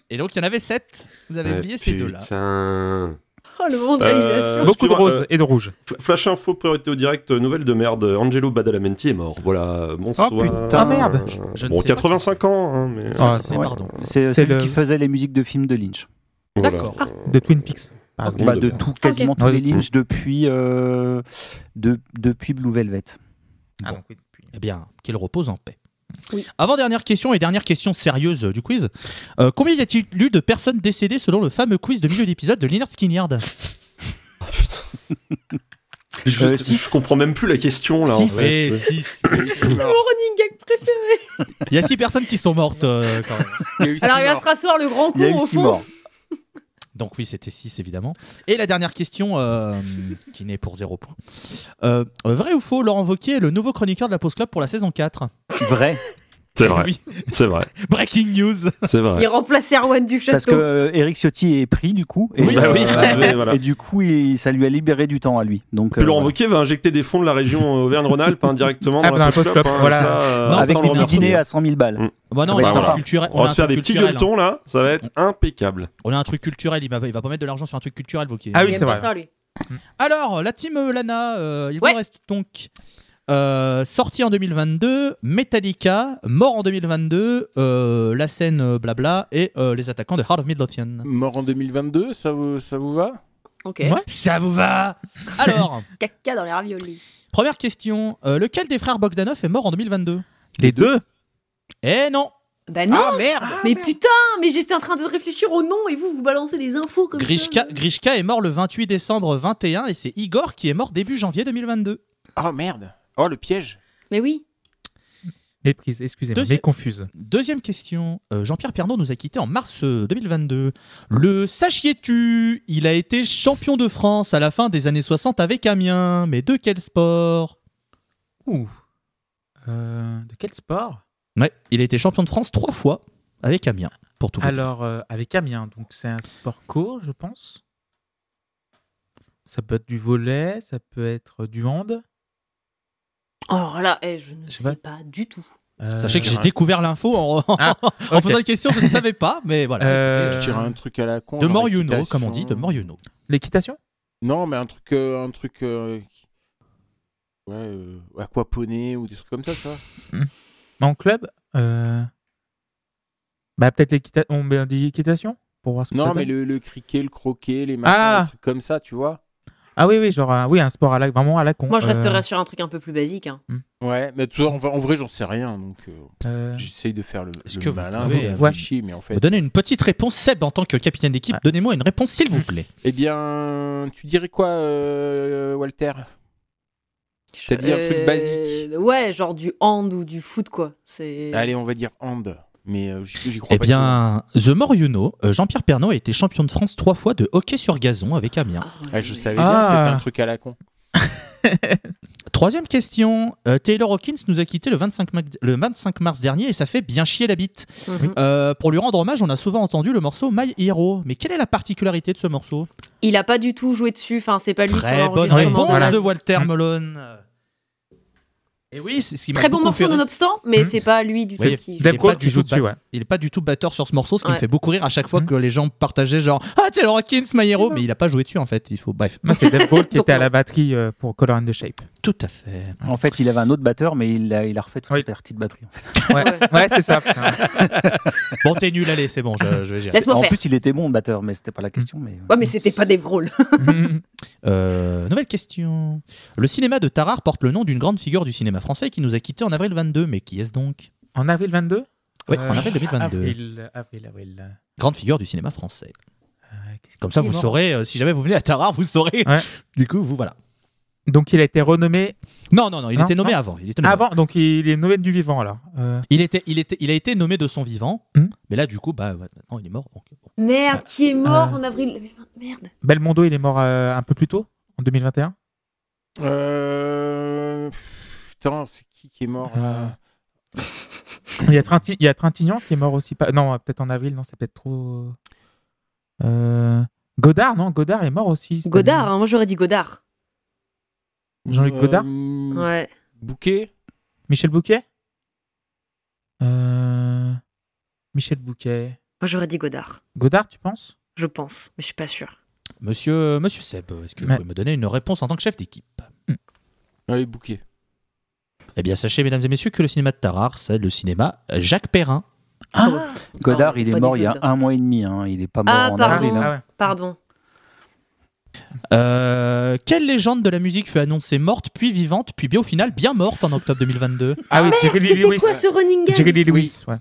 Speaker 4: Et donc, il y en avait 7. Vous
Speaker 2: Euh,
Speaker 4: avez oublié ces deux-là.
Speaker 2: Putain.
Speaker 3: Oh, le moment de
Speaker 2: Euh,
Speaker 3: réalisation.
Speaker 2: Excuse-moi,
Speaker 1: Beaucoup de roses
Speaker 2: euh,
Speaker 1: et de rouge.
Speaker 2: Fl- Flash info, priorité au direct, euh, nouvelle de merde, euh, Angelo Badalamenti est mort. Voilà, euh, bonsoir.
Speaker 1: Oh, putain. Ah, merde.
Speaker 2: Euh,
Speaker 4: je ne
Speaker 2: Bon,
Speaker 4: sais pas
Speaker 2: 85 ans, hein, mais...
Speaker 1: Ah,
Speaker 4: C'est
Speaker 5: Ouais.
Speaker 4: pardon.
Speaker 5: C'est
Speaker 1: C'est
Speaker 5: celui
Speaker 1: le-
Speaker 5: qui faisait les musiques de films de Lynch.
Speaker 2: Voilà.
Speaker 4: D'accord.
Speaker 1: De Twin Peaks. par
Speaker 2: Ok.
Speaker 1: exemple.
Speaker 5: Bah, de tout, quasiment tous
Speaker 1: Ouais.
Speaker 5: les Lynch depuis euh, de- depuis Blue Velvet.
Speaker 1: Ah, donc, oui, depuis-
Speaker 4: Eh bien, qu'il repose en paix.
Speaker 3: Oui.
Speaker 4: Avant-dernière question et dernière question sérieuse euh, du quiz. Euh, combien y a-t-il eu de personnes décédées selon le fameux quiz de milieu d'épisode de Leonard Skinnyard
Speaker 2: Je,
Speaker 5: Euh,
Speaker 2: je
Speaker 5: six.
Speaker 2: comprends même plus la question, là, en
Speaker 5: Six.
Speaker 2: fait.
Speaker 4: Oui, 6.
Speaker 3: C'est mon running gag préféré.
Speaker 4: Il y a 6 personnes qui sont mortes euh, quand même.
Speaker 6: Il y a eu six
Speaker 3: Alors, il va
Speaker 6: morts.
Speaker 3: se rasseoir le grand con
Speaker 5: Il y a eu
Speaker 3: au
Speaker 5: six
Speaker 3: fond.
Speaker 5: morts.
Speaker 4: Donc oui, c'était 6 évidemment. Et la dernière question, euh, qui n'est pour 0 point. Euh, vrai ou faux, Laurent Vauquier est le nouveau chroniqueur de la Pause Club pour la saison 4
Speaker 5: Vrai.
Speaker 2: C'est vrai,
Speaker 4: Oui.
Speaker 2: c'est vrai,
Speaker 4: Breaking news
Speaker 2: c'est vrai.
Speaker 3: Il remplace Erwan du
Speaker 5: Parce que
Speaker 3: château.
Speaker 5: euh, Eric Ciotti est pris du coup. Et,
Speaker 4: Oui,
Speaker 2: Bah oui,
Speaker 5: euh,
Speaker 2: voilà.
Speaker 5: et du coup, il- ça lui a libéré du temps à lui. Donc,
Speaker 2: Puis
Speaker 5: euh,
Speaker 2: Laurent
Speaker 5: voilà.
Speaker 2: Wauquiez va injecter des fonds de la région Auvergne-Rhône-Alpes hein, directement
Speaker 1: Ah,
Speaker 2: dans
Speaker 1: dans
Speaker 2: la
Speaker 1: la
Speaker 2: post hein,
Speaker 1: post-clop, voilà.
Speaker 2: euh,
Speaker 4: Non,
Speaker 5: avec
Speaker 4: sans
Speaker 5: les
Speaker 4: le
Speaker 5: petits
Speaker 4: remercier.
Speaker 5: dîners à 100 000 balles.
Speaker 4: Bah non,
Speaker 5: Ah bah
Speaker 4: on, a
Speaker 5: voilà.
Speaker 4: un culturel,
Speaker 2: On, va se
Speaker 4: a un
Speaker 2: faire des
Speaker 4: truc
Speaker 2: petits
Speaker 4: culturel, hein.
Speaker 2: gueuletons là, ça va être impeccable.
Speaker 4: On a un truc culturel, il va, il va pas mettre de l'argent sur un truc culturel, Vauquier.
Speaker 1: Ah
Speaker 3: Il
Speaker 1: oui,
Speaker 3: aime
Speaker 1: c'est
Speaker 3: pas
Speaker 1: vrai.
Speaker 3: ça, lui.
Speaker 4: Alors, la team euh, Lana, euh, il
Speaker 3: Ouais.
Speaker 4: vous reste donc euh, sorti en 2022, Metallica, mort en 2022, euh, la scène euh, blabla et euh, les attaquants de Heart of Midlothian.
Speaker 6: Mort en 2022, ça vous, ça vous va
Speaker 3: Ok.
Speaker 1: Ouais.
Speaker 4: Ça vous va Alors,
Speaker 3: Caca dans les raviolis.
Speaker 4: première question, euh, lequel des frères Bogdanov est mort en 2022
Speaker 1: Les deux
Speaker 4: Eh non
Speaker 3: Bah non
Speaker 6: Ah merde
Speaker 3: Mais putain Mais j'étais en train de réfléchir au nom et vous, vous balancez des infos comme
Speaker 4: Grishka,
Speaker 3: ça.
Speaker 4: Grishka est mort le 28 décembre 21 et c'est Igor qui est mort début janvier 2022.
Speaker 6: Ah merde Oh le piège
Speaker 3: Mais oui.
Speaker 1: Méprise, excusez-moi,
Speaker 4: Deuxi-
Speaker 1: mais confuse.
Speaker 4: Deuxième question. Euh, Jean-Pierre Pernaud nous a quittés en mars euh, 2022. Le sachiez-tu Il a été champion de France à la fin des années 60 avec Amiens. Mais de quel sport
Speaker 1: Ouh. Euh, de quel sport
Speaker 4: Ouais, il a été champion de France trois fois avec Amiens, pour tout vous dire.
Speaker 1: Alors, euh, avec Amiens, donc c'est un sport court, je pense. Ça peut être du volet, ça peut être du hand.
Speaker 3: Alors là, eh, je ne
Speaker 1: Je sais
Speaker 3: sais pas. du tout.
Speaker 1: Euh,
Speaker 4: Sachez que j'ai découvert l'info en,
Speaker 1: Ah,
Speaker 4: en
Speaker 1: ok.
Speaker 4: faisant la question, je ne savais pas, mais voilà.
Speaker 1: Euh,
Speaker 6: Je tirais un truc à la con.
Speaker 4: De
Speaker 6: genre
Speaker 4: mort you know,
Speaker 6: équitation.
Speaker 4: comme on dit, de mort you know.
Speaker 1: L'équitation
Speaker 6: Non, mais un truc. euh, un truc euh, qui- Ouais, euh, aquaponé ou des trucs comme ça, ça.
Speaker 1: Mais en club euh, Bah, peut-être l'équitation. On met- on dit équitation Pour voir ce que ça
Speaker 6: Non, mais
Speaker 1: donne.
Speaker 6: le, le criquet, le croquet, les
Speaker 1: Ah
Speaker 6: machins, les trucs comme ça, tu vois.
Speaker 1: Ah oui, oui, genre, un- oui, un sport à la, vraiment à la con.
Speaker 3: Moi, je
Speaker 1: Euh,
Speaker 3: resterai sur un truc un peu plus basique. hein.
Speaker 6: Ouais, mais tout ça, en, en vrai, j'en sais rien, donc euh,
Speaker 1: euh,
Speaker 6: j'essaye de faire le,
Speaker 4: Est-ce
Speaker 6: le
Speaker 4: que vous
Speaker 6: malin,
Speaker 4: pouvez,
Speaker 6: de
Speaker 4: euh,
Speaker 6: réfléchir, mais en fait.
Speaker 4: Vous donnez une petite réponse, Seb, en tant que capitaine d'équipe,
Speaker 1: Ouais.
Speaker 4: donnez-moi une réponse s'il vous plaît.
Speaker 6: Eh bien, tu dirais quoi, euh, Walter T'as dit un truc basique.
Speaker 3: euh, Ouais, genre du hand ou du foot, quoi. C'est.
Speaker 6: Allez, on va dire hand, mais euh, j'y j'y crois
Speaker 4: Eh
Speaker 6: pas.
Speaker 4: bien, The More You Know, euh, Jean-Pierre Pernaud a été champion de France trois fois de hockey sur gazon avec Amiens.
Speaker 3: Ah,
Speaker 6: tout.
Speaker 3: ouais,
Speaker 6: Ouais, je
Speaker 3: ouais.
Speaker 6: savais bien que
Speaker 1: Ah.
Speaker 6: c'était un truc à la con.
Speaker 4: Troisième question. euh, Taylor Hawkins nous a quitté le 25, ma- le 25 mars dernier et ça fait bien chier la bite.
Speaker 3: Mhm.
Speaker 4: Euh, pour lui rendre hommage, on a souvent entendu le morceau My Hero. Mais quelle est la particularité de ce morceau
Speaker 3: Il a pas du tout joué dessus. Enfin, c'est pas lui.
Speaker 4: Très
Speaker 3: son
Speaker 4: bonne
Speaker 3: enregistrement
Speaker 4: réponse
Speaker 3: de base.
Speaker 4: de Walter
Speaker 1: Mhm.
Speaker 4: Melon. Et oui, c'est ce qui m'a
Speaker 3: Très bon
Speaker 4: beaucoup
Speaker 3: morceau
Speaker 4: fait rire.
Speaker 3: nonobstant, mais
Speaker 1: Mhm.
Speaker 3: c'est pas lui du
Speaker 1: Oui,
Speaker 3: tout qui.
Speaker 1: Dave
Speaker 4: pas
Speaker 1: Grohl
Speaker 4: du
Speaker 1: qui joue
Speaker 4: tout
Speaker 1: dessus,
Speaker 4: ba-
Speaker 1: ouais.
Speaker 4: Il est pas du tout batteur sur ce morceau, ce qui me
Speaker 3: Ouais.
Speaker 4: fait beaucoup rire à chaque fois
Speaker 1: Mhm.
Speaker 4: que les gens partageaient genre Ah Taylor Hawkins, My Hero,
Speaker 1: Mmh.
Speaker 4: mais il a pas joué dessus en fait. Il faut bref,
Speaker 1: Moi, c'est Dave Grohl qui
Speaker 3: Donc,
Speaker 1: était à
Speaker 3: non.
Speaker 1: la batterie euh, pour Color and the Shape.
Speaker 4: tout à fait.
Speaker 5: En fait, il avait un autre batteur, mais il a, il a refait toute
Speaker 1: Oui.
Speaker 5: la partie de batterie. en fait.
Speaker 1: Ouais,
Speaker 3: Ouais.
Speaker 1: ouais c'est ça. putain.
Speaker 4: Bon, t'es nul, allez, c'est bon, je, je vais gérer.
Speaker 3: Laisse-moi
Speaker 5: En
Speaker 3: faire.
Speaker 5: plus, il était bon, le batteur, mais c'était pas la question. Mais... euh,
Speaker 3: Ouais, mais c'était pas Dave Grohl.
Speaker 1: Mhm.
Speaker 4: Euh, nouvelle question. Le cinéma de Tarare porte le nom d'une grande figure du cinéma français qui nous a quittés en avril 22. Mais qui est-ce donc
Speaker 1: en avril 22
Speaker 4: Oui,
Speaker 1: Euh,
Speaker 4: en avril 2022.
Speaker 1: Avril, avril, avril.
Speaker 4: Grande figure du cinéma français.
Speaker 1: Euh, qu'est-ce
Speaker 4: Comme ça,
Speaker 1: qu'il est
Speaker 4: vous
Speaker 1: mort
Speaker 4: saurez, euh, si jamais vous venez à Tarare, vous saurez.
Speaker 1: Ouais.
Speaker 4: Du coup, vous voilà.
Speaker 1: Donc, il a été renommé
Speaker 4: Non, non, non, il
Speaker 1: Non,
Speaker 4: était nommé
Speaker 1: non.
Speaker 4: avant. Il était nommé
Speaker 1: avant. Donc, il est nommé du vivant, alors. Euh,
Speaker 4: Il, était, il, était, il a été nommé de son vivant.
Speaker 1: Hmm.
Speaker 4: Mais là, du coup, bah, ouais, maintenant, il est mort. donc, bon.
Speaker 3: Merde, qui est mort
Speaker 1: Euh.
Speaker 3: en avril Merde.
Speaker 1: Belmondo, il est mort euh, un peu plus tôt, en 2021.
Speaker 6: Euh... pff, Putain, c'est qui qui est mort là
Speaker 1: Ah, Il y, a Trinti- il y a Trintignant qui est mort aussi. Pas... Non, peut-être en avril, non, c'est peut-être trop. Euh, Godard, non, Godard est mort aussi. cette
Speaker 3: Godard,
Speaker 1: année.
Speaker 3: hein, moi j'aurais dit Godard.
Speaker 1: Jean-Luc
Speaker 6: Euh,
Speaker 1: Godard
Speaker 6: hmm,
Speaker 3: Ouais.
Speaker 6: Bouquet
Speaker 3: hein.
Speaker 1: Michel Bouquet Euh, Michel Bouquet.
Speaker 3: Moi j'aurais dit Godard,
Speaker 1: Godard, tu penses
Speaker 3: je pense, mais je suis pas sûre.
Speaker 4: Monsieur, monsieur Seb, est-ce que vous
Speaker 1: Ouais.
Speaker 4: pouvez me donner une réponse en tant que chef d'équipe
Speaker 6: Ouais, Bouquet.
Speaker 4: Eh bien, sachez, mesdames et messieurs, que le cinéma de Tarare, c'est le cinéma Jacques Perrin.
Speaker 5: Godard,
Speaker 3: Ah,
Speaker 5: il
Speaker 3: pas
Speaker 5: est
Speaker 3: du
Speaker 5: mort il y a
Speaker 3: tout.
Speaker 5: un mois et demi. hein. Il est pas mort
Speaker 3: Ah,
Speaker 5: en
Speaker 3: pardon.
Speaker 5: avril. hein.
Speaker 1: ouais.
Speaker 3: Pardon.
Speaker 4: Euh, quelle légende de la musique fut annoncée morte, puis vivante, puis bien au final bien morte en octobre 2022
Speaker 1: Ah oui, Jerry Lee
Speaker 3: C'était
Speaker 1: Lewis.
Speaker 3: quoi ce running
Speaker 1: Jerry
Speaker 3: gag
Speaker 1: Lee Lewis, ouais.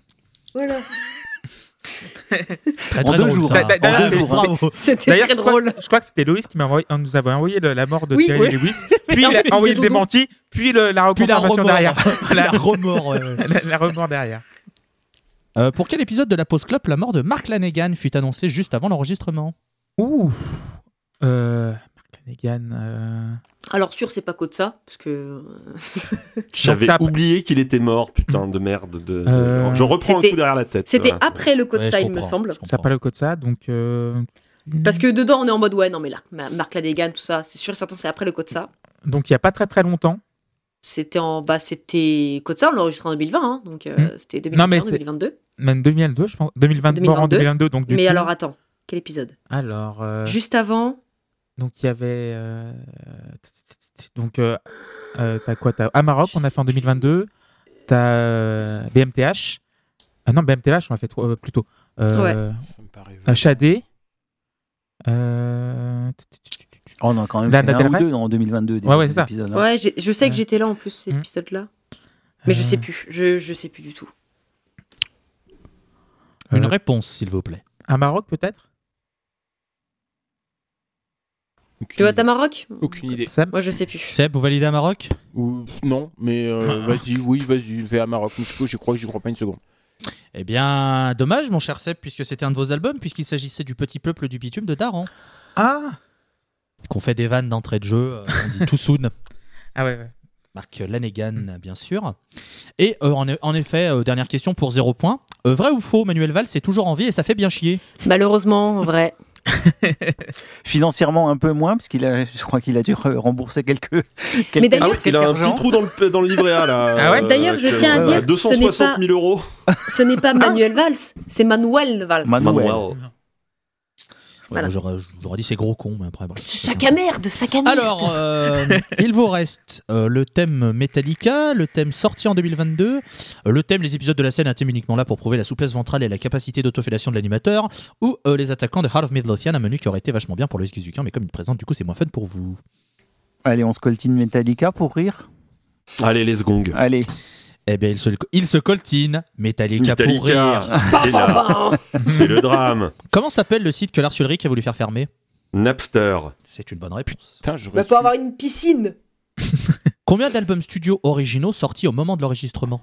Speaker 3: Voilà.
Speaker 4: Très
Speaker 5: En deux
Speaker 4: drôle,
Speaker 5: jours.
Speaker 4: ça.
Speaker 1: Da- da-
Speaker 4: En
Speaker 1: da-
Speaker 4: deux jours,
Speaker 1: Bah,
Speaker 4: hein.
Speaker 1: c'est-
Speaker 4: bravo.
Speaker 3: C'était
Speaker 1: D'ailleurs, je
Speaker 3: très
Speaker 1: crois,
Speaker 3: drôle.
Speaker 1: je crois que c'était Loïs qui m'a envoyé, nous avait envoyé le- la mort de
Speaker 3: Oui,
Speaker 1: Jerry
Speaker 3: oui.
Speaker 1: Lee Lewis, puis il
Speaker 3: en fait,
Speaker 1: a
Speaker 3: il
Speaker 1: envoyé le
Speaker 3: faisait dodo.
Speaker 1: démenti, puis le- la
Speaker 4: Puis la
Speaker 1: reconfirmation
Speaker 4: remords
Speaker 1: derrière.
Speaker 4: la remords, ouais, ouais.
Speaker 1: la, la remords derrière.
Speaker 4: Euh, pour quel épisode de la Pause Club la mort de Mark Lanegan fut annoncée juste avant l'enregistrement
Speaker 1: Ouh euh, Mark Lanegan. euh,
Speaker 3: Alors sûr, c'est pas que de ça, parce que euh,
Speaker 2: J'avais
Speaker 1: ça, après-
Speaker 2: oublié qu'il était mort, putain de merde. De...
Speaker 1: Euh,
Speaker 2: Je reprends un
Speaker 3: C'était-
Speaker 2: coup derrière la tête.
Speaker 3: c'était
Speaker 2: voilà.
Speaker 3: après le code
Speaker 4: Ouais, je
Speaker 3: ça, il me
Speaker 4: comprends,
Speaker 3: semble.
Speaker 4: je
Speaker 1: Ça
Speaker 4: comprends.
Speaker 1: parle au de ça, donc. euh,
Speaker 3: Parce que dedans, on est en mode ouais, non mais là, Ma- Marc Lanegan, tout ça, c'est sûr et certain, c'est après le code ça.
Speaker 1: Donc il n'y a pas très très longtemps.
Speaker 3: C'était en bah c'était code ça, on l'a enregistré en 2020, hein, donc euh, c'était
Speaker 1: Non, mais
Speaker 3: 2021,
Speaker 1: c'est-
Speaker 3: 2022.
Speaker 1: Même 2002, je pense. 2020, mort en
Speaker 3: 2022.
Speaker 1: 2022. Donc, du
Speaker 3: Mais
Speaker 1: coup-
Speaker 3: alors attends, quel épisode
Speaker 1: Alors. euh,
Speaker 3: Juste avant,
Speaker 1: Donc il y avait. euh, Donc euh, euh, t'as quoi T'as Amarok
Speaker 3: Je
Speaker 1: qu'on a
Speaker 3: sais
Speaker 1: fait en 2022. T'as euh, BMTH. Ah non, BMTH, on l'a fait trop- euh, plus tôt. Euh,
Speaker 6: Ça me paraît
Speaker 1: euh, Shadé. Euh,
Speaker 5: Oh, on a quand même
Speaker 1: Lana
Speaker 5: fait
Speaker 1: Del
Speaker 5: un ou
Speaker 1: Rey
Speaker 5: deux dans- en 2022 des,
Speaker 1: Ouais, ouais,
Speaker 5: des
Speaker 1: c'est ça.
Speaker 5: épisodes. hein.
Speaker 3: ouais, j'ai- je sais que
Speaker 1: Euh.
Speaker 3: j'étais là en plus cet
Speaker 1: Mm.
Speaker 3: épisode là, mais je
Speaker 1: euh,
Speaker 3: sais plus, je, je sais plus du tout.
Speaker 4: Une
Speaker 1: Euh,
Speaker 4: réponse, s'il vous plaît.
Speaker 1: Amarok peut-être
Speaker 3: Tu
Speaker 6: Hmm.
Speaker 3: vois ta Maroc
Speaker 6: Aucune idée.
Speaker 1: Sam
Speaker 3: Moi je sais plus.
Speaker 4: Seb, vous validez à Maroc
Speaker 6: Ou- non, mais euh,
Speaker 1: Ah.
Speaker 6: vas-y, oui, vas-y, vais à Maroc. Mais je peux- j'y crois, j'y crois pas une seconde.
Speaker 4: Eh bien, dommage, mon cher Seb, puisque c'était un de vos albums, puisqu'il s'agissait du Petit Peuple du Bitume de Daran.
Speaker 1: Ah
Speaker 4: Qu'on fait des vannes d'entrée de jeu, euh, on dit tout soon.
Speaker 1: Ah ouais, ouais.
Speaker 4: Marc Lanegan, bien sûr. Et euh, en, en effet, euh, dernière question pour zéro point. Euh, vrai ou faux, Manuel Valls est toujours en vie et ça fait bien chier.
Speaker 3: Malheureusement, en vrai.
Speaker 5: Financièrement, un peu moins, parce qu'il a, je crois qu'il a dû re- rembourser quelques. quelques
Speaker 3: Mais d'ailleurs,
Speaker 2: Ah ouais, il a un petit trou dans le, dans le livret A là.
Speaker 1: Ah ouais
Speaker 2: euh,
Speaker 3: D'ailleurs, je
Speaker 2: que-
Speaker 3: tiens à
Speaker 2: ouais,
Speaker 3: dire que ce n'est
Speaker 2: 260 000 euros.
Speaker 3: Ce n'est pas Manuel Valls, c'est Manuel Valls.
Speaker 4: Ah
Speaker 5: Manu- Manuel.
Speaker 4: Ouais,
Speaker 3: Voilà.
Speaker 4: moi, J'aurais j'aurais dit c'est gros con, mais après. bref.
Speaker 3: Sac à merde, sac à merde.
Speaker 4: Alors, euh, il vous reste euh, le thème Metallica, le thème sorti en 2022, euh, le thème les épisodes de la scène, un thème uniquement là pour prouver la souplesse ventrale et la capacité d'autofellation de l'animateur, ou euh, les attaquants de Heart of Midlothian, un menu qui aurait été vachement bien pour le Skizukan, mais comme il le présente, du coup, c'est moins fun pour vous.
Speaker 5: Allez, on se coltine Metallica pour rire.
Speaker 2: Allez, les secondes.
Speaker 5: Allez,
Speaker 4: Eh bien, il se, il se coltine, Metallica, pour rire.
Speaker 2: Metallica. Et là,
Speaker 3: Oh,
Speaker 2: c'est le drame.
Speaker 4: Comment s'appelle le site que Lars Ulrich a voulu faire fermer
Speaker 2: Napster.
Speaker 4: C'est une bonne réponse.
Speaker 6: Putain, j'aurais
Speaker 3: Bah, faut
Speaker 6: su-
Speaker 3: avoir une piscine.
Speaker 4: Combien d'albums studio originaux sortis au moment de l'enregistrement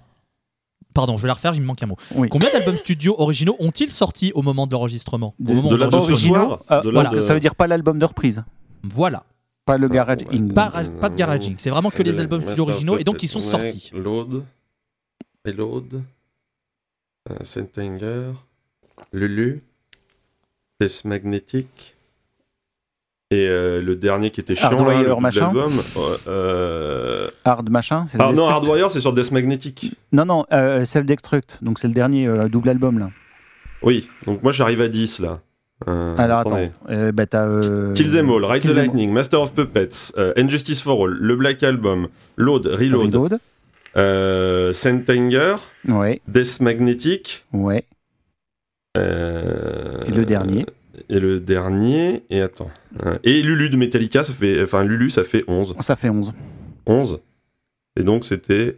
Speaker 4: Pardon, je vais la refaire, il me manque un mot.
Speaker 5: Oui.
Speaker 4: Combien d'albums studio originaux ont-ils sorti au moment de l'enregistrement Au
Speaker 5: De-
Speaker 4: moment
Speaker 2: de la
Speaker 4: l'enregistrement.
Speaker 2: ce
Speaker 5: originaux.
Speaker 2: soir,
Speaker 4: euh,
Speaker 5: Ah,
Speaker 2: de là
Speaker 5: voilà.
Speaker 2: de-
Speaker 5: Ça veut dire pas l'album de reprise,
Speaker 4: Voilà.
Speaker 5: pas le Garage
Speaker 2: Ah, ouais.
Speaker 5: Inc.
Speaker 4: Pas, ra- pas de garaging. C'est vraiment que les
Speaker 2: Euh,
Speaker 4: albums studio
Speaker 2: Master
Speaker 4: originaux et donc
Speaker 2: Puppet
Speaker 4: ils sont
Speaker 2: Mac,
Speaker 4: sortis.
Speaker 2: Load. Reload. euh, Sentenger. Lulu. Test Magnetic. Et euh, le dernier qui était chiant, là,
Speaker 5: Hardwire,
Speaker 2: le bout de
Speaker 5: machin.
Speaker 2: l'album. euh, euh,
Speaker 5: Hard machin. c'est le
Speaker 2: Ah non,
Speaker 5: Destruct.
Speaker 2: Hardwire, c'est sur Death Magnetic.
Speaker 5: Non, non, euh, Self Destruct. Donc c'est le dernier euh, double album là.
Speaker 2: Oui, donc moi j'arrive à 10 là. Euh,
Speaker 5: Alors
Speaker 2: attendez.
Speaker 5: attends, euh, bah t'as. euh,
Speaker 2: Kill Them All, Ride
Speaker 5: Kill
Speaker 2: the
Speaker 5: Them All.
Speaker 2: Lightning, Master of Puppets, euh, Injustice for All, Le Black Album, Load, Reload,
Speaker 5: Reload.
Speaker 2: euh, Sentenger,
Speaker 5: Ouais,
Speaker 2: Death Magnetic.
Speaker 5: ouais.
Speaker 2: euh,
Speaker 5: Et le dernier.
Speaker 2: Et le dernier, et attends. euh, et Lulu de Metallica, ça fait. Enfin, Lulu, ça fait 11.
Speaker 5: Ça fait 11.
Speaker 2: 11. Et donc c'était.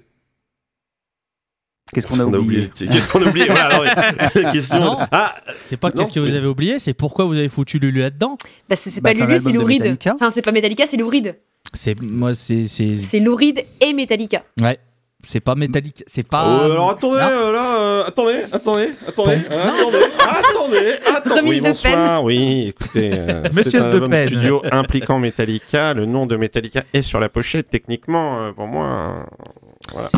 Speaker 5: Qu'est-ce qu'on a, oublié,
Speaker 2: Qu'est-ce qu'on a oublié Voilà, non, mais- la question.
Speaker 4: Non.
Speaker 2: Ah,
Speaker 4: C'est pas
Speaker 2: Non,
Speaker 4: qu'est-ce que vous
Speaker 2: mais-
Speaker 4: avez oublié, c'est pourquoi vous avez foutu Lulu là-dedans.
Speaker 3: Bah, c'est c'est
Speaker 5: Bah,
Speaker 3: pas
Speaker 5: c'est un
Speaker 3: Lulu, c'est
Speaker 5: album de
Speaker 3: Louride.
Speaker 5: Metallica.
Speaker 3: Enfin, c'est pas Metallica, c'est Louride.
Speaker 4: C'est moi, c'est c'est
Speaker 3: C'est Louride et Metallica.
Speaker 4: ouais, c'est pas Metallica, c'est pas.
Speaker 2: Oh, alors attendez,
Speaker 4: Non.
Speaker 2: euh, là, euh, attendez, attendez, attendez, euh, attendez, attendez, attendez.
Speaker 3: Remise
Speaker 2: Oui,
Speaker 3: de
Speaker 2: bonsoir, oui, écoutez, euh, c'est
Speaker 1: Monsieur
Speaker 2: un
Speaker 1: de
Speaker 2: album
Speaker 1: peine.
Speaker 2: studio impliquant Metallica, le nom de Metallica est sur la pochette, techniquement, euh, pour moi, euh, voilà.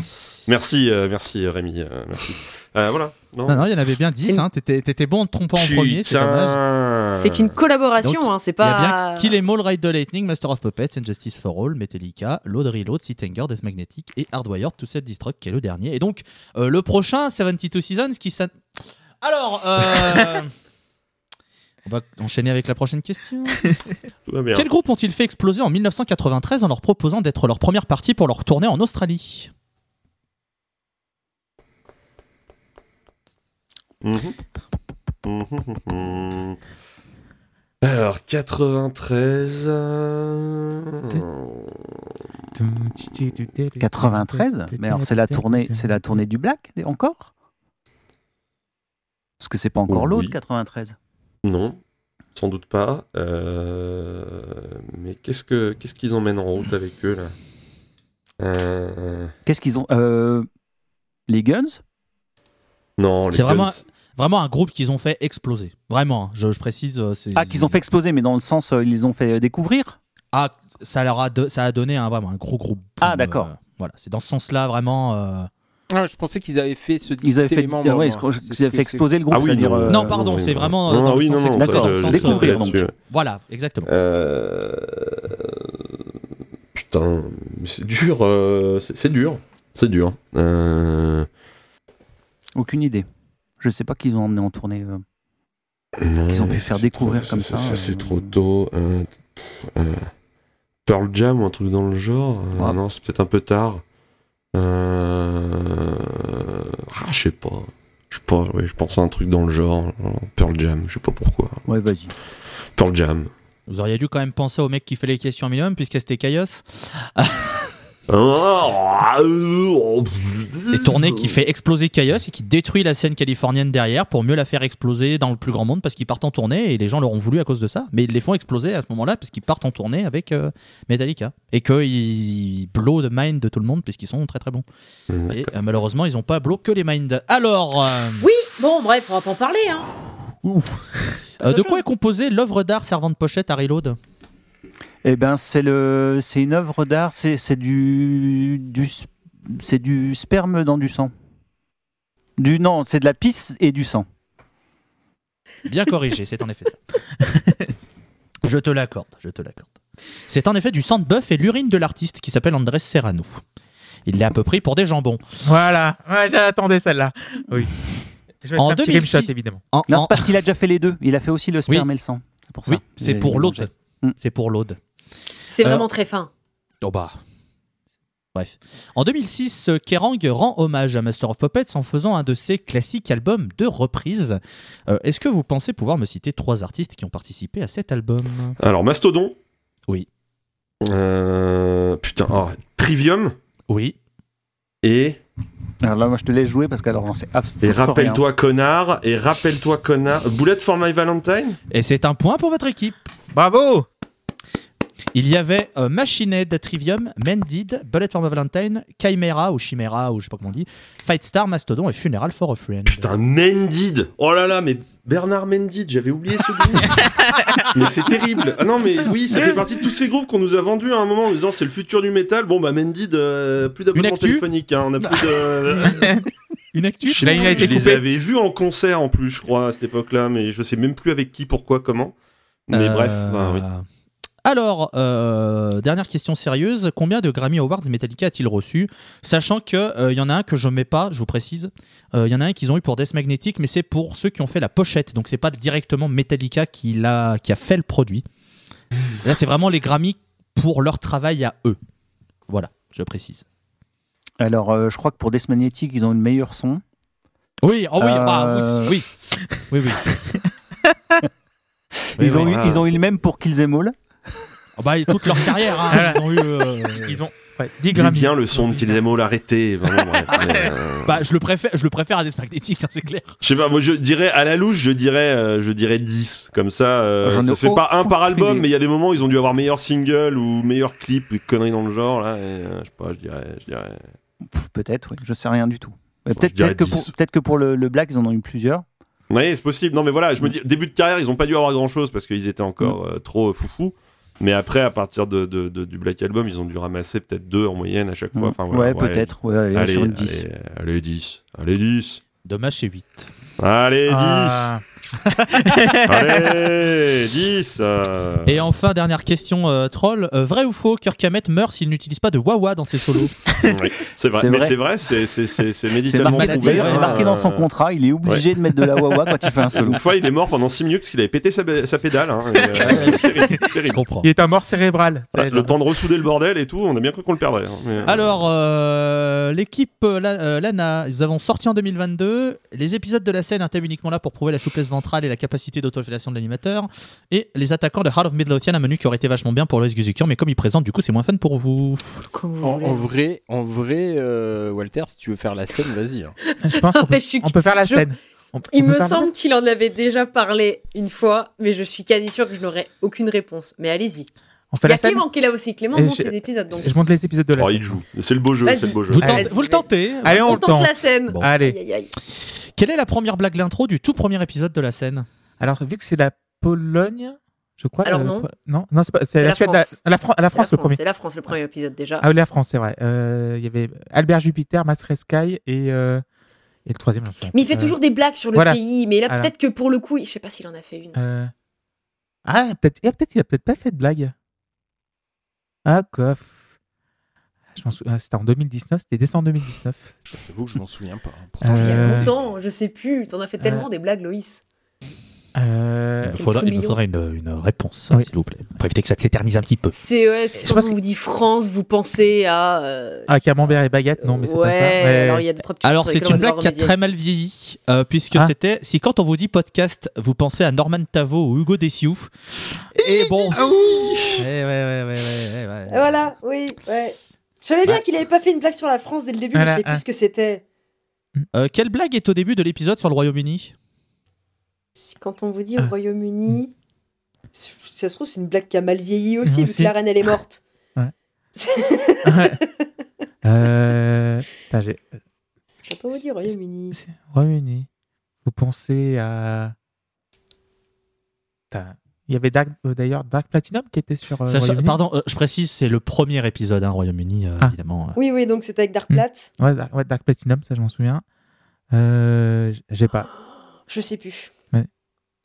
Speaker 2: Merci, euh, merci Rémi, euh, merci. Euh, voilà, non.
Speaker 4: Non, non, il y en avait bien 10,
Speaker 3: C'est-
Speaker 4: hein. t'étais t'étais bon en te trompant en premier, c'est
Speaker 2: Putain.
Speaker 4: dommage.
Speaker 1: Euh,
Speaker 3: C'est qu'une collaboration,
Speaker 4: Donc,
Speaker 3: hein, c'est
Speaker 4: Il y
Speaker 3: pas.
Speaker 4: a bien Kill Em All, Ride the Lightning, Master of Puppets, Injustice for All, Metallica, Load Reload, Sitanger, Death Magnetic et Hardwired, tout ça Destruct qui est le dernier. Et donc, euh, le prochain, 72 Seasons qui s'an... Alors, euh, on va enchaîner avec la prochaine question.
Speaker 2: Tout va bien.
Speaker 4: Quel groupe ont-ils fait exploser en 1993 en leur proposant d'être leur première partie pour leur tournée en Australie
Speaker 2: Mhm. Mhm. Alors, 93. euh,
Speaker 5: 93 Mais alors c'est la tournée, c'est la tournée du Black encore Parce que c'est pas encore
Speaker 2: Oui.
Speaker 5: l'autre 93.
Speaker 2: Non, sans doute pas. Euh, Mais qu'est-ce que qu'est-ce qu'ils emmènent en route avec eux là Euh,
Speaker 5: Qu'est-ce qu'ils ont euh, Les Guns
Speaker 2: Non, les
Speaker 4: C'est vraiment
Speaker 2: Guns.
Speaker 4: Vraiment un groupe qu'ils ont fait exploser. Vraiment, hein. je, je précise. euh, c'est-
Speaker 5: Ah, qu'ils ont fait exploser, mais dans le sens, euh, ils les ont fait découvrir
Speaker 4: Ah, ça leur a, do- ça a donné un, vraiment un gros groupe.
Speaker 5: Ah, d'accord.
Speaker 4: voilà, c'est dans ce sens-là vraiment. euh,
Speaker 6: Ah, je pensais qu'ils avaient fait ce
Speaker 5: Ils avaient
Speaker 6: discuter
Speaker 5: fait, ah
Speaker 6: les membres,
Speaker 5: ouais,
Speaker 6: moi.
Speaker 5: je crois
Speaker 6: C'est ce
Speaker 5: qu'ils avaient fait
Speaker 6: que c'est.
Speaker 5: exploser le groupe,
Speaker 2: Ah oui,
Speaker 5: c'est-à-dire. euh,
Speaker 4: Non, pardon, c'est vraiment, euh,
Speaker 2: Non,
Speaker 4: dans
Speaker 2: non,
Speaker 4: le
Speaker 2: oui,
Speaker 4: sens
Speaker 2: non, non,
Speaker 4: exploiter,
Speaker 2: ça,
Speaker 4: dans le
Speaker 2: je-
Speaker 4: sens,
Speaker 2: je-
Speaker 5: découvrir,
Speaker 4: euh,
Speaker 5: donc.
Speaker 2: là-dessus, ouais.
Speaker 4: Voilà, exactement.
Speaker 2: Euh, Putain, mais c'est dur, euh, c'est c'est dur, c'est dur. Euh,
Speaker 5: Aucune idée. Je sais pas qu'ils ont emmené en tournée. euh.
Speaker 2: non,
Speaker 5: Qu'ils ont pu faire
Speaker 2: c'est
Speaker 5: découvrir
Speaker 2: trop-
Speaker 5: comme ça, euh,
Speaker 2: c'est trop tôt. euh, pff, euh, Pearl Jam ou un truc dans le genre. euh,
Speaker 5: Ouais.
Speaker 2: Non, c'est peut-être un peu tard. Euh, Ah, je sais pas. Je sais pas, ouais, je pense à un truc dans le genre. genre Pearl Jam, je sais pas pourquoi.
Speaker 5: Ouais, vas-y.
Speaker 2: Pearl Jam.
Speaker 4: Vous auriez dû quand même penser au mec qui fait les questions minimum, puisque c'était Kaios. Et
Speaker 3: Mm.
Speaker 2: Et
Speaker 4: Tourné
Speaker 3: Oh.
Speaker 4: qui fait exploser Kaios et qui détruit la scène californienne derrière pour mieux la faire exploser dans le plus grand monde parce qu'ils partent en tournée et les gens leur ont voulu à cause de ça. Mais ils les font exploser à ce moment-là parce qu'ils partent en tournée avec euh, Metallica et qu'ils blow the mind de tout le monde parce qu'ils sont très très bons.
Speaker 3: Mm.
Speaker 4: Et euh, malheureusement, ils n'ont pas blow que les minds. Alors, euh,
Speaker 3: Oui, bon, bref, on va pas en parler. Hein.
Speaker 4: euh, de
Speaker 3: autre
Speaker 4: quoi
Speaker 3: chose.
Speaker 4: est composée l'œuvre d'art servant de pochette à Reload
Speaker 5: Eh ben, c'est le, c'est une œuvre d'art. C'est, c'est du, du, s- c'est du sperme dans du sang. Du non, c'est de la pisse et du sang.
Speaker 4: Bien corrigé, c'est en effet ça. je te l'accorde, je te l'accorde. C'est en effet du sang de bœuf et l'urine de l'artiste qui s'appelle Andrés Serrano. Il l'a à peu près pour des jambons.
Speaker 1: Voilà, ouais, j'attendais celle-là. Oui. Je vais te
Speaker 4: En
Speaker 1: faire un petit
Speaker 4: 2006,
Speaker 1: rimshot, évidemment.
Speaker 4: En-
Speaker 5: Non,
Speaker 4: en-
Speaker 5: c'est parce qu'il a déjà fait les deux. Il a fait aussi le sperme et le sang. C'est pour ça.
Speaker 4: Oui, c'est
Speaker 5: J'ai
Speaker 4: pour
Speaker 5: mélangé.
Speaker 4: l'aude.
Speaker 5: Mm.
Speaker 4: C'est pour l'aude.
Speaker 3: C'est
Speaker 4: Euh,
Speaker 3: vraiment très fin.
Speaker 4: Oh bah. Bref. En 2006, euh, Kerrang rend hommage à Master of Puppets en faisant un de ses classiques albums de reprise. Euh, Est-ce que vous pensez pouvoir me citer trois artistes qui ont participé à cet album
Speaker 2: Alors, Mastodon.
Speaker 4: Oui.
Speaker 2: Euh, Putain, oh, Trivium
Speaker 4: Oui.
Speaker 2: et,
Speaker 5: Alors là, moi, je te laisse jouer parce qu'alors, on sait
Speaker 2: et
Speaker 5: absolument
Speaker 2: rappelle-toi connard et rappelle-toi connard. Bullet for my Valentine.
Speaker 4: Et c'est un point pour votre équipe.
Speaker 1: Bravo
Speaker 4: Il y avait euh, Machine Head, Trivium, Mended, Bullet for My Valentine, Chimera ou Chimera ou je sais pas comment on dit, Fightstar, Mastodon et Funeral for a Friend.
Speaker 2: Putain, Mendid. Oh là là, mais Bernard Mendid, j'avais oublié ce groupe. mais c'est terrible. Ah non, mais oui, ça fait partie de tous ces groupes qu'on nous a vendus à un moment en disant c'est le futur du métal. Bon, bah Mendid, euh, plus d'abonnement
Speaker 4: actu
Speaker 2: téléphonique. hein, on a plus de.
Speaker 4: Une actu
Speaker 2: Je, sais
Speaker 1: La
Speaker 2: plus,
Speaker 1: ligne a été
Speaker 2: je les
Speaker 1: coupée.
Speaker 2: avais vus en concert en plus, je crois, à cette époque-là, mais je sais même plus avec qui, pourquoi, comment. Mais
Speaker 4: Euh,
Speaker 2: bref, bah, oui.
Speaker 4: Alors, euh, dernière question sérieuse. Combien de Grammy Awards Metallica a-t-il reçu Sachant qu'il y en a un que je mets pas, je vous précise. Il y en a un qu'ils ont eu pour Death Magnetic, mais c'est pour ceux qui ont fait la pochette. Donc, c'est pas directement Metallica qui, l'a- qui a fait le produit. Là, c'est vraiment les Grammy pour leur travail à eux. Voilà, je précise.
Speaker 5: Alors, euh, je crois que pour Death Magnetic, ils ont le meilleur son.
Speaker 4: Oui, oh oui,
Speaker 5: Euh,
Speaker 4: bah, oui, oui, oui, oui. Oui,
Speaker 5: ils, ont
Speaker 4: oui.
Speaker 5: eu,
Speaker 2: Ah.
Speaker 5: ils ont eu le même pour Kills Em All.
Speaker 4: Oh, bah, toute leur carrière, hein, ils ont eu. euh,
Speaker 1: Ils ont ouais, 10
Speaker 2: Dis
Speaker 1: grammes.
Speaker 2: bien le son qu'ils aiment au l'arrêter. vraiment, bref. Mais, euh,
Speaker 4: Bah, je le préfère, je le préfère à Death Magnetic, hein, c'est clair.
Speaker 2: Je sais pas, moi je dirais à la louche, je dirais, euh, je dirais 10. Comme ça, euh,
Speaker 5: Ah, J'en ai
Speaker 2: ça fait pas
Speaker 5: au-
Speaker 2: un par
Speaker 5: foutre
Speaker 2: album,
Speaker 5: idée.
Speaker 2: mais il y a des moments où ils ont dû avoir meilleur single ou meilleur clip, ou conneries dans le genre. Là, et, euh, je sais pas, je dirais, je dirais.
Speaker 5: Pff, Peut-être, oui. Je sais rien du tout. Euh,
Speaker 2: je
Speaker 5: Peut-être
Speaker 2: dirais
Speaker 5: peut-être que, pour-
Speaker 2: 10.
Speaker 5: peut-être que pour le, le Black, ils en ont eu plusieurs.
Speaker 2: Ouais, c'est possible. Non, mais voilà, je me dis, début de carrière, ils ont pas dû avoir grand chose parce qu'ils étaient
Speaker 5: Mm.
Speaker 2: encore euh, trop euh, foufou. Mais après, à partir de, de- de- du Black Album, ils ont dû ramasser peut-être deux en moyenne à chaque fois. Enfin, voilà,
Speaker 5: Mm. ouais, peut-être. Ouais, allez,
Speaker 2: Allez,
Speaker 5: sur une
Speaker 2: allez,
Speaker 5: 10.
Speaker 2: allez, 10. Allez, 10.
Speaker 4: Dommage, c'est 8.
Speaker 2: Allez, 10.
Speaker 1: Ah.
Speaker 2: Allez, 10 euh.
Speaker 4: Et enfin, dernière question euh, troll. Euh, vrai ou faux, Kirk Hammett meurt s'il n'utilise pas de Wawa dans ses solos
Speaker 2: Ouais, C'est vrai,
Speaker 5: C'est
Speaker 2: mais
Speaker 5: vrai.
Speaker 2: c'est vrai, c'est- c'est c'est- c'est
Speaker 5: C'est
Speaker 2: médicalement
Speaker 5: marqué,
Speaker 4: maladie,
Speaker 2: prouvé.
Speaker 5: d'ailleurs,
Speaker 4: ouais.
Speaker 5: c'est marqué dans son
Speaker 2: Euh,
Speaker 5: contrat. Il est obligé de mettre de la wawa quand il fait un solo.
Speaker 2: Une fois, il est mort pendant 6 minutes parce qu'il avait pété sa, ba- sa pédale. hein. Et, euh, terrible,
Speaker 4: Je
Speaker 2: terrible.
Speaker 4: comprends.
Speaker 1: Il est un mort cérébral. tu sais,
Speaker 2: Ouais, Ah, Le
Speaker 1: genre.
Speaker 2: temps de ressouder le bordel et tout, on a bien cru qu'on le perdrait. hein. Mais, euh,
Speaker 4: Alors, euh, l'équipe euh, la- euh, Lana, nous avons sorti en 2022 les épisodes de la scène, un thème uniquement là pour prouver la souplesse ventrale et la capacité d'autofélation de l'animateur, et les attaquants de Heart of Midlothian, un menu qui aurait été vachement bien pour Lois Guzukian, mais comme il présente, du coup, c'est moins fun pour vous.
Speaker 3: Comme vous
Speaker 6: En,
Speaker 3: voulez.
Speaker 6: en vrai, en vrai euh, Walter, si tu veux faire la scène, vas-y. hein.
Speaker 1: Je pense qu'on peut,
Speaker 3: Je suis-
Speaker 1: on peut faire la
Speaker 3: je-
Speaker 1: scène. On-
Speaker 3: Il
Speaker 1: on peut
Speaker 3: me
Speaker 1: faire la
Speaker 3: semble qu'il en avait déjà parlé une fois, mais je suis quasi sûre que je n'aurai aucune réponse. Mais allez-y.
Speaker 1: scène. On fait
Speaker 3: Il y
Speaker 1: la
Speaker 3: a
Speaker 1: scène.
Speaker 3: Clément qui est là aussi. Clément
Speaker 1: Et
Speaker 3: monte
Speaker 1: je-
Speaker 3: les épisodes. Donc.
Speaker 1: Je monte les épisodes de la
Speaker 2: oh,
Speaker 1: scène.
Speaker 2: il joue. C'est le beau jeu,
Speaker 3: Vas-y.
Speaker 2: c'est le beau jeu.
Speaker 4: Vous,
Speaker 1: Allez,
Speaker 4: tentez- vous le
Speaker 3: vas-y,
Speaker 4: tentez
Speaker 1: Allez, on
Speaker 3: On
Speaker 1: le
Speaker 3: tente
Speaker 1: tente.
Speaker 3: la scène.
Speaker 4: Bon.
Speaker 1: Allez.
Speaker 3: Aïe, aïe, aïe.
Speaker 4: Quelle est la première blague d'intro du tout premier épisode de la scène
Speaker 1: Alors, vu que c'est la Pologne, je crois.
Speaker 3: Alors
Speaker 1: la-
Speaker 3: non.
Speaker 1: Non, non, c'est pas- c'est
Speaker 3: C'est
Speaker 1: la,
Speaker 3: la
Speaker 1: Suède.
Speaker 3: France.
Speaker 1: La, la Fran- la France, le premier.
Speaker 3: C'est la France, le premier épisode déjà.
Speaker 1: Ah oui, la France, c'est vrai. Euh, Il y avait Albert Jupiter, Max Rescaille et, euh, et le troisième. j'en souviens Euh,
Speaker 3: mais il
Speaker 1: plus.
Speaker 3: fait toujours des blagues sur le
Speaker 1: voilà.
Speaker 3: pays, mais là,
Speaker 1: Voilà.
Speaker 3: peut-être que pour le coup, il- je sais pas s'il en a fait une.
Speaker 1: Euh, Ah, peut-être eh, peut-être qu'il a peut-être pas fait de blague. Ah, quoi. pff. Je m'en souviens, ah, c'était en 2019, c'était décembre 2019.
Speaker 6: J'avoue que je m'en souviens pas. hein,
Speaker 1: Euh,
Speaker 3: Il y a longtemps, je sais plus. T'en as fait tellement
Speaker 1: euh,
Speaker 3: des blagues, Loïs.
Speaker 1: Euh,
Speaker 4: Il nous faudra,
Speaker 3: Entre
Speaker 4: il nous
Speaker 3: millions.
Speaker 4: faudra une, une réponse, hein,
Speaker 1: Oui.
Speaker 4: s'il vous plaît. Pour éviter que ça s'éternise un petit peu.
Speaker 3: CES,
Speaker 1: E Je
Speaker 3: quand
Speaker 1: pense
Speaker 3: on
Speaker 1: que-
Speaker 3: vous dit France, vous pensez à. euh,
Speaker 1: ah, Camembert et Baguette, non, mais c'est
Speaker 3: ouais,
Speaker 1: pas ça. Ouais.
Speaker 3: alors il y a deux, trois petites
Speaker 4: Alors,
Speaker 3: choses sur
Speaker 4: c'est une
Speaker 3: lesquelles on
Speaker 4: blague
Speaker 3: va
Speaker 4: qui a
Speaker 3: devoir
Speaker 4: très mal vieilli, euh, puisque
Speaker 1: Ah.
Speaker 4: c'était si quand on vous dit podcast, vous pensez à Norman Tavo ou Hugo Dessiouf. Et bon. Eh ouais, ouais, ouais, ouais, ouais, ouais.
Speaker 7: ah Et Voilà, oui, ouais. Je savais bien
Speaker 4: Ouais.
Speaker 7: qu'il avait pas fait une blague sur la France dès le début,
Speaker 1: Voilà,
Speaker 7: mais je sais
Speaker 1: hein.
Speaker 7: plus ce que c'était.
Speaker 4: Euh, quelle blague est au début de l'épisode sur le Royaume-Uni
Speaker 7: Si- Quand on vous dit
Speaker 1: Ah.
Speaker 7: Royaume-Uni, ça se trouve, c'est une blague qui a mal vieilli aussi, vu
Speaker 1: aussi.
Speaker 7: que la reine, elle est morte.
Speaker 1: Euh, putain, j'ai-
Speaker 7: C'est Quand on vous dit Royaume-Uni.
Speaker 1: c'est- Royaume-Uni. Vous pensez à. Putain, Il y avait Dark- euh, d'ailleurs Dark Platinum qui était sur. euh,
Speaker 4: Sacha-
Speaker 1: Royaume-Uni.
Speaker 4: Pardon, euh, je précise, c'est le premier épisode, hein, Royaume-Uni, euh,
Speaker 1: Ah.
Speaker 4: évidemment.
Speaker 7: Oui, oui, donc c'était avec Dark
Speaker 1: Hmm.
Speaker 7: Platt.
Speaker 1: Ouais, Dark, ouais, Dark Platinum, ça je m'en souviens. Euh, j- j'ai pas.
Speaker 7: Je sais plus.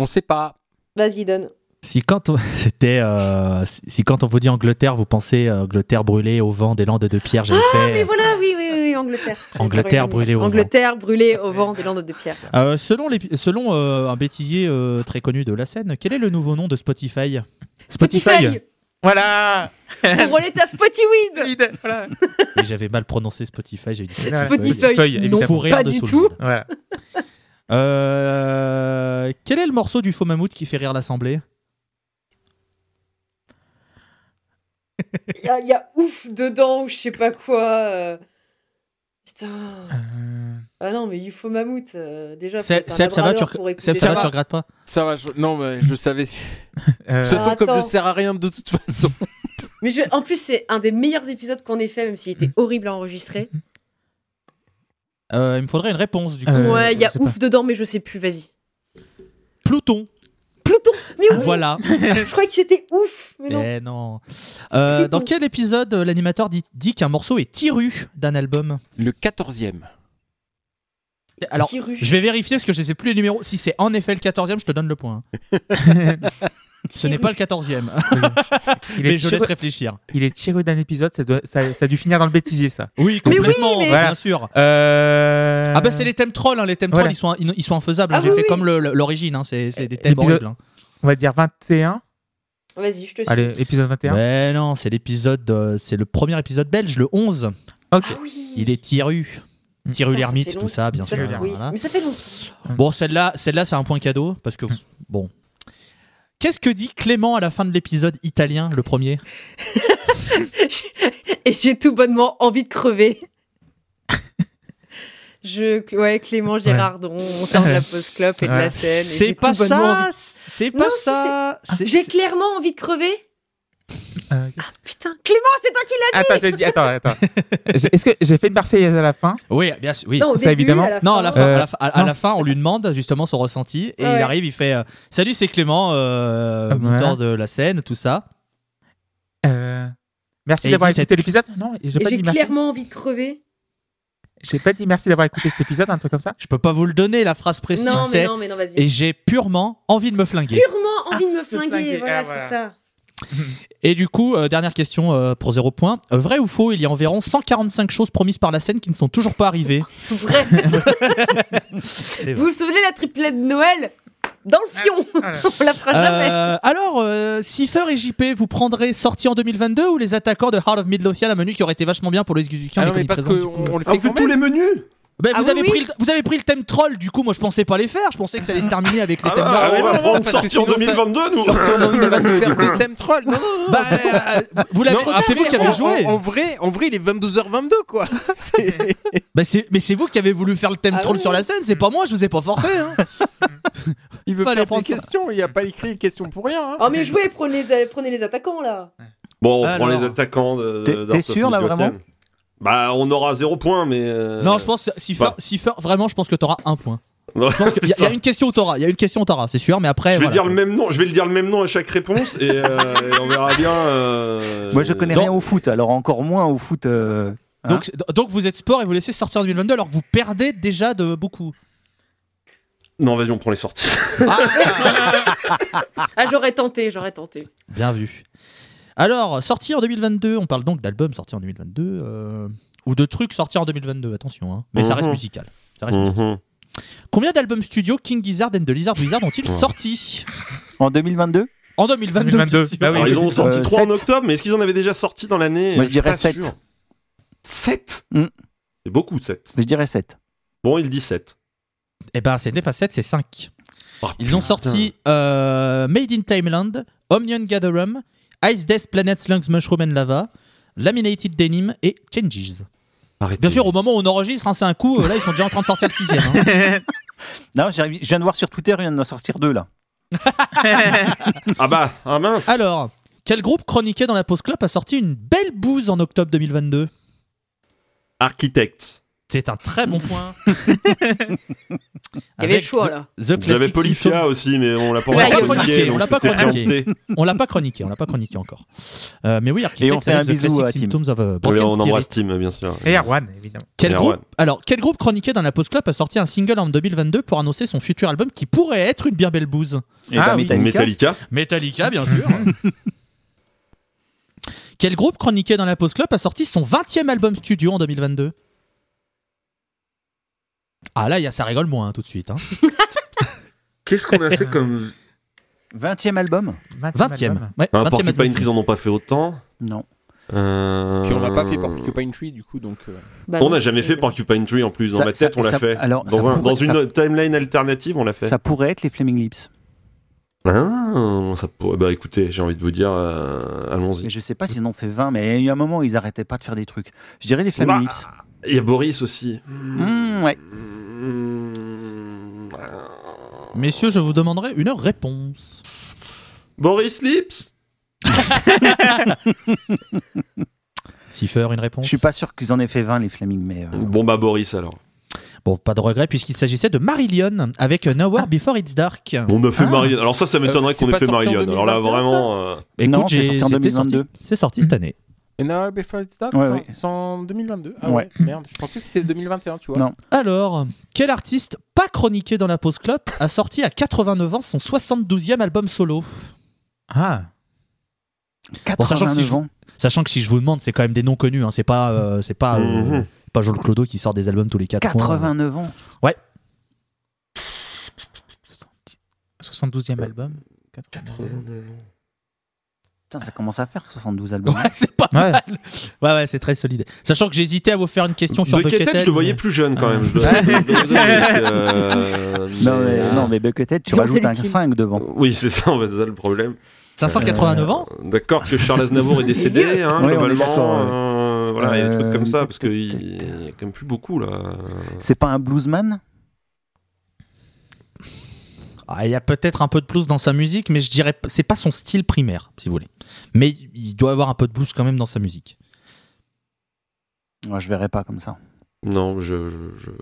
Speaker 6: On sait pas.
Speaker 7: Vas-y, donne.
Speaker 4: Si quand on, c'était, euh, si si quand on vous dit Angleterre, vous pensez euh, Angleterre brûlée au vent des landes de pierre, j'avais fait.
Speaker 7: Ah, Mais voilà, oui, oui, oui, Angleterre.
Speaker 4: Angleterre
Speaker 7: Royaume-Uni.
Speaker 4: brûlée au
Speaker 3: Angleterre brûlée au vent des Landes de Pierre.
Speaker 4: vent. Euh, selon les, selon euh, un bêtisier euh, très connu de la scène, quel est le nouveau nom de Spotify
Speaker 3: Spotify
Speaker 1: Voilà
Speaker 3: Pour relais ta Spotify
Speaker 1: Vide, voilà.
Speaker 4: Et J'avais mal prononcé Spotify, j'ai dit
Speaker 1: Voilà.
Speaker 3: Spotify, non,
Speaker 1: évidemment.
Speaker 4: Pour rien
Speaker 3: pas
Speaker 4: de
Speaker 3: du
Speaker 4: tout. le
Speaker 3: tout.
Speaker 4: monde.
Speaker 1: Voilà.
Speaker 4: Euh, quel est le morceau du faux mammouth qui fait rire l'assemblée
Speaker 7: Il y, a- il y a ouf dedans ou je sais pas quoi. euh. Putain.
Speaker 1: Euh,
Speaker 7: Ah non, mais il faut Mammouth. euh, déjà, faut
Speaker 4: Seb,
Speaker 7: être un
Speaker 4: Seb, ça va, tu,
Speaker 7: labrador
Speaker 4: reg-
Speaker 7: pour écouter
Speaker 4: Seb,
Speaker 7: ça.
Speaker 4: ça va, tu regrettes pas
Speaker 6: Ça va, je- non, mais je savais.
Speaker 1: euh,
Speaker 6: Ce sont comme
Speaker 7: Attends.
Speaker 6: je sers à rien de toute façon.
Speaker 3: Mais je- en plus, c'est un des meilleurs épisodes qu'on ait fait, même s'il
Speaker 4: Mm.
Speaker 3: était horrible à enregistrer.
Speaker 4: Euh, Il me faudrait une réponse du coup.
Speaker 1: Euh,
Speaker 3: ouais, il y a
Speaker 1: je sais
Speaker 3: ouf dedans, mais je sais plus, vas-y.
Speaker 4: Pluton,
Speaker 7: Pluton Mais Ah oui
Speaker 4: voilà.
Speaker 7: Je croyais que c'était ouf Mais non
Speaker 4: Eh non. Euh,
Speaker 7: Pluton.
Speaker 4: dans quel épisode euh, l'animateur dit, dit qu'un morceau est tiru d'un album
Speaker 6: Le 14e.
Speaker 4: Alors,
Speaker 7: Tiru.
Speaker 4: je vais vérifier parce que je sais plus les numéros. Si c'est en effet le 14e, je te donne le point. Ce n'est pas le 14e,
Speaker 1: il,
Speaker 4: mais
Speaker 1: est
Speaker 4: je laisse
Speaker 1: tiré,
Speaker 4: réfléchir.
Speaker 1: il est tiré d'un épisode, ça, doit- ça, ça a dû finir dans le bêtisier, ça.
Speaker 4: Oui,
Speaker 3: Mais oui,
Speaker 4: complètement,
Speaker 3: mais-
Speaker 4: bien sûr.
Speaker 1: Euh...
Speaker 4: Ah bah c'est les thèmes trolls, hein. les thèmes
Speaker 1: Voilà.
Speaker 4: trolls ils sont, ils, ils sont infaisables, hein.
Speaker 7: Ah
Speaker 4: j'ai
Speaker 7: oui,
Speaker 4: fait
Speaker 7: oui.
Speaker 4: comme le- le- l'origine, hein. c'est c'est des thèmes
Speaker 1: Épisode-
Speaker 4: horribles. hein.
Speaker 1: On va dire 21.
Speaker 7: Vas-y, je te suis.
Speaker 1: Allez, épisode 21.
Speaker 4: Mais non, c'est l'épisode, euh, c'est le premier épisode belge, le 11.
Speaker 7: Ah oui
Speaker 4: Il est Tiru.
Speaker 1: Mm.
Speaker 4: Tiru
Speaker 7: Putain, ça
Speaker 4: l'ermite,
Speaker 7: fait
Speaker 4: tout ça, bien
Speaker 7: Ça-
Speaker 4: sûr.
Speaker 1: Tiru l'ermite.
Speaker 7: oui,
Speaker 4: voilà.
Speaker 7: Mais ça fait longtemps.
Speaker 4: Bon, celle-là, celle-là, c'est un point cadeau parce
Speaker 1: Mm.
Speaker 4: que bon. Qu'est-ce que dit Clément à la fin de l'épisode italien, le premier
Speaker 3: Et j'ai tout bonnement envie de crever. Je, ouais, Clément Gérardon, auteur de la post-club et de
Speaker 1: Ouais.
Speaker 3: la scène. et j'ai
Speaker 4: C'est
Speaker 3: tout
Speaker 4: pas
Speaker 3: bonnement
Speaker 4: ça,
Speaker 3: envie-
Speaker 4: c'est pas
Speaker 3: Non, si,
Speaker 4: ça. c'est-
Speaker 3: J'ai clairement envie de crever.
Speaker 1: Euh,
Speaker 3: Putain, Clément, c'est toi qui l'as
Speaker 1: attends, je l'ai dit. Attends, attends. J'ai- Est-ce que j'ai fait une Marseillaise à la fin
Speaker 4: Oui, bien sûr, oui.
Speaker 7: Non, au
Speaker 1: Ça,
Speaker 7: début,
Speaker 1: évidemment.
Speaker 7: à la
Speaker 4: Non,
Speaker 7: fin.
Speaker 4: à la fin,
Speaker 1: Euh,
Speaker 4: à la fin- à- à
Speaker 1: non.
Speaker 4: la fin, on lui demande justement son ressenti et
Speaker 7: Ouais.
Speaker 4: il arrive, il fait euh, Salut, c'est Clément, euh,
Speaker 1: Ah, voilà.
Speaker 4: auteur de la scène, tout ça.
Speaker 1: Euh, Merci
Speaker 4: Et
Speaker 1: d'avoir
Speaker 4: il dit
Speaker 1: écouté l'épisode. Non, j'ai
Speaker 7: Et
Speaker 1: pas,
Speaker 7: j'ai
Speaker 1: dit merci.
Speaker 7: clairement envie de crever.
Speaker 1: J'ai pas dit merci d'avoir écouté cet épisode, un truc comme ça.
Speaker 4: Je peux pas vous le donner, la phrase précise,
Speaker 3: Non, mais
Speaker 4: c'est
Speaker 3: non, mais non, vas-y.
Speaker 4: Et j'ai purement envie de me flinguer.
Speaker 3: Purement envie de me flinguer,
Speaker 1: flinguer,
Speaker 3: voilà,
Speaker 1: ah, voilà.
Speaker 3: c'est ça.
Speaker 4: Et du coup, euh, dernière question euh, pour zéro point. Euh, Vrai ou faux, il y a environ 145 choses promises par la scène qui ne sont toujours pas arrivées.
Speaker 3: Vrai. Vous vous souvenez la triplette de Noël Dans le fion On la fera jamais
Speaker 4: Euh, alors, euh, Cipher et JP, vous prendrez sorti en 2022 ou les attaquants de Heart of Midlothian, un menu qui aurait été vachement bien pour les Guzukian
Speaker 6: Ah
Speaker 4: mais
Speaker 6: non,
Speaker 4: qu'on
Speaker 6: mais
Speaker 4: y
Speaker 6: parce
Speaker 4: présente, du
Speaker 6: qu'on
Speaker 4: coup.
Speaker 6: on le
Speaker 2: Ah,
Speaker 6: fait
Speaker 2: vous faites
Speaker 6: quand
Speaker 2: tous
Speaker 6: même.
Speaker 2: les menus
Speaker 4: Ben,
Speaker 3: Ah
Speaker 4: vous,
Speaker 3: oui,
Speaker 4: avez
Speaker 3: oui.
Speaker 4: Pris le, vous avez pris le thème troll, du coup, moi je pensais pas les faire, je pensais que ça allait se terminer avec les
Speaker 2: Ah,
Speaker 4: thèmes
Speaker 2: bah,
Speaker 4: normaux.
Speaker 2: on va
Speaker 6: non,
Speaker 2: prendre
Speaker 6: parce que
Speaker 2: sortir en
Speaker 6: sinon, ça-
Speaker 2: 2022, nous
Speaker 6: Sortir, ça, ça va nous faire des thèmes trolls. Non, non,
Speaker 4: Bah, euh, euh, vous l'avez-
Speaker 6: non,
Speaker 4: c'est vous qui avez
Speaker 6: après, en-
Speaker 4: joué.
Speaker 6: En, en vrai, en vrai, il est 22h22, quoi. C'est-
Speaker 4: Bah, c'est- mais c'est vous qui avez voulu faire le thème
Speaker 7: Ah
Speaker 4: troll
Speaker 7: oui.
Speaker 4: sur la scène, c'est pas moi, je vous ai pas forcé. hein.
Speaker 6: Il veut
Speaker 4: Fallait
Speaker 6: faire des
Speaker 4: prendre ça.
Speaker 6: questions. Il a pas écrit les questions pour rien. hein.
Speaker 7: Oh, mais jouez, prenez
Speaker 3: euh,
Speaker 7: les, prenez les attaquants, là
Speaker 2: Bon, on
Speaker 4: Alors.
Speaker 2: prend les attaquants. de-
Speaker 5: T'es-
Speaker 2: d'Hearts
Speaker 5: t'es
Speaker 2: of
Speaker 5: sûr, là,
Speaker 2: Midlothian.
Speaker 5: vraiment
Speaker 2: Bah, on aura zéro point, mais. euh,
Speaker 4: Non, je pense, que Cipher,
Speaker 2: bah.
Speaker 4: Cipher, vraiment, je pense que t'auras un point.
Speaker 2: Non,
Speaker 4: Je pense qu'il y, a- il y a une question où t'auras, il y a une question où t'auras, c'est sûr, mais après.
Speaker 2: je vais
Speaker 4: voilà.
Speaker 2: dire le même nom. Je vais le dire le même nom à chaque réponse et, euh, et on verra bien. euh,
Speaker 5: Moi, je connais
Speaker 4: dans-
Speaker 5: rien au foot, alors encore moins au foot. euh, Hein
Speaker 4: donc, c'est- donc vous êtes sport et vous laissez sortir en 2022 alors que vous perdez déjà de beaucoup.
Speaker 2: Non, vas-y, on prend les sorties.
Speaker 3: Ah, j'aurais tenté, j'aurais tenté.
Speaker 4: Bien vu. Alors, sorti en 2022, on parle donc d'albums sortis en 2022, euh, ou de trucs sortis en 2022, attention, hein. mais ça reste
Speaker 2: Mhm.
Speaker 4: musical. Ça reste
Speaker 5: Ah
Speaker 4: musical.
Speaker 2: Mhm.
Speaker 4: Combien d'albums studio King Gizzard and the Lizard Wizard ont-ils
Speaker 2: Ouais.
Speaker 4: sorti
Speaker 5: En 2022
Speaker 4: en 2022
Speaker 1: 2022,
Speaker 4: bien sûr.
Speaker 1: bah oui.
Speaker 2: Alors, Ah, ils ont sorti
Speaker 5: Euh,
Speaker 2: 3 en
Speaker 5: sept.
Speaker 2: octobre, mais est-ce qu'ils en avaient déjà sorti dans l'année
Speaker 5: Moi,
Speaker 2: Euh,
Speaker 5: je dirais
Speaker 2: suis pas
Speaker 5: sept.
Speaker 2: sûr. 7
Speaker 5: Mm.
Speaker 2: C'est beaucoup 7.
Speaker 5: Je dirais 7.
Speaker 2: Bon, il dit 7.
Speaker 4: Eh ben, ce n'est pas 7, c'est 5.
Speaker 2: Oh,
Speaker 4: Ils ont sorti euh, Made in Timeland, Omnion Gatherum, Ice Death Planet Lungs Mushroom and Lava, Laminated Denim et Changes. Bien sûr, au moment où on enregistre, hein, c'est un coup, euh, là ils sont déjà en train de sortir le sixième. hein.
Speaker 5: Non, j'ai- je viens de voir sur Twitter, il vient d'en sortir deux là.
Speaker 2: Ah bah, ah mince.
Speaker 4: Alors, quel groupe chroniqué dans la pause club a sorti une belle bouse en octobre 2022
Speaker 2: Architects.
Speaker 4: C'est un très bon point.
Speaker 3: Il y avait le
Speaker 4: Avec
Speaker 3: choix,
Speaker 4: The-
Speaker 3: là.
Speaker 4: The Classic
Speaker 2: J'avais Polyphia
Speaker 4: Symptoms.
Speaker 2: aussi, mais on l'a pas
Speaker 3: On l'a pas
Speaker 4: chroniqué,
Speaker 2: donc
Speaker 4: on l'a pas
Speaker 2: c'était
Speaker 4: chroniqué.
Speaker 2: planté.
Speaker 4: On l'a pas chroniqué, on l'a pas chroniqué encore. Euh, mais oui, Architects
Speaker 5: Et on fait
Speaker 4: avec
Speaker 5: un
Speaker 4: The
Speaker 5: bisou
Speaker 4: Classic
Speaker 5: à Tim.
Speaker 4: Symptoms of a Broken
Speaker 2: Oui, on
Speaker 4: Spirit.
Speaker 2: embrasse Tim, bien sûr.
Speaker 1: Et Erwan, évidemment.
Speaker 4: Quel
Speaker 2: Et
Speaker 4: groupe
Speaker 2: Erwan.
Speaker 4: Alors, quel groupe chroniqué dans la Post Club a sorti un single en 2022 pour annoncer son futur album qui pourrait être une bien belle bouse
Speaker 5: Et
Speaker 1: Ah
Speaker 5: ben,
Speaker 1: oui.
Speaker 5: Metallica.
Speaker 2: Metallica.
Speaker 4: Metallica, bien sûr. quel groupe chroniqué dans la Post Club a sorti son 20e album studio en 2022 Ah là, il y a- ça rigole moins hein, tout de suite. hein.
Speaker 2: Qu'est-ce qu'on a fait comme.
Speaker 5: 20e album
Speaker 4: 20e. Ouais, 20e
Speaker 2: Un
Speaker 4: album.
Speaker 2: Porcupine Trees, ils en ont pas fait autant.
Speaker 5: Non.
Speaker 2: Euh,
Speaker 6: Puis on l'a pas fait pour Porcupine Tree, du coup, donc. euh,
Speaker 3: Bah,
Speaker 2: On
Speaker 3: non.
Speaker 2: n'a jamais fait Porcupine Tree en plus. Dans
Speaker 5: Ça-
Speaker 2: ma tête,
Speaker 5: ça-
Speaker 2: on l'a
Speaker 5: ça-
Speaker 2: fait.
Speaker 5: alors,
Speaker 2: dans
Speaker 5: ça
Speaker 2: un-
Speaker 5: pourrait-
Speaker 2: dans une
Speaker 5: ça-
Speaker 2: timeline alternative, on l'a fait.
Speaker 5: Ça pourrait être les Flaming Lips.
Speaker 2: Ah, ça pourrait- Bah écoutez, j'ai envie de vous dire, euh, allons-y.
Speaker 5: Mais je sais pas s'ils en ont fait 20, mais il y a eu un moment où ils arrêtaient pas de faire des trucs. Je dirais les Flaming
Speaker 2: Bah.
Speaker 5: Lips.
Speaker 2: Il y a Boris aussi.
Speaker 5: Mmh, ouais.
Speaker 4: Messieurs, je vous demanderai une réponse.
Speaker 2: Boris Lips
Speaker 4: Cipher, une réponse
Speaker 5: Je suis pas sûr qu'ils en aient fait 20 les Flaming, mais. euh,
Speaker 2: Bon bah Boris alors.
Speaker 4: Bon, pas de regret, puisqu'il s'agissait de Marillion avec An Hour Before It's Dark.
Speaker 2: On a fait
Speaker 5: Ah.
Speaker 2: Marillion. Alors ça, ça m'étonnerait
Speaker 6: Euh,
Speaker 2: qu'on
Speaker 6: c'est
Speaker 2: ait
Speaker 6: pas
Speaker 2: fait
Speaker 6: sorti en
Speaker 2: Marillion. Alors là
Speaker 6: 2021,
Speaker 2: vraiment... euh,
Speaker 4: Écoute,
Speaker 5: Non, c'est
Speaker 4: j'ai-
Speaker 5: sorti en
Speaker 4: c'était sorti-
Speaker 5: 2022.
Speaker 4: C'est sorti cette année.
Speaker 6: An Hour Before It's Dark,
Speaker 5: Ouais,
Speaker 6: c'est en-
Speaker 5: ouais.
Speaker 6: c'est en 2022. Ah
Speaker 5: Ouais.
Speaker 6: ouais. merde, je pensais que c'était 2021, tu vois.
Speaker 5: Non.
Speaker 4: Alors, quel artiste pas chroniqué dans la pause club a sorti à 89 ans son 72e album solo
Speaker 1: Ah,
Speaker 4: Bon, sachant que si
Speaker 5: 89
Speaker 4: je-
Speaker 5: ans.
Speaker 4: Sachant que si je vous demande, c'est quand même des noms connus, hein, c'est pas, euh, c'est
Speaker 5: Ah,
Speaker 4: pas, euh,
Speaker 2: Mhm.
Speaker 4: pas Jean-Luc Clodo qui sort des albums tous les 4 ans. euh.
Speaker 5: 89 ans.
Speaker 1: 72e album. 80e.
Speaker 5: Putain, ça commence à faire 72 albums.
Speaker 4: Ouais, c'est pas
Speaker 1: Ouais.
Speaker 4: mal. Ouais, ouais, c'est très solide. Sachant que j'hésitais à vous faire une question sur
Speaker 2: De Ketel, je le voyais
Speaker 4: mais-
Speaker 2: plus jeune quand
Speaker 4: Ah.
Speaker 2: même. je dois- je dois- je dois- je dois- je dois-
Speaker 5: Non, mais,
Speaker 2: euh,
Speaker 5: non, mais Buckethead, tu
Speaker 3: Non,
Speaker 5: rajoutes
Speaker 3: c'est
Speaker 5: un
Speaker 3: l'ultime.
Speaker 5: 5 devant.
Speaker 2: Oui, c'est ça, en fait, c'est ça le problème.
Speaker 4: 589 ans
Speaker 2: Euh. D'accord que Charles Aznavour est décédé, hein,
Speaker 5: Ouais, on est d'accord,
Speaker 2: globalement.
Speaker 5: ouais.
Speaker 2: euh, voilà, il y a des trucs
Speaker 5: Euh,
Speaker 2: comme ça,
Speaker 5: peut-être,
Speaker 2: parce qu'il
Speaker 5: peut-être.
Speaker 2: y a quand même plus beaucoup, là.
Speaker 5: C'est pas un bluesman
Speaker 4: Ah, il y a peut-être un peu de blues dans sa musique, mais je dirais c'est pas son style primaire, si vous voulez. Mais il doit avoir un peu de blues quand même dans sa musique.
Speaker 5: Moi, je verrais pas comme ça.
Speaker 2: Non, je... je- je-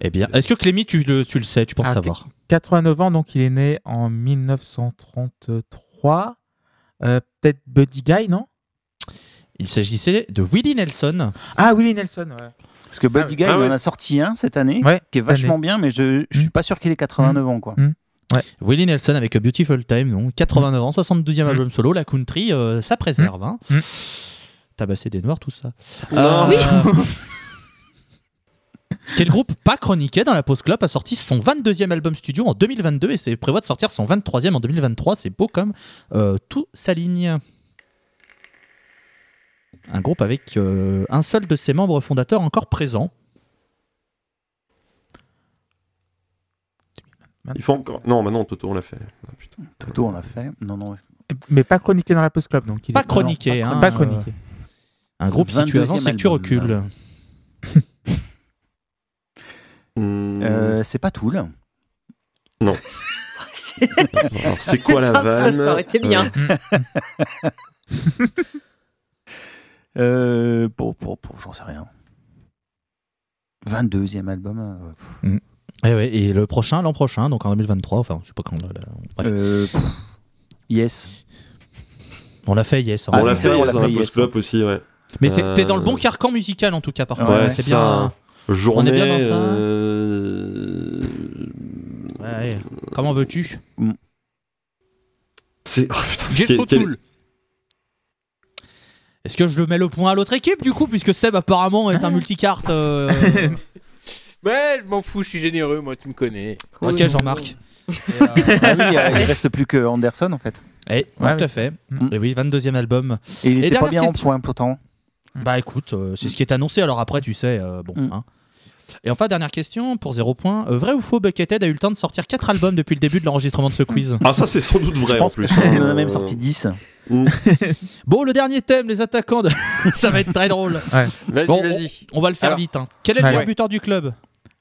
Speaker 4: Eh bien, est-ce que Clémy, tu le, tu le sais, tu penses
Speaker 1: Ah,
Speaker 4: savoir
Speaker 1: 89 ans, donc il est né en 1933. Euh, Peut-être Buddy Guy, non
Speaker 4: Il s'agissait de Willie Nelson.
Speaker 1: Ah, Willie Nelson, ouais.
Speaker 5: Parce que Buddy
Speaker 1: Ah,
Speaker 5: Guy,
Speaker 2: ah
Speaker 5: il
Speaker 2: ouais.
Speaker 5: en a sorti un cette année, Mm.
Speaker 1: Ouais,
Speaker 5: qui est
Speaker 1: cette
Speaker 5: vachement bien, mais je, je suis
Speaker 1: Mm.
Speaker 5: pas sûr qu'il ait 89 ans, quoi.
Speaker 4: Willie Nelson avec A Beautiful Time, donc 89 ans, 72e album solo, la country, euh, ça préserve. Hein.
Speaker 1: Mm.
Speaker 4: Tabasser des noirs, tout ça. Euh,
Speaker 6: Ah.
Speaker 2: Non.
Speaker 4: Quel groupe pas chroniqué dans la pause club a sorti son 22e album studio en 2022 et c'est prévoit de sortir son 23e en 2023. C'est beau comme euh, tout s'aligne. Un groupe avec euh, un seul de ses membres fondateurs encore présent.
Speaker 2: Il faut encore... Non, maintenant, Toto, on l'a fait. Ah, putain.
Speaker 5: Toto, on l'a fait. Non, non. ouais.
Speaker 1: Mais pas chroniqué dans la Post Club, donc il
Speaker 4: Pas
Speaker 1: est-
Speaker 4: chroniqué.
Speaker 1: non,
Speaker 4: hein,
Speaker 1: pas chroniqué.
Speaker 4: euh, un groupe si tu
Speaker 5: 22e
Speaker 4: avances et que tu
Speaker 5: album.
Speaker 4: recules.
Speaker 2: Hmm.
Speaker 5: Euh, c'est pas Tool.
Speaker 3: C'est-
Speaker 2: Alors, C'est quoi la
Speaker 3: Putain, ça,
Speaker 2: vanne
Speaker 3: ça aurait été bien.
Speaker 5: Euh, pour, pour, pour- j'en sais rien. 22e album. euh, pff.
Speaker 4: Et, Eh ouais, et le prochain, l'an prochain, donc en 2023, enfin, je sais pas quand. là, là, bref.
Speaker 5: Euh, pff, yes.
Speaker 4: On l'a fait, yes. hein.
Speaker 5: Ah,
Speaker 2: on l'a
Speaker 5: c'est
Speaker 2: fait,
Speaker 5: vrai, on
Speaker 2: yes,
Speaker 5: l'a
Speaker 2: dans la
Speaker 5: fait, yes.
Speaker 2: post-flop aussi, ouais.
Speaker 4: Mais t'es t'es dans le
Speaker 2: Euh,
Speaker 4: bon carcan musical en tout cas, par contre.
Speaker 5: Ouais,
Speaker 4: c'est
Speaker 2: ça,
Speaker 4: bien. hein.
Speaker 2: Journée.
Speaker 4: On est bien dans ça.
Speaker 2: euh,
Speaker 4: Ouais, Comment veux-tu
Speaker 2: C'est. Oh putain,
Speaker 6: J'ai
Speaker 2: quel-
Speaker 6: trop
Speaker 2: quel-
Speaker 6: cool.
Speaker 4: Est-ce que je mets le point à l'autre équipe du coup, puisque Seb apparemment est un multicarte euh,
Speaker 6: Ouais, je m'en fous, je suis généreux, moi, tu me connais.
Speaker 4: Ok, Jean-Marc.
Speaker 5: Ah oui, euh, il reste plus que Anderson en fait.
Speaker 4: Eh,
Speaker 1: Ouais,
Speaker 4: tout
Speaker 1: oui.
Speaker 4: à fait.
Speaker 1: Mm.
Speaker 4: Et oui, 22e album.
Speaker 5: Et il
Speaker 4: Et
Speaker 5: était pas
Speaker 4: dernière
Speaker 5: bien
Speaker 4: question.
Speaker 5: en point pourtant.
Speaker 4: Bah écoute, euh, c'est ce qui est annoncé, alors après, tu sais, euh, bon.
Speaker 5: Mm.
Speaker 4: hein. Et enfin, dernière question pour 0 point. Euh, vrai ou faux, Buckethead a eu le temps de sortir 4 albums depuis le début de l'enregistrement de ce quiz
Speaker 2: Ah, ça, c'est sans doute vrai
Speaker 5: je pense
Speaker 2: en plus.
Speaker 5: qu'il en a
Speaker 2: Euh,
Speaker 5: même sorti 10.
Speaker 4: Bon, le dernier thème, les attaquants, de- ça va être très drôle.
Speaker 6: Vas-y,
Speaker 4: Bon,
Speaker 6: vas-y.
Speaker 4: On va le faire
Speaker 6: Alors.
Speaker 4: vite. hein. Quel est le
Speaker 1: Ouais.
Speaker 4: meilleur buteur du club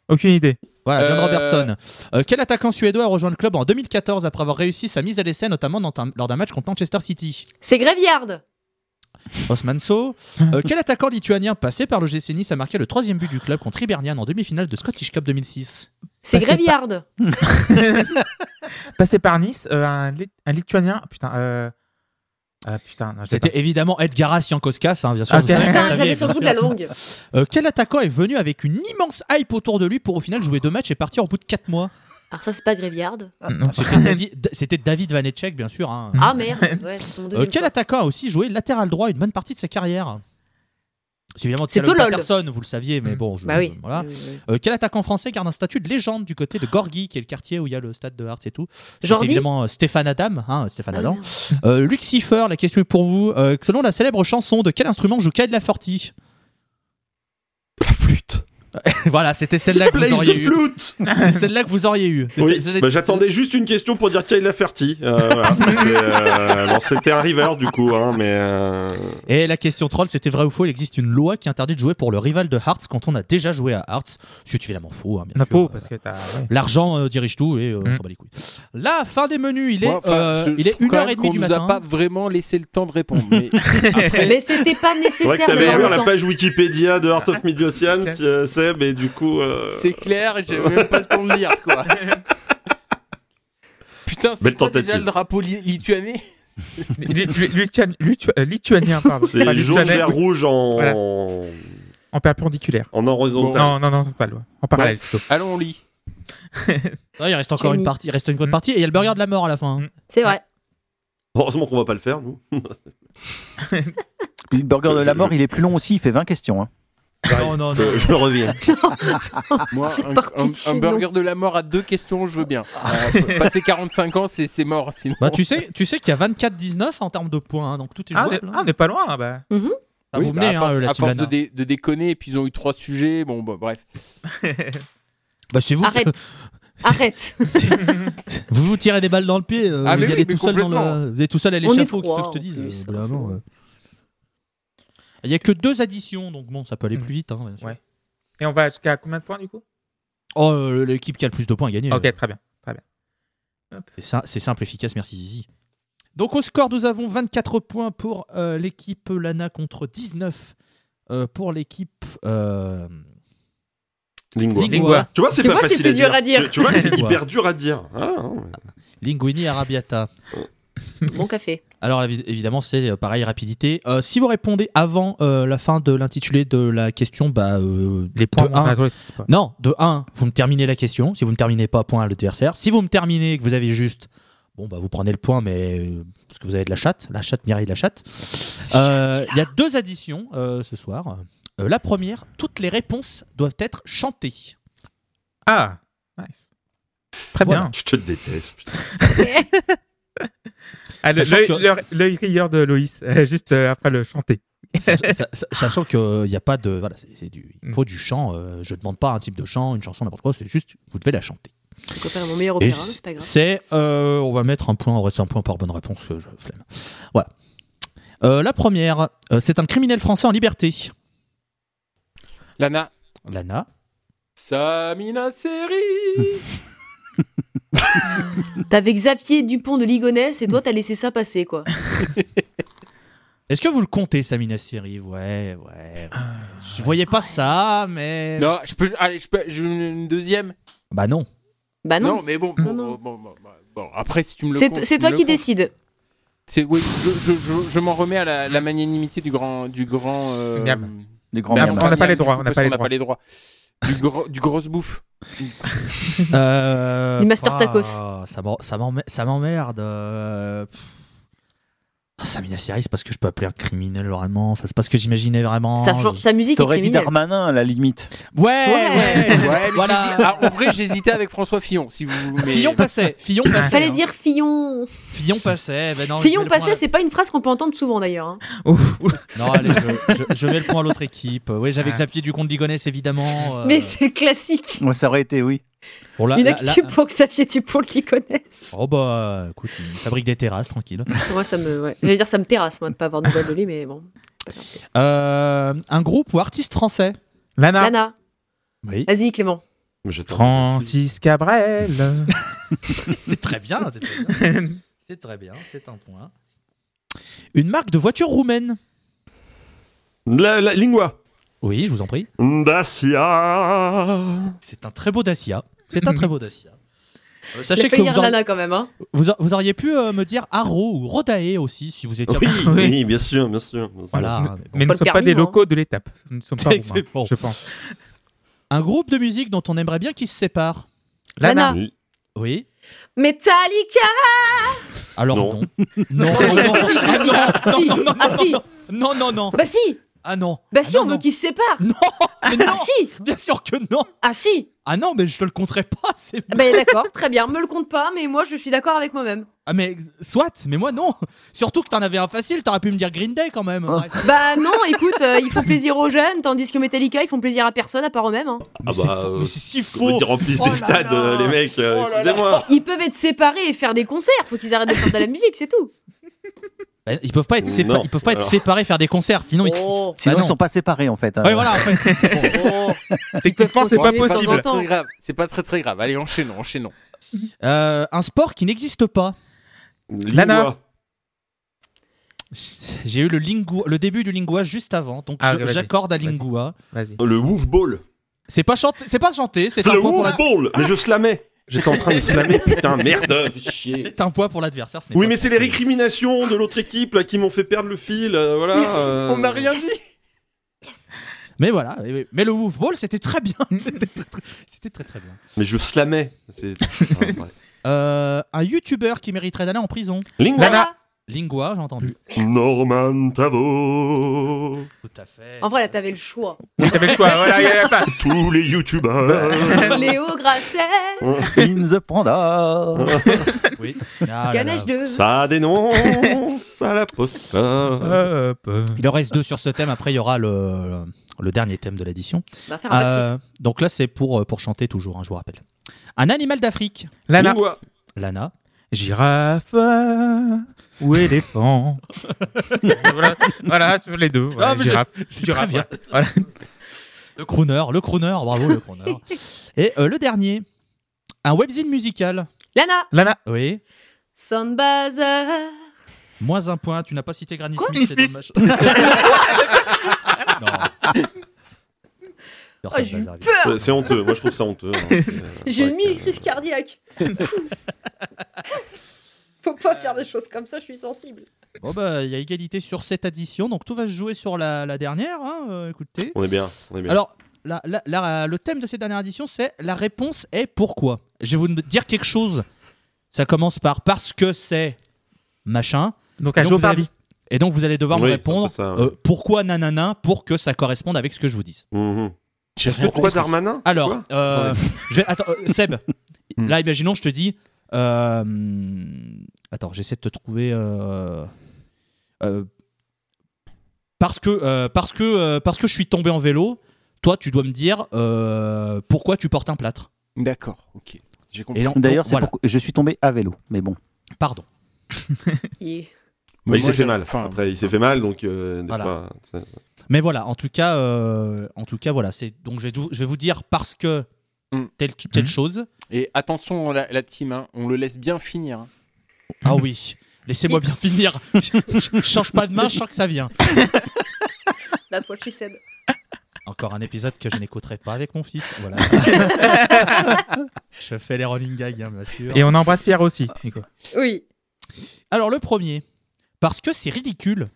Speaker 1: Aucune idée.
Speaker 4: Voilà, John
Speaker 6: Euh.
Speaker 4: Robertson. Euh, quel attaquant suédois a rejoint le club en 2014 après avoir réussi sa mise à l'essai, notamment dans un- lors d'un match contre Manchester City
Speaker 3: C'est Graveyard.
Speaker 4: Osman So. Euh, quel attaquant lituanien passé par le GC Nice a marqué le troisième but du club contre Hibernian en demi-finale de Scottish Cup 2006
Speaker 1: Bah, c'est
Speaker 3: C'est Graveyard.
Speaker 1: Passé par Nice, euh, un, Lit- un Lituanien. Putain, euh... ah, putain, non, je sais
Speaker 4: C'était évidemment Edgaras Jankoskas, hein, bien sûr.
Speaker 1: Ah,
Speaker 4: je savais que
Speaker 1: putain,
Speaker 4: vous
Speaker 3: Putain,
Speaker 4: saviez,
Speaker 3: je l'avais sur le
Speaker 4: bien
Speaker 3: bout de la
Speaker 4: sûr.
Speaker 3: langue.
Speaker 4: Euh, quel attaquant est venu avec une immense hype autour de lui pour au final jouer deux matchs et partir au bout de quatre mois
Speaker 3: Alors ça, c'est pas Graveyard.
Speaker 5: Hmm.
Speaker 1: pas. Non.
Speaker 4: C'était David, C'était David Vanecek, bien sûr. hein.
Speaker 3: Ah merde, ouais, c'est mon
Speaker 4: Euh,
Speaker 3: deuxième.
Speaker 4: quel
Speaker 3: choix.
Speaker 4: attaquant a aussi joué latéral droit une bonne partie de sa carrière C'est évidemment
Speaker 3: C'est
Speaker 4: Talon
Speaker 3: Tolol.
Speaker 4: Patterson, vous le saviez, mais
Speaker 1: Mm.
Speaker 4: bon, je,
Speaker 3: Bah oui.
Speaker 4: voilà.
Speaker 3: oui, oui.
Speaker 4: Euh, quel attaquant français garde un statut de légende du côté de Gorgui, qui est le quartier où il y a le stade de Hartz et tout C'était
Speaker 3: Jordi
Speaker 4: évidemment euh, Stéphane Adam, hein, Stéphane
Speaker 3: Ah,
Speaker 4: Adam.
Speaker 3: merde.
Speaker 4: Euh, Lucifer, la question est pour vous. Euh, selon la célèbre chanson, de quel instrument joue Kyle Laforti
Speaker 2: La flûte.
Speaker 4: Voilà, c'était celle-là que
Speaker 2: Place
Speaker 4: vous auriez
Speaker 2: the
Speaker 4: eu.
Speaker 2: flûte
Speaker 4: C'est celle-là que vous auriez eu. C'est-
Speaker 2: Oui,
Speaker 4: c'est- c'est-
Speaker 2: bah, j'attendais juste une question pour dire Kyle Laferty. Euh, voilà, c'était, euh, bon, c'était un reverse du coup, hein, mais. euh,
Speaker 4: Et la question troll, c'était vrai ou faux Il existe une loi qui interdit de jouer pour le rival de Hearts quand on a déjà joué à Hearts. C'est évidemment faux, hein, bien
Speaker 1: Non,
Speaker 4: sûr.
Speaker 1: faux,
Speaker 4: Euh,
Speaker 1: parce que t'as. ouais.
Speaker 4: L'argent euh, dirige tout et euh, on
Speaker 1: Mm.
Speaker 4: s'en bat les couilles. La fin des menus, il est,
Speaker 6: Moi, enfin,
Speaker 4: euh,
Speaker 6: je-
Speaker 4: il
Speaker 6: je
Speaker 4: est
Speaker 6: trouve quand
Speaker 4: 1h30
Speaker 6: même
Speaker 4: du
Speaker 6: qu'on nous a
Speaker 4: matin.
Speaker 6: pas vraiment laissé le temps de répondre. Mais après,
Speaker 3: Mais c'était pas
Speaker 2: C'est vrai que
Speaker 3: nécessaire
Speaker 2: t'avais
Speaker 3: d'avoir le
Speaker 2: ouvert la
Speaker 3: temps.
Speaker 2: page Wikipédia de Heart of Midlothian,
Speaker 1: Tiens.
Speaker 2: tu, euh, Seb, et du coup. euh,
Speaker 6: c'est clair, j'ai même pas le temps de lire, quoi. Putain, c'est
Speaker 2: Belle
Speaker 6: quoi
Speaker 2: tentative.
Speaker 6: déjà le drapeau li- lituanien
Speaker 1: Li- li- lituan- litu- euh, Lituanien, pardon. Pas
Speaker 2: C'est jaune,
Speaker 1: lituanais,
Speaker 2: vert, rouge en.
Speaker 1: Voilà.
Speaker 2: En
Speaker 1: En perpendiculaire.
Speaker 2: horizontal.
Speaker 1: Non, non, non, c'est pas loin. En parallèle, plutôt.
Speaker 6: Allons, on lit.
Speaker 4: Ouais, il reste encore
Speaker 3: Kenny.
Speaker 4: une partie, il reste une bonne
Speaker 1: Mm.
Speaker 4: partie et il y a le burger de la mort à la fin. hein.
Speaker 3: C'est vrai.
Speaker 2: Heureusement qu'on va pas le faire, nous.
Speaker 5: Le burger
Speaker 2: Je-
Speaker 5: de
Speaker 2: je-
Speaker 5: la mort,
Speaker 2: je-
Speaker 5: il est plus long aussi, il fait 20 questions. hein.
Speaker 4: Non, non, non.
Speaker 2: Je, je reviens.
Speaker 4: Ah,
Speaker 6: Moi, un,
Speaker 3: Par
Speaker 6: un-
Speaker 3: pitié,
Speaker 6: un
Speaker 3: non.
Speaker 6: burger de la mort à deux questions, je veux bien. Euh, passer 45 ans, c'est c'est mort. Sinon,
Speaker 4: Ah. Bah, tu sais, tu sais qu'il y a 24-19 en termes de points, hein, donc tout est
Speaker 1: Ah, on
Speaker 4: jouable.
Speaker 1: est- ah, on n'est pas loin, hein, bah.
Speaker 4: Ah,
Speaker 6: Oui,
Speaker 4: vous
Speaker 6: bah,
Speaker 4: venez,
Speaker 6: à
Speaker 4: hein,
Speaker 6: force,
Speaker 4: la
Speaker 6: à
Speaker 4: team
Speaker 6: force de,
Speaker 4: Lana.
Speaker 6: dé- de déconner, et puis ils ont eu trois sujets. Bon, bah, bref.
Speaker 4: Bah, c'est vous, qui-
Speaker 3: Arrête. Arrête.
Speaker 4: vous vous tirez des balles dans le pied, euh,
Speaker 6: Ah,
Speaker 4: vous,
Speaker 6: mais
Speaker 4: y
Speaker 6: oui,
Speaker 4: allez
Speaker 6: mais
Speaker 4: tout seul dans le,
Speaker 6: complètement.
Speaker 4: vous allez tout seul à
Speaker 3: On est
Speaker 4: l'échafaud, qu'est-ce
Speaker 3: trois,
Speaker 4: que je te
Speaker 3: en
Speaker 4: dise euh,
Speaker 3: plus,
Speaker 4: au bout d'un
Speaker 3: c'est
Speaker 4: moment,
Speaker 3: bon.
Speaker 4: euh. Il y a que deux additions, donc bon, ça peut aller plus vite. hein, bien sûr.
Speaker 1: Ouais. Et on va jusqu'à combien de points, du coup
Speaker 4: Oh, euh, l'équipe qui a le plus de points euh, a gagné.
Speaker 1: Ok, très bien.
Speaker 4: C'est sim- C'est simple, efficace, merci Zizi. Donc au score, nous avons 24 points pour euh, l'équipe Lana contre 19 euh, pour l'équipe... euh,
Speaker 2: Lingua.
Speaker 4: Lingua.
Speaker 2: Tu vois, c'est
Speaker 3: Tu
Speaker 2: pas
Speaker 3: vois, c'est
Speaker 2: facile
Speaker 3: plus dur à dire.
Speaker 2: Tu, tu vois que c'est
Speaker 4: Lingua.
Speaker 2: hyper dur à dire. Ah, non.
Speaker 4: Linguini Arabiata.
Speaker 3: Bon café.
Speaker 4: Alors évi- évidemment, c'est euh, pareil, rapidité. Euh, si vous répondez avant euh, la fin de l'intitulé de la question, bah... euh,
Speaker 1: Les points.
Speaker 4: de
Speaker 1: vont-
Speaker 4: un,
Speaker 1: Ah, ouais, c'est pas-
Speaker 4: Non, de 1, vous me terminez la question. Si vous ne terminez pas, point à l'adversaire. Si vous me terminez et que vous avez juste. Bon, bah, vous prenez le point, mais. euh, Parce que vous avez de la chatte. La chatte, Mireille, de la chatte. Euh, Il y a deux additions euh, ce soir. Euh, la première, toutes les réponses doivent être chantées.
Speaker 1: Ah, nice. Très
Speaker 4: Voilà.
Speaker 1: bien.
Speaker 2: Je te déteste. putain.
Speaker 1: Ah, le-
Speaker 4: Sachant
Speaker 1: l'œil-
Speaker 4: que-
Speaker 1: l'œil- L'œil rieur de Loïs, euh, juste euh, après le chanter.
Speaker 4: Sa- sa- sa- Sachant qu'il n'y a pas de. Voilà, c'est- c'est du, il faut du chant. euh, je ne demande pas un type de chant, une chanson, n'importe quoi. C'est juste, vous devez la chanter.
Speaker 3: Je préfère mon meilleur
Speaker 4: Et
Speaker 3: opéra,
Speaker 4: c-
Speaker 3: hein, c'est pas grave.
Speaker 4: c'est, euh, on va mettre un point, on reste un point par bonne réponse, euh, je flemme. Voilà. Euh, la première, euh, c'est un criminel français en liberté.
Speaker 6: Lana.
Speaker 4: Lana.
Speaker 6: Samina Seri.
Speaker 3: T'avais Xavier Dupont de Ligonnès et toi, t'as laissé ça passer, quoi.
Speaker 4: Est-ce que vous le comptez, Samina Seri Ouais, ouais. ouais. Je voyais pas ça, mais.
Speaker 6: Non, je peux. Allez, je peux. J'ai une, une deuxième.
Speaker 4: Bah non.
Speaker 3: Bah non.
Speaker 6: mais bon.
Speaker 3: Non,
Speaker 6: Bon,
Speaker 3: non.
Speaker 6: bon, bon, bon, bon, Après, si tu me le
Speaker 3: C'est
Speaker 6: comptes,
Speaker 3: c'est
Speaker 6: tu
Speaker 3: toi
Speaker 6: me
Speaker 3: qui
Speaker 6: le comptes.
Speaker 3: décides.
Speaker 6: C'est oui. Je, je, je, je m'en remets à la, la magnanimité du grand du grand. euh,
Speaker 1: Miam.
Speaker 5: Des grands
Speaker 1: Mais
Speaker 5: merdes.
Speaker 1: après, on n'a pas les droits,
Speaker 6: du coup,
Speaker 1: on n'a
Speaker 6: parce
Speaker 1: pas les
Speaker 6: qu'on les droits. Du, gros, du grosse bouffe.
Speaker 4: Euh,
Speaker 3: Du Master
Speaker 4: ah,
Speaker 3: Tacos.
Speaker 4: Ça m'en- ça m'emmerde- ça m'emmerde. euh, pff. Ah, Samina Seri, c'est parce que je peux appeler un criminel vraiment. Enfin, c'est parce que j'imaginais vraiment.
Speaker 3: Sa, chan- sa musique est
Speaker 5: T'aurais dit
Speaker 3: criminelle.
Speaker 5: Darmanin à la limite.
Speaker 4: Ouais, ouais,
Speaker 6: Ouais, mais
Speaker 4: voilà.
Speaker 6: j'hési- ah, en vrai, j'hésitais avec François Fillon. Si vous. mais-
Speaker 4: Fillon passait. Fillon
Speaker 1: Ah.
Speaker 4: passait.
Speaker 3: Fallait
Speaker 4: hein.
Speaker 3: dire Fillon.
Speaker 4: Fillon passait. ben non, je
Speaker 3: Fillon
Speaker 4: mets le point
Speaker 3: passé,
Speaker 4: à-
Speaker 3: c'est pas une phrase qu'on peut entendre souvent d'ailleurs. hein.
Speaker 4: Non, allez, je, je- je mets le point à l'autre équipe. Oui, j'avais Xavier du comte d'Igonès, évidemment. euh,
Speaker 3: Mais c'est classique.
Speaker 5: Ouais, ça aurait été, oui.
Speaker 4: bon, là-
Speaker 3: une
Speaker 4: là-
Speaker 3: actu
Speaker 4: là-
Speaker 3: pour Xavier Dupont qui connaisse.
Speaker 4: Oh bah, écoute, il fabrique des terrasses, tranquille.
Speaker 3: Moi, ça me. ouais. J'allais dire, ça me terrasse, moi, de pas avoir de nouvelles de lui, mais bon. Pas grave.
Speaker 4: Euh, un groupe ou artiste français
Speaker 1: Lana.
Speaker 3: Lana,
Speaker 4: Oui.
Speaker 3: vas-y, Clément.
Speaker 2: Mais j'attends.
Speaker 1: Francis Cabrel.
Speaker 4: C'est très bien, c'est très bien. C'est très bien, c'est un point. Une marque de voiture roumaine
Speaker 2: La, la lingua.
Speaker 4: Oui, je vous en prie.
Speaker 2: Dacia.
Speaker 4: C'est un très beau Dacia. C'est un très beau Dacia. Euh,
Speaker 3: J'ai
Speaker 4: sachez que
Speaker 3: failli dire
Speaker 4: vous, aur-
Speaker 3: Lana quand même. Hein.
Speaker 4: vous aur- vous auriez pu euh, me dire Haro ou Rodae aussi, si vous étiez...
Speaker 2: Oui,
Speaker 1: Oui.
Speaker 2: oui, bien sûr, bien sûr. bien sûr.
Speaker 4: Voilà. mais bon.
Speaker 1: Mais nous ne
Speaker 3: Pas le
Speaker 1: sommes pas
Speaker 3: permis,
Speaker 1: des
Speaker 3: moi,
Speaker 1: locaux de l'étape. Nous ne sommes pas
Speaker 4: C'est
Speaker 1: roumains,
Speaker 4: bon.
Speaker 1: je pense.
Speaker 4: Un groupe de musique dont on aimerait bien qu'il se sépare
Speaker 1: Lana.
Speaker 3: Lana.
Speaker 2: Oui.
Speaker 4: Oui.
Speaker 3: Metallica
Speaker 4: Alors non.
Speaker 2: Non.
Speaker 4: Non, non, non.
Speaker 3: Si,
Speaker 4: non, non,
Speaker 3: ah si,
Speaker 4: non, non, non, non.
Speaker 3: bah si,
Speaker 4: Ah non.
Speaker 3: bah
Speaker 4: Ah
Speaker 3: si,
Speaker 4: non,
Speaker 3: on veut
Speaker 4: non.
Speaker 3: qu'ils se séparent.
Speaker 4: Non, mais non.
Speaker 3: Ah si,
Speaker 4: Bien sûr que non.
Speaker 3: ah si.
Speaker 4: Ah non, mais je te le compterai pas. C'est...
Speaker 3: Bah d'accord, très bien, me le compte pas, mais moi je suis d'accord avec moi-même.
Speaker 4: Ah mais soit, mais moi non. Surtout que t'en avais un facile, t'aurais pu me dire Green Day quand même.
Speaker 5: Oh.
Speaker 4: Bref.
Speaker 3: Bah non, écoute, euh, ils font plaisir aux jeunes, tandis que Metallica, ils font plaisir à personne à part eux-mêmes. hein.
Speaker 4: Mais,
Speaker 2: Ah
Speaker 4: c'est
Speaker 2: bah,
Speaker 4: faux,
Speaker 2: euh,
Speaker 4: mais c'est si
Speaker 2: Comment
Speaker 4: faux.
Speaker 2: ils remplissent
Speaker 4: Oh
Speaker 2: des
Speaker 4: là
Speaker 2: stades,
Speaker 4: là.
Speaker 2: euh, les mecs. euh,
Speaker 4: Oh là là.
Speaker 2: Excusez-moi.
Speaker 3: Ils peuvent être séparés et faire des concerts, faut qu'ils arrêtent de faire de la musique, c'est tout.
Speaker 4: Bah, Ils peuvent pas être, sépa-
Speaker 2: Non.
Speaker 4: ils peuvent pas être
Speaker 2: Alors.
Speaker 4: séparés faire des concerts, sinon ils.
Speaker 3: Oh.
Speaker 4: Bah
Speaker 5: Sinon,
Speaker 4: non.
Speaker 5: ils sont Ah, pas séparés, en fait. hein.
Speaker 4: Ouais, voilà. En fait. Bon.
Speaker 1: Techniquement, c'est
Speaker 6: Bon,
Speaker 1: pas
Speaker 6: c'est pas
Speaker 1: possible.
Speaker 6: très, très grave. C'est pas très très grave. Allez, enchaînons, enchaînons.
Speaker 4: Euh, un sport qui n'existe pas.
Speaker 2: Lingua.
Speaker 1: Lana.
Speaker 4: J'ai eu le lingua, le début du lingua juste avant, donc
Speaker 1: Ah,
Speaker 4: je-
Speaker 1: vas-y.
Speaker 4: j'accorde à
Speaker 1: Vas-y.
Speaker 4: lingua.
Speaker 1: Vas-y.
Speaker 2: Le Woof Ball.
Speaker 4: C'est pas chanté, c'est pas chanté, c'est un
Speaker 2: Le
Speaker 4: point pour
Speaker 2: Woof
Speaker 4: la-
Speaker 2: Ball. Mais je slamais. J'étais en train de slammer. Putain, merde. fais chier.
Speaker 4: c'est un poids pour l'adversaire. ce n'est
Speaker 2: Oui,
Speaker 4: pas
Speaker 2: mais c'est les
Speaker 4: chanté.
Speaker 2: récriminations de l'autre équipe là, qui m'ont fait perdre le fil. euh, voilà. euh.
Speaker 6: On n'a rien dit.
Speaker 4: Mais voilà, mais- mais le Wolf Ball c'était très bien. C'était très, très- C'était très très bien.
Speaker 2: Mais je slamais. C'est- Ouais, ouais.
Speaker 4: Euh, un youtubeur qui mériterait d'aller en prison.
Speaker 2: Lingua.
Speaker 1: Lana.
Speaker 4: Lingua, j'ai entendu.
Speaker 2: Norman Tavo.
Speaker 4: Tout à fait.
Speaker 3: En vrai, là, t'avais le choix.
Speaker 1: Oui, t'avais le choix. Voilà, il y avait pas.
Speaker 2: Tous les youtubeurs.
Speaker 3: Léo Grasset,
Speaker 5: In the Panda.
Speaker 4: Oui. Ah là
Speaker 3: Ganesh
Speaker 4: là.
Speaker 3: 2.
Speaker 2: Ça dénonce à la poste.
Speaker 4: Ah.
Speaker 1: Hop.
Speaker 4: Il en reste deux sur ce thème. Après, il y aura le, le dernier thème de l'édition.
Speaker 3: On va faire un
Speaker 4: Euh, donc là, c'est pour, euh, pour chanter toujours, hein, je vous rappelle. Un animal d'Afrique.
Speaker 1: Lana.
Speaker 2: Lingua.
Speaker 4: Lana.
Speaker 1: Girafe euh, ou éléphant. voilà, voilà, sur les deux. Voilà,
Speaker 4: Ah, mais
Speaker 1: girafe.
Speaker 4: C'est
Speaker 1: girafe,
Speaker 4: très bien.
Speaker 1: ouais. Voilà.
Speaker 4: Le crooner, le crooner, bravo le crooner. Et euh, le dernier, un webzine musical.
Speaker 3: Lana,
Speaker 1: Lana.
Speaker 4: Oui.
Speaker 3: Sunbazer.
Speaker 4: Moins un point, tu n'as pas cité Granny
Speaker 1: Quoi
Speaker 4: Smith, c'est
Speaker 1: Smith
Speaker 4: dommage. non. Non, ça
Speaker 3: Oh,
Speaker 4: me
Speaker 3: j'ai
Speaker 4: va,
Speaker 3: eu
Speaker 4: ça arrive.
Speaker 3: peur.
Speaker 2: C'est- C'est honteux. Moi, je trouve ça honteux. hein. C'est, euh,
Speaker 3: J'ai
Speaker 2: vrai
Speaker 3: une
Speaker 2: que-
Speaker 3: crise cardiaque. Faut pas faire des choses comme ça, je suis sensible.
Speaker 4: Bon bah il y a égalité sur cette addition, donc tout va se jouer sur la, la dernière, hein, euh, écoutez.
Speaker 2: On est bien. On est bien.
Speaker 4: Alors la- la- la- le thème de cette dernière édition c'est la réponse est pourquoi. Je vais vous dire quelque chose. Ça commence par parce que c'est machin.
Speaker 1: Donc à
Speaker 4: Donc,
Speaker 1: Joe
Speaker 4: vous avez-
Speaker 1: Pardy.
Speaker 4: Et donc vous allez devoir
Speaker 2: Oui,
Speaker 4: me
Speaker 2: c'est un
Speaker 4: répondre
Speaker 2: peu ça, ouais.
Speaker 4: euh, pourquoi nanana pour que ça corresponde avec ce que je vous dise.
Speaker 2: Mhm. Pourquoi Darmanin
Speaker 4: Alors,
Speaker 2: Quoi
Speaker 4: euh, je vais- attends, euh, Seb,
Speaker 6: Hmm.
Speaker 4: là imaginons je te dis, euh, hum, attends j'essaie de te trouver, euh, euh, parce que euh, parce que euh, parce que je suis tombé en vélo, toi tu dois me dire euh, pourquoi tu portes un plâtre.
Speaker 6: D'accord. Ok. J'ai compris.
Speaker 4: Et donc,
Speaker 5: D'ailleurs, c'est
Speaker 4: voilà,
Speaker 5: pourquoi je suis tombé à vélo. Mais bon.
Speaker 4: pardon.
Speaker 3: Yeah.
Speaker 2: Bah, il s'est
Speaker 6: Moi,
Speaker 2: fait
Speaker 6: j'ai-
Speaker 2: mal.
Speaker 6: enfin,
Speaker 2: Après, il s'est fait mal, donc euh, des
Speaker 4: Voilà.
Speaker 2: fois, c'est-
Speaker 4: Mais voilà, en tout cas, euh, en tout cas voilà, c'est donc je vais, vous- je vais vous dire parce que
Speaker 6: Hmm.
Speaker 4: telle telle
Speaker 1: Hmm.
Speaker 4: chose.
Speaker 6: Et attention la, la team, hein, on le laisse bien finir. hein.
Speaker 4: Ah oui. Laissez-moi bien finir. Je, je- je change pas de main, je sens que ça vient.
Speaker 3: That's what she said.
Speaker 4: Encore un épisode que je n'écouterai pas avec mon fils. Voilà. je fais les running gags, hein, bien sûr.
Speaker 1: Et on embrasse Pierre aussi. Ah, Nico.
Speaker 7: Oui.
Speaker 4: Alors, le premier, parce que c'est ridicule.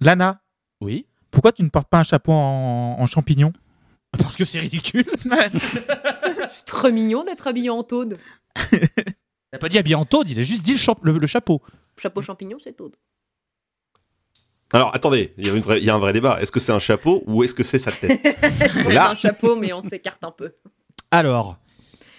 Speaker 1: Lana,
Speaker 4: Oui.
Speaker 1: pourquoi tu ne portes pas un chapeau en, en champignon
Speaker 4: Parce que c'est ridicule.
Speaker 3: C'est trop mignon d'être habillé en taude.
Speaker 4: Il a pas dit habillé en taude, il a juste dit le, champ- le- le chapeau.
Speaker 3: Chapeau champignon, c'est taude.
Speaker 2: Alors attendez, il y, a une vraie- il y a un vrai débat. Est-ce que c'est un chapeau ou est-ce que c'est sa tête
Speaker 3: C'est
Speaker 2: Là.
Speaker 3: un chapeau, mais on s'écarte un peu.
Speaker 4: Alors,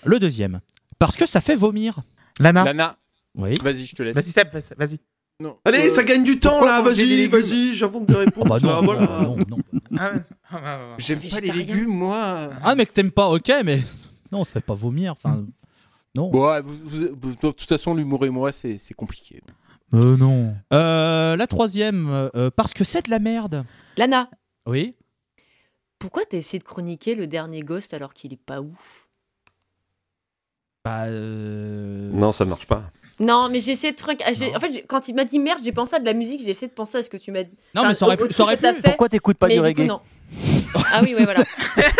Speaker 4: le deuxième, parce que ça fait vomir.
Speaker 1: Lana,
Speaker 6: Lana,
Speaker 4: Oui.
Speaker 6: vas-y, je te laisse.
Speaker 1: vas-y Seb, vas- vas-y.
Speaker 6: Non.
Speaker 2: Allez,
Speaker 6: Euh,
Speaker 2: ça gagne du temps
Speaker 6: pourquoi
Speaker 2: là,
Speaker 6: manger des légumes
Speaker 2: vas-y, vas-y, j'invente des réponses.
Speaker 4: Ah bah non,
Speaker 2: là, voilà.
Speaker 4: non, non, non.
Speaker 1: Ah ouais. Ah bah, bah, bah.
Speaker 6: J'aime pas les
Speaker 3: Végétarien.
Speaker 6: légumes, moi.
Speaker 4: Ah mec, t'aimes pas, ok, mais non, on se fait pas vomir. Enfin, non.
Speaker 6: Bon, ouais, vous- vous- vous- de toute façon, l'humour et moi, c'est c'est compliqué.
Speaker 1: Euh, non.
Speaker 4: Euh, la troisième, euh, parce que c'est de la merde.
Speaker 3: Lana,
Speaker 4: Oui.
Speaker 3: pourquoi t'as essayé de chroniquer le dernier Ghost alors qu'il est pas ouf
Speaker 4: Bah. euh,
Speaker 2: Non, ça ne marche pas.
Speaker 3: Non, mais j'ai essayé de truc. ah, j'ai-
Speaker 4: Non.
Speaker 3: En fait, j'ai- quand il m'a dit merde, j'ai pensé à de la musique, j'ai essayé de penser à ce que tu m'as dit.
Speaker 4: Non, mais ça aurait pu. Ça aurait pu.
Speaker 5: Pourquoi t'écoutes pas
Speaker 3: mais
Speaker 5: du
Speaker 3: du
Speaker 5: reggae
Speaker 3: coup, non. Ah oui, oui, voilà.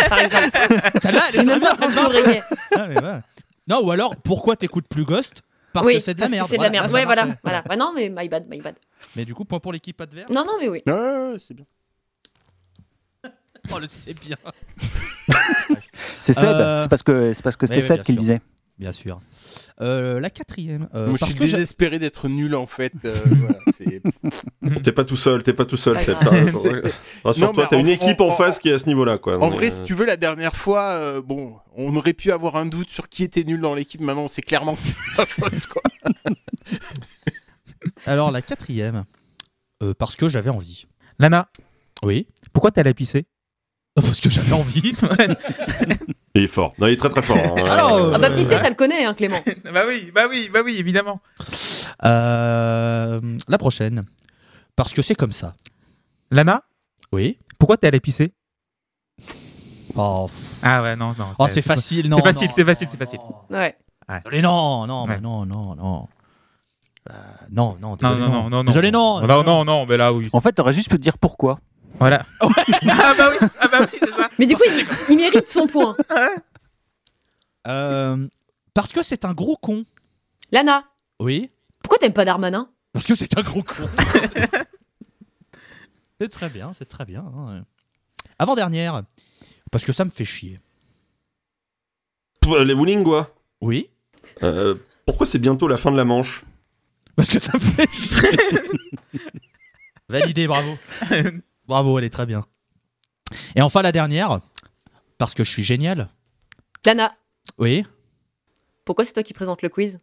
Speaker 3: Par exemple,
Speaker 4: Celle-là, elle est
Speaker 3: j'ai
Speaker 4: très
Speaker 3: même pas
Speaker 4: bien.
Speaker 3: pensé au reggae.
Speaker 4: Ah, mais voilà. Non, ou alors, pourquoi t'écoutes plus Ghost Parce
Speaker 3: oui,
Speaker 4: que c'est de la
Speaker 3: parce
Speaker 4: merde.
Speaker 3: C'est de la
Speaker 4: Voilà,
Speaker 3: merde.
Speaker 4: là, ça
Speaker 3: Ouais, voilà,
Speaker 4: marchait.
Speaker 3: voilà. Ouais, non, mais my bad, my bad.
Speaker 4: Mais du coup, point pour l'équipe adverse.
Speaker 3: Non, non, mais oui.
Speaker 6: Ouais, ouais, ouais, c'est bien.
Speaker 4: Oh, le c'est bien.
Speaker 5: C'est Seb,
Speaker 4: Euh,
Speaker 5: c'est parce que c'est parce que c'était
Speaker 4: oui,
Speaker 5: Seb
Speaker 4: bien
Speaker 5: qui le
Speaker 4: sûr.
Speaker 5: disait.
Speaker 4: Bien sûr. Euh, la quatrième. euh,
Speaker 6: Moi, je
Speaker 4: parce
Speaker 6: suis
Speaker 4: que j'a-
Speaker 6: désespéré d'être nul, en fait. euh, voilà, c'est-
Speaker 2: T'es pas tout seul, t'es pas tout seul,
Speaker 3: Pas
Speaker 2: Seb. hein.
Speaker 3: grave.
Speaker 2: t'as raison. Rassure-toi,
Speaker 6: Non, mais
Speaker 2: t'as une
Speaker 6: en-
Speaker 2: équipe
Speaker 6: en-
Speaker 2: en face qui est à ce niveau-là, quoi.
Speaker 6: En
Speaker 2: Mais,
Speaker 6: vrai,
Speaker 2: euh,
Speaker 6: si tu veux, la dernière fois, euh, bon, on aurait pu avoir un doute sur qui était nul dans l'équipe. Maintenant, on sait clairement que c'est ma faute, quoi.
Speaker 4: Alors, la quatrième. euh, parce que j'avais envie.
Speaker 1: Lana,
Speaker 4: Oui.
Speaker 1: pourquoi t'as la pissé
Speaker 4: Parce que j'avais envie.
Speaker 2: Il est fort. Non, il est très très fort. hein.
Speaker 4: Alors,
Speaker 3: Ah bah,
Speaker 4: Euh,
Speaker 3: pisser, ça le connaît, hein, Clément.
Speaker 1: Bah oui, bah oui, bah oui, évidemment.
Speaker 4: Euh, la prochaine. Parce que c'est comme ça.
Speaker 1: Lana,
Speaker 4: Oui.
Speaker 1: pourquoi t'es allé pisser
Speaker 4: Oh, pff.
Speaker 1: Ah ouais, non, non.
Speaker 4: Oh, c'est facile, non.
Speaker 1: c'est facile,
Speaker 4: non,
Speaker 1: c'est facile,
Speaker 4: non,
Speaker 1: c'est facile.
Speaker 4: non.
Speaker 3: Ouais.
Speaker 4: Désolé, non, non,
Speaker 1: Ouais.
Speaker 4: mais non, non, non. Euh, non, non,
Speaker 1: Non,
Speaker 4: désolé,
Speaker 1: non, non, non, non.
Speaker 4: Désolé, non.
Speaker 1: Non, non, non, mais là, oui.
Speaker 5: En fait, t'aurais juste pu dire pourquoi.
Speaker 1: Voilà. ah bah oui, ah bah oui, c'est ça.
Speaker 3: Mais du coup, il, il mérite son point.
Speaker 4: Euh, parce que c'est un gros con.
Speaker 3: Lana,
Speaker 4: Oui.
Speaker 3: pourquoi t'aimes pas Darmanin
Speaker 4: Parce que c'est un gros con. c'est très bien, c'est très bien. hein. Avant-dernière. Parce que ça me fait chier.
Speaker 2: P- les Woolingwa.
Speaker 4: Oui.
Speaker 2: Euh, pourquoi c'est bientôt la fin de la Manche
Speaker 4: Parce que ça me fait chier. Validé, bravo. bravo, elle est très bien. Et enfin la dernière, parce que je suis génial.
Speaker 3: Lana,
Speaker 4: Oui.
Speaker 3: pourquoi c'est toi qui présente le quiz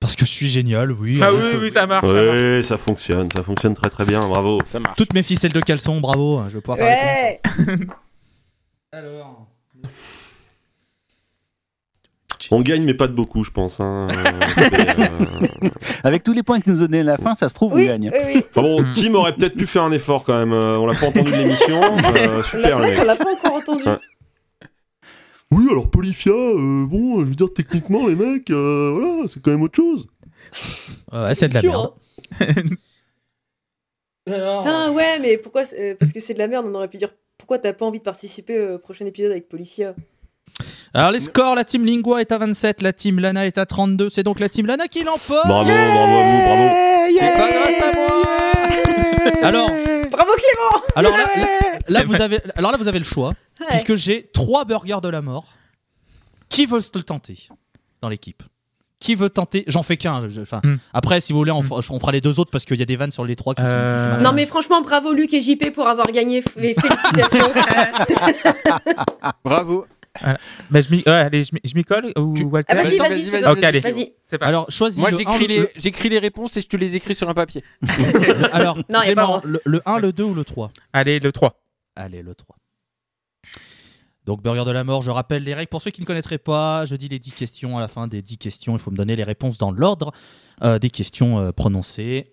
Speaker 4: Parce que je suis génial, oui.
Speaker 1: Ah
Speaker 4: Euh,
Speaker 1: oui,
Speaker 4: je-
Speaker 1: oui, ça marche. ça marche.
Speaker 2: Ouais, ça fonctionne, ça fonctionne très très bien. Bravo.
Speaker 6: Ça marche.
Speaker 4: Toutes mes ficelles de caleçon, bravo. Je vais pouvoir faire les comptes.
Speaker 7: Ouais.
Speaker 4: Alors.
Speaker 2: On gagne, mais pas de beaucoup, je pense. hein. Euh, c'est, euh,
Speaker 5: Avec tous les points que nous donnait à la fin, ça se trouve, on
Speaker 7: Oui,
Speaker 5: gagne.
Speaker 7: oui, oui.
Speaker 2: Enfin bon,
Speaker 1: Mm.
Speaker 2: Tim aurait peut-être pu faire un effort quand même. Euh, on l'a pas entendu de l'émission. Euh, super,
Speaker 7: Là, c'est
Speaker 2: le
Speaker 7: vrai
Speaker 2: mec.
Speaker 7: qu'on l'a pas encore entendu.
Speaker 2: Ouais. Oui, alors Polyphia, euh, bon, je veux dire, techniquement, les mecs, euh, voilà, c'est quand même autre chose.
Speaker 4: Ouais, Ah, c'est de la
Speaker 7: Sûr,
Speaker 4: merde.
Speaker 7: hein. Putain, ouais, mais pourquoi c'est- euh, Parce que c'est de la merde, on aurait pu dire pourquoi t'as pas envie de participer au prochain épisode avec Polyphia
Speaker 4: Alors les scores, la team Lingua est à 27, la team Lana est à 32. C'est donc la team Lana qui l'emporte.
Speaker 2: Bravo, bravo à vous, bravo.
Speaker 6: C'est pas grâce à moi
Speaker 4: Alors,
Speaker 7: Bravo Clément
Speaker 4: alors là, là- là,
Speaker 1: Eh ben.
Speaker 4: vous avez, alors là vous avez le choix,
Speaker 7: Ouais.
Speaker 4: puisque j'ai trois burgers de la mort. Qui veut le tenter dans l'équipe Qui veut tenter J'en fais qu'un. je- Enfin,
Speaker 1: Hmm.
Speaker 4: après si vous voulez, on, fera- on fera les deux autres parce qu'il y a des vannes sur les trois qui sont.
Speaker 1: Euh,
Speaker 4: qui sont
Speaker 3: Non, mais franchement, bravo Luc et JP pour avoir gagné. F- et félicitations.
Speaker 6: Bravo.
Speaker 1: Bah, je m'y ouais, allez, je m'y- je m'y colle ou Walter
Speaker 7: Ah vas-y,
Speaker 6: Attends,
Speaker 7: vas-y,
Speaker 6: vas-y,
Speaker 7: c'est
Speaker 6: vas-y.
Speaker 7: toi.
Speaker 1: Ok, allez.
Speaker 3: Vas-y.
Speaker 1: C'est pas.
Speaker 4: Alors choisis
Speaker 6: Moi,
Speaker 4: le un,
Speaker 6: j'écris
Speaker 4: le-
Speaker 6: les, j'écris les réponses et je te les écris sur un papier.
Speaker 4: le- Alors
Speaker 3: Non, y a pas
Speaker 4: Clément,
Speaker 3: droit.
Speaker 4: le, le 1, le 2 ou le 3
Speaker 1: Allez, le 3.
Speaker 4: Allez, le 3. Donc, Burger de la mort, je rappelle les règles. Pour ceux qui ne connaîtraient pas, je dis les 10 questions. À la fin des 10 questions, il faut me donner les réponses dans l'ordre euh, des questions euh, prononcées.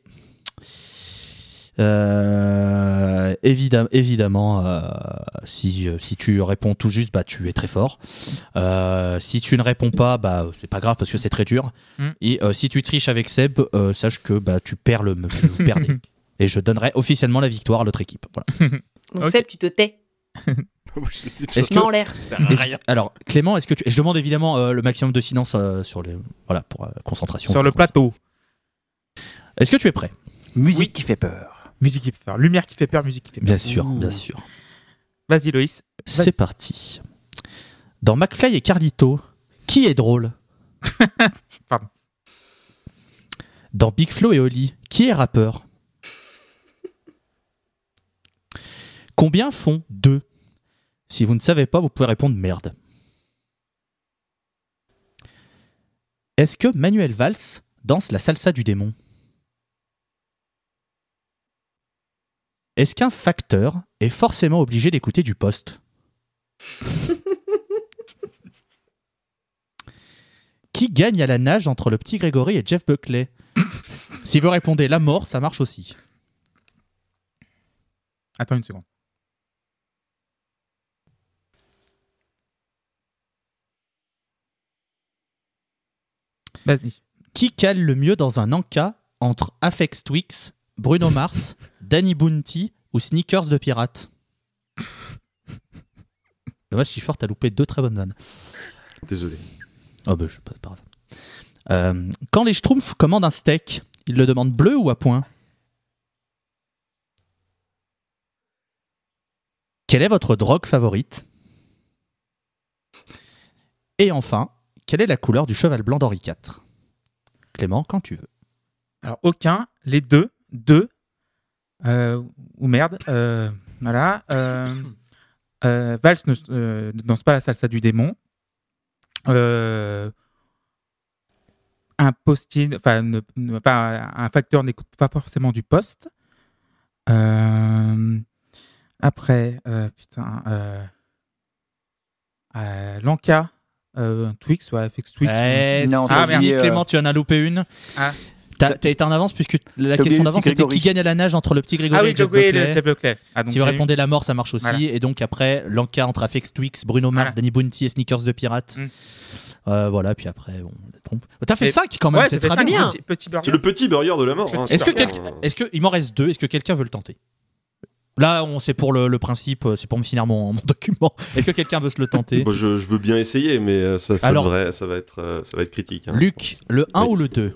Speaker 4: Euh, évidem- évidemment, euh, si, euh, si tu réponds tout juste, bah, tu es très fort. Euh, si tu ne réponds pas, bah, c'est pas grave parce que c'est très dur.
Speaker 1: Mm.
Speaker 4: Et euh, si tu triches avec Seb, euh, sache que bah, tu perds le tu- vous perdez. Et je donnerai officiellement la victoire à l'autre équipe. Voilà.
Speaker 3: Donc
Speaker 1: Ok.
Speaker 3: Seb, tu te tais.
Speaker 4: Est-ce que-
Speaker 3: Main en l'air.
Speaker 4: Est-ce- alors, Clément, est-ce que tu. et je demande évidemment euh, le maximum de silence euh, sur les. Voilà, pour euh, concentration.
Speaker 1: Sur le plateau.
Speaker 4: Est-ce que tu es prêt
Speaker 5: Musique qui fait peur.
Speaker 1: Musique qui fait peur. Lumière qui fait peur, musique qui fait peur.
Speaker 4: Bien sûr,
Speaker 5: Ouh.
Speaker 4: bien sûr.
Speaker 1: Vas-y, Loïs.
Speaker 4: C'est parti. Dans McFly et Carlito, qui est drôle
Speaker 1: Pardon.
Speaker 4: Dans Big Flo et Oli, qui est rappeur Combien font deux Si vous ne savez pas, vous pouvez répondre merde. Est-ce que Manuel Valls danse la salsa du démon Est-ce qu'un facteur est forcément obligé d'écouter du poste Qui gagne à la nage entre le petit Grégory et Jeff Buckley Si vous répondez la mort, ça marche aussi.
Speaker 1: Attends une seconde. Vas-y.
Speaker 4: Qui cale le mieux dans un encas entre Afex Twix, Bruno Mars, Danny Bounty ou Sneakers de Pirate Dommage, si fort, t'as loupé deux très bonnes vannes.
Speaker 2: Désolé.
Speaker 4: Ah bah, je sais pas, c'est pas grave. Euh, quand les Schtroumpfs commandent un steak, ils le demandent bleu ou à point Quelle est votre drogue favorite Et enfin, quelle est la couleur du cheval blanc d'Henri IV Clément, quand tu veux.
Speaker 1: Alors, aucun, les deux, deux, euh, ou merde, euh, voilà. euh, euh, Valls ne, euh, ne danse pas la salsa du démon. Euh, un postier, enfin, ne- ne- enfin, un facteur n'écoute pas forcément du poste. Euh, après, euh, putain, euh, euh, Lanka, euh, Twix, ouais, FX Twix.
Speaker 4: Eh,
Speaker 5: non,
Speaker 4: c'est
Speaker 5: t'as
Speaker 4: fini,
Speaker 5: oublié, euh,
Speaker 4: Clément, tu en as loupé une.
Speaker 1: Ah.
Speaker 4: T'as t'as été en avance puisque la
Speaker 5: t'as oublié
Speaker 4: question
Speaker 5: le
Speaker 4: d'avant
Speaker 5: petit
Speaker 4: c'était qui
Speaker 5: Grégory.
Speaker 4: gagne à la nage entre le petit Grégory
Speaker 1: Ah
Speaker 4: et
Speaker 1: oui,
Speaker 4: Jeff
Speaker 1: Jogway et
Speaker 4: Buckley.
Speaker 1: le Jeff Buckley. Ah, donc
Speaker 4: si vous
Speaker 1: j'ai eu-
Speaker 4: répondez la mort, ça marche aussi.
Speaker 1: Voilà.
Speaker 4: Et donc après, l'enca entre Afex Twix, Bruno Mars,
Speaker 1: Voilà.
Speaker 4: Danny Bounty et Sneakers de Pirate.
Speaker 1: Mm.
Speaker 4: Euh, voilà, puis après, on la trompe. T'as fait
Speaker 1: Et-
Speaker 4: 5 quand même,
Speaker 1: Ouais,
Speaker 4: c'est
Speaker 1: ça fait
Speaker 4: très
Speaker 1: cinq
Speaker 4: bien.
Speaker 3: bien.
Speaker 1: petits- petits burgers.
Speaker 2: C'est le petit burger de la mort. hein,
Speaker 4: Est-ce que
Speaker 2: c'est pas
Speaker 4: quelqu'un-
Speaker 2: grave, hein.
Speaker 4: Est-ce que, il m'en reste deux, est-ce que quelqu'un veut le tenter Là, on c'est pour le, le principe, euh, c'est pour me finir mon, mon document. Est-ce que quelqu'un veut se le tenter
Speaker 2: Bon, Bah, je, je veux bien essayer, mais euh, ça, ça,
Speaker 4: Alors-
Speaker 2: devrait- ça va être, euh, ça va être critique. hein.
Speaker 4: Luc, le 1
Speaker 2: Oui.
Speaker 4: ou le 2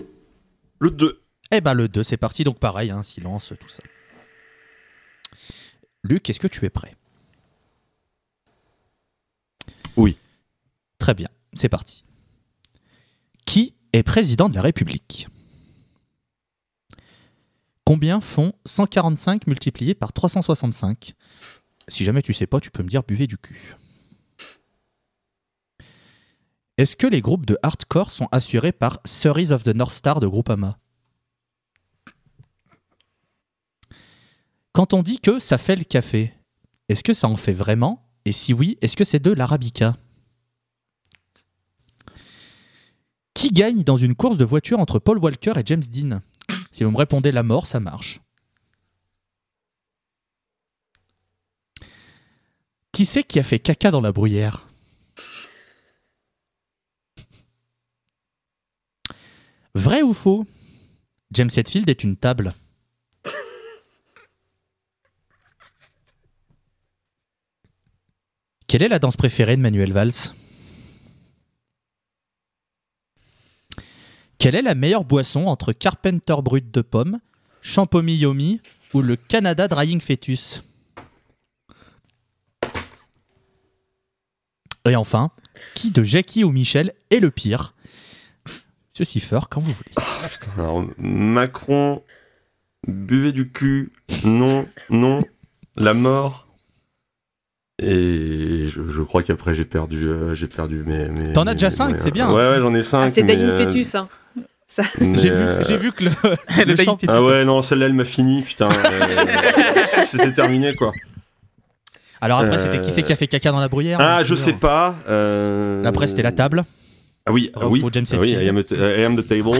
Speaker 2: Le 2.
Speaker 4: Eh ben le 2, c'est parti, donc pareil, hein, silence, tout ça. Luc, est-ce que tu es prêt
Speaker 2: Oui.
Speaker 4: Très bien, c'est parti. Qui est président de la République Combien font 145 multiplié par 365 Si jamais tu sais pas, tu peux me dire buvez du cul. Est-ce que les groupes de hardcore sont assurés par Series of the North Star de Groupama Quand on dit que ça fait le café, est-ce que ça en fait vraiment Et si oui, est-ce que c'est de l'arabica Qui gagne dans une course de voiture entre Paul Walker et James Dean Si vous me répondez la mort, ça marche. Qui c'est qui a fait caca dans la bruyère Vrai ou faux James Hetfield est une table. Quelle est la danse préférée de Manuel Valls Quelle est la meilleure boisson entre Carpenter Brut de pomme, Champomy Yomi ou le Canada Drying Fetus Et enfin, qui de Jackie ou Michel est le pire Monsieur Cipher, quand vous voulez.
Speaker 2: Alors, Macron, buvez du cul, non, non, la mort. Et je, je crois qu'après j'ai perdu, euh, j'ai perdu mes. mes-
Speaker 4: T'en as
Speaker 2: mes-
Speaker 4: déjà
Speaker 2: mes
Speaker 4: cinq,
Speaker 2: moyens.
Speaker 4: c'est bien.
Speaker 2: Ouais, ouais, j'en ai euh, 5.
Speaker 3: Ah, c'est Dying Fetus, hein.
Speaker 4: J'ai vu,
Speaker 2: euh,
Speaker 4: j'ai vu que le, le
Speaker 1: Dying
Speaker 4: champ-
Speaker 1: Fetus.
Speaker 2: Ah ouais, non, celle-là elle m'a fini, putain. euh, C'était terminé quoi.
Speaker 4: Alors après, c'était qui
Speaker 2: Euh,
Speaker 4: c'est qui a fait caca dans la bruyère hein,
Speaker 2: Ah,
Speaker 4: monsieur
Speaker 2: je sais pas. euh,
Speaker 4: Après, c'était la table,
Speaker 2: Ah oui, ah oui.
Speaker 4: Pour James
Speaker 2: ah oui,
Speaker 4: Hetfield.
Speaker 2: I am, a- I am the table,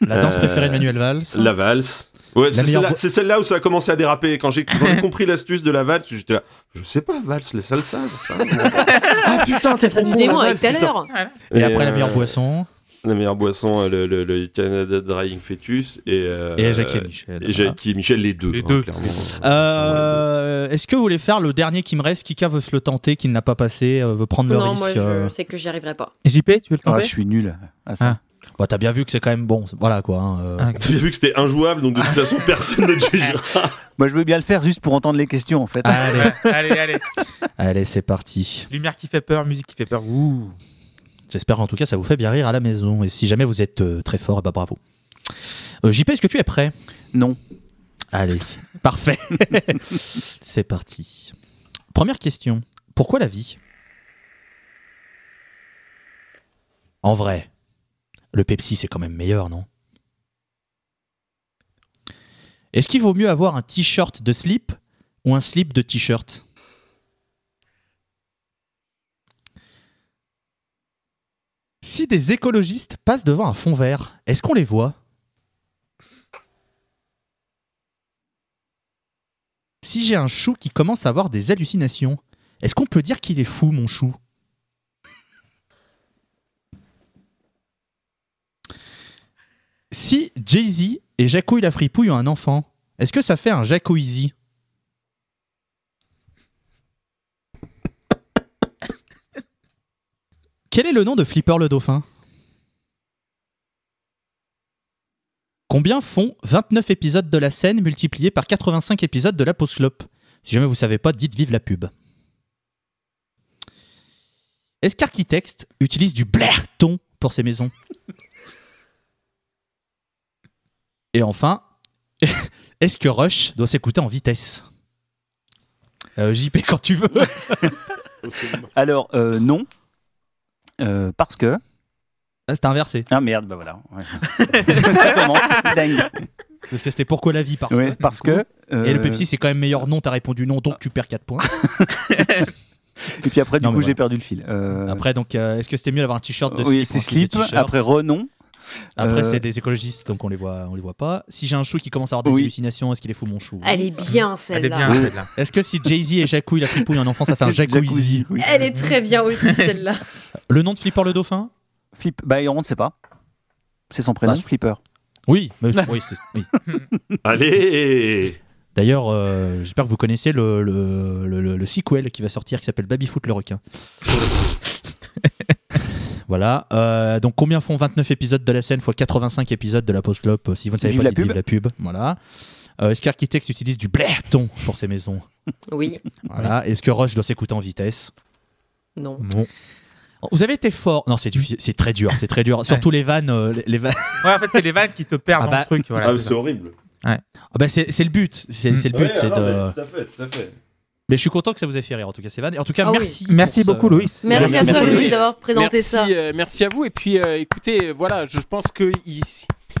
Speaker 4: la danse
Speaker 2: Euh,
Speaker 4: préférée de Manuel Valls.
Speaker 2: la valse. Ouais,
Speaker 4: La
Speaker 2: c'est
Speaker 4: meilleure
Speaker 2: celle-là-
Speaker 4: bo-
Speaker 2: c'est celle-là où ça a commencé à déraper. Quand j'ai quand j'ai compris l'astuce de la valse, j'étais là, je sais pas, valse, les salsas. ça. ah putain,
Speaker 3: Ça
Speaker 2: c'est
Speaker 3: t'a
Speaker 2: trop
Speaker 3: du
Speaker 2: bon,
Speaker 3: démon
Speaker 2: la
Speaker 3: avec tout à
Speaker 2: valse, putain.
Speaker 3: l'heure.
Speaker 4: Et, après, la meilleure
Speaker 2: euh,
Speaker 4: boisson.
Speaker 2: La meilleure boisson, euh, le, le- le Canada Drying Fetus et. euh,
Speaker 4: Et Jackie et Michel.
Speaker 2: Et Jackie et Michel, les deux.
Speaker 1: Les
Speaker 2: hein,
Speaker 1: deux.
Speaker 2: clairement.
Speaker 4: Euh, Est-ce que vous voulez faire le dernier qui me reste Kika veut se le tenter, qui ne l'a pas passé, euh, veut prendre le
Speaker 3: Non,
Speaker 4: risque.
Speaker 3: moi,
Speaker 4: euh.
Speaker 3: je sais que j'y arriverai pas.
Speaker 1: JP, tu veux le
Speaker 5: Ah,
Speaker 1: tenter
Speaker 5: je suis nul à ça.
Speaker 1: Ah.
Speaker 4: Bah, T'as bien vu que c'est quand même bon. c'est- Voilà quoi. hein, euh.
Speaker 1: Ah.
Speaker 2: T'as vu que c'était injouable, donc de toute façon, personne ne te jugera.
Speaker 5: Moi, je veux bien le faire juste pour entendre les questions, en fait.
Speaker 4: Allez,
Speaker 1: Ouais, allez, allez.
Speaker 4: allez c'est parti.
Speaker 1: Lumière qui fait peur, musique qui fait peur. Ouh.
Speaker 4: J'espère en tout cas ça vous fait bien rire à la maison. Et si jamais vous êtes euh, très fort, eh bah, bravo. Euh, JP, est-ce que tu es prêt
Speaker 5: Non.
Speaker 4: Allez, parfait. c'est parti. Première question. Pourquoi la vie En vrai, le Pepsi c'est quand même meilleur, non Est-ce qu'il vaut mieux avoir un t-shirt de slip ou un slip de t-shirt Si des écologistes passent devant un fond vert, est-ce qu'on les voit Si j'ai un chou qui commence à avoir des hallucinations, est-ce qu'on peut dire qu'il est fou, mon chou Si Jay-Z et Jacouille la fripouille ont un enfant, est-ce que ça fait un Jacouizy Quel est le nom de Flipper le dauphin Combien font 29 épisodes de la scène multipliés par 85 épisodes de la pause clope Si jamais vous savez pas, dites vive la pub. Est-ce qu'Architect utilise du blairton pour ses maisons Et enfin, est-ce que Rush doit s'écouter en vitesse Euh, JP quand tu veux.
Speaker 5: Alors, euh, non. Euh, parce que.
Speaker 4: Ah, c'était inversé.
Speaker 5: Ah merde, bah voilà. ouais. Ça commence. Dingue.
Speaker 4: Parce que c'était pourquoi la vie, par
Speaker 5: Ouais, parce que. euh,
Speaker 4: Et le Pepsi, c'est quand même meilleur non, t'as répondu non, donc tu perds 4 points.
Speaker 5: Et puis après, du
Speaker 4: Non,
Speaker 5: coup,
Speaker 4: mais
Speaker 5: j'ai
Speaker 4: voilà.
Speaker 5: perdu le fil. Euh,
Speaker 4: Après, donc, euh, est-ce que c'était mieux d'avoir un t-shirt de
Speaker 5: oui,
Speaker 4: slip
Speaker 5: c'est
Speaker 4: ou un slip
Speaker 5: slip.
Speaker 4: de t-shirt
Speaker 5: Après, renom.
Speaker 4: Ah, Après,
Speaker 5: euh,
Speaker 4: c'est des écologistes, donc on les voit, on les voit pas. Si j'ai un chou qui commence à avoir des
Speaker 5: Oui.
Speaker 4: hallucinations, est-ce qu'il est fou mon chou hein
Speaker 3: Elle est bien
Speaker 1: Elle est
Speaker 3: celle-là.
Speaker 1: bien, celle-là.
Speaker 4: Est-ce que si Jay-Z et Jacouille la fripouille un enfant, ça fait un Jacouille
Speaker 5: Jacuzzi, oui.
Speaker 3: Elle est très bien aussi celle-là.
Speaker 4: Le nom de Flipper le dauphin
Speaker 5: Flip. Bah, on ne sait pas. C'est son prénom,
Speaker 4: Bah,
Speaker 5: Flipper.
Speaker 4: Oui, mais- oui, c'est- oui.
Speaker 2: Allez
Speaker 4: D'ailleurs, euh, j'espère que vous connaissez le, le, le- le- le sequel qui va sortir qui s'appelle Babyfoot le requin. voilà. Euh, donc, combien font 29 épisodes de la scène fois 85 épisodes de la post clope Si vous ne savez
Speaker 5: Vive
Speaker 4: pas,
Speaker 5: la
Speaker 4: dites
Speaker 5: pub.
Speaker 4: vive la pub. Voilà. Euh, Est-ce qu'Architects utilise du blairton pour ses maisons
Speaker 3: Oui,
Speaker 4: Voilà. Est-ce que Rush doit s'écouter en vitesse
Speaker 3: non.
Speaker 1: Bon.
Speaker 4: Vous avez été fort. Non, c'est difficile, c'est très dur, c'est très dur. Surtout les vannes, euh, les, les vannes.
Speaker 1: Ouais, en fait, c'est les vannes qui te perdent
Speaker 4: Ah bah.
Speaker 1: dans le truc. Voilà,
Speaker 2: Ah,
Speaker 1: c'est
Speaker 2: c'est
Speaker 1: ça.
Speaker 2: horrible.
Speaker 4: Ah bah, c'est c'est le but, c'est
Speaker 1: Mm.
Speaker 4: c'est le but,
Speaker 2: Ouais,
Speaker 4: c'est
Speaker 2: alors,
Speaker 4: de.
Speaker 2: mais Tout à fait, tout à fait.
Speaker 4: Mais je suis content que ça vous ait fait rire en tout cas ces vannes. Et En tout cas,
Speaker 3: Ah oui.
Speaker 4: merci.
Speaker 1: Merci
Speaker 4: pour
Speaker 1: beaucoup,
Speaker 4: ce-
Speaker 1: Louis.
Speaker 3: Merci,
Speaker 6: Merci,
Speaker 3: à toi,
Speaker 6: Louis.
Speaker 3: Louis, d'avoir présenté
Speaker 6: merci,
Speaker 3: ça.
Speaker 6: euh, merci à vous. Et puis, euh, écoutez, voilà, je pense que il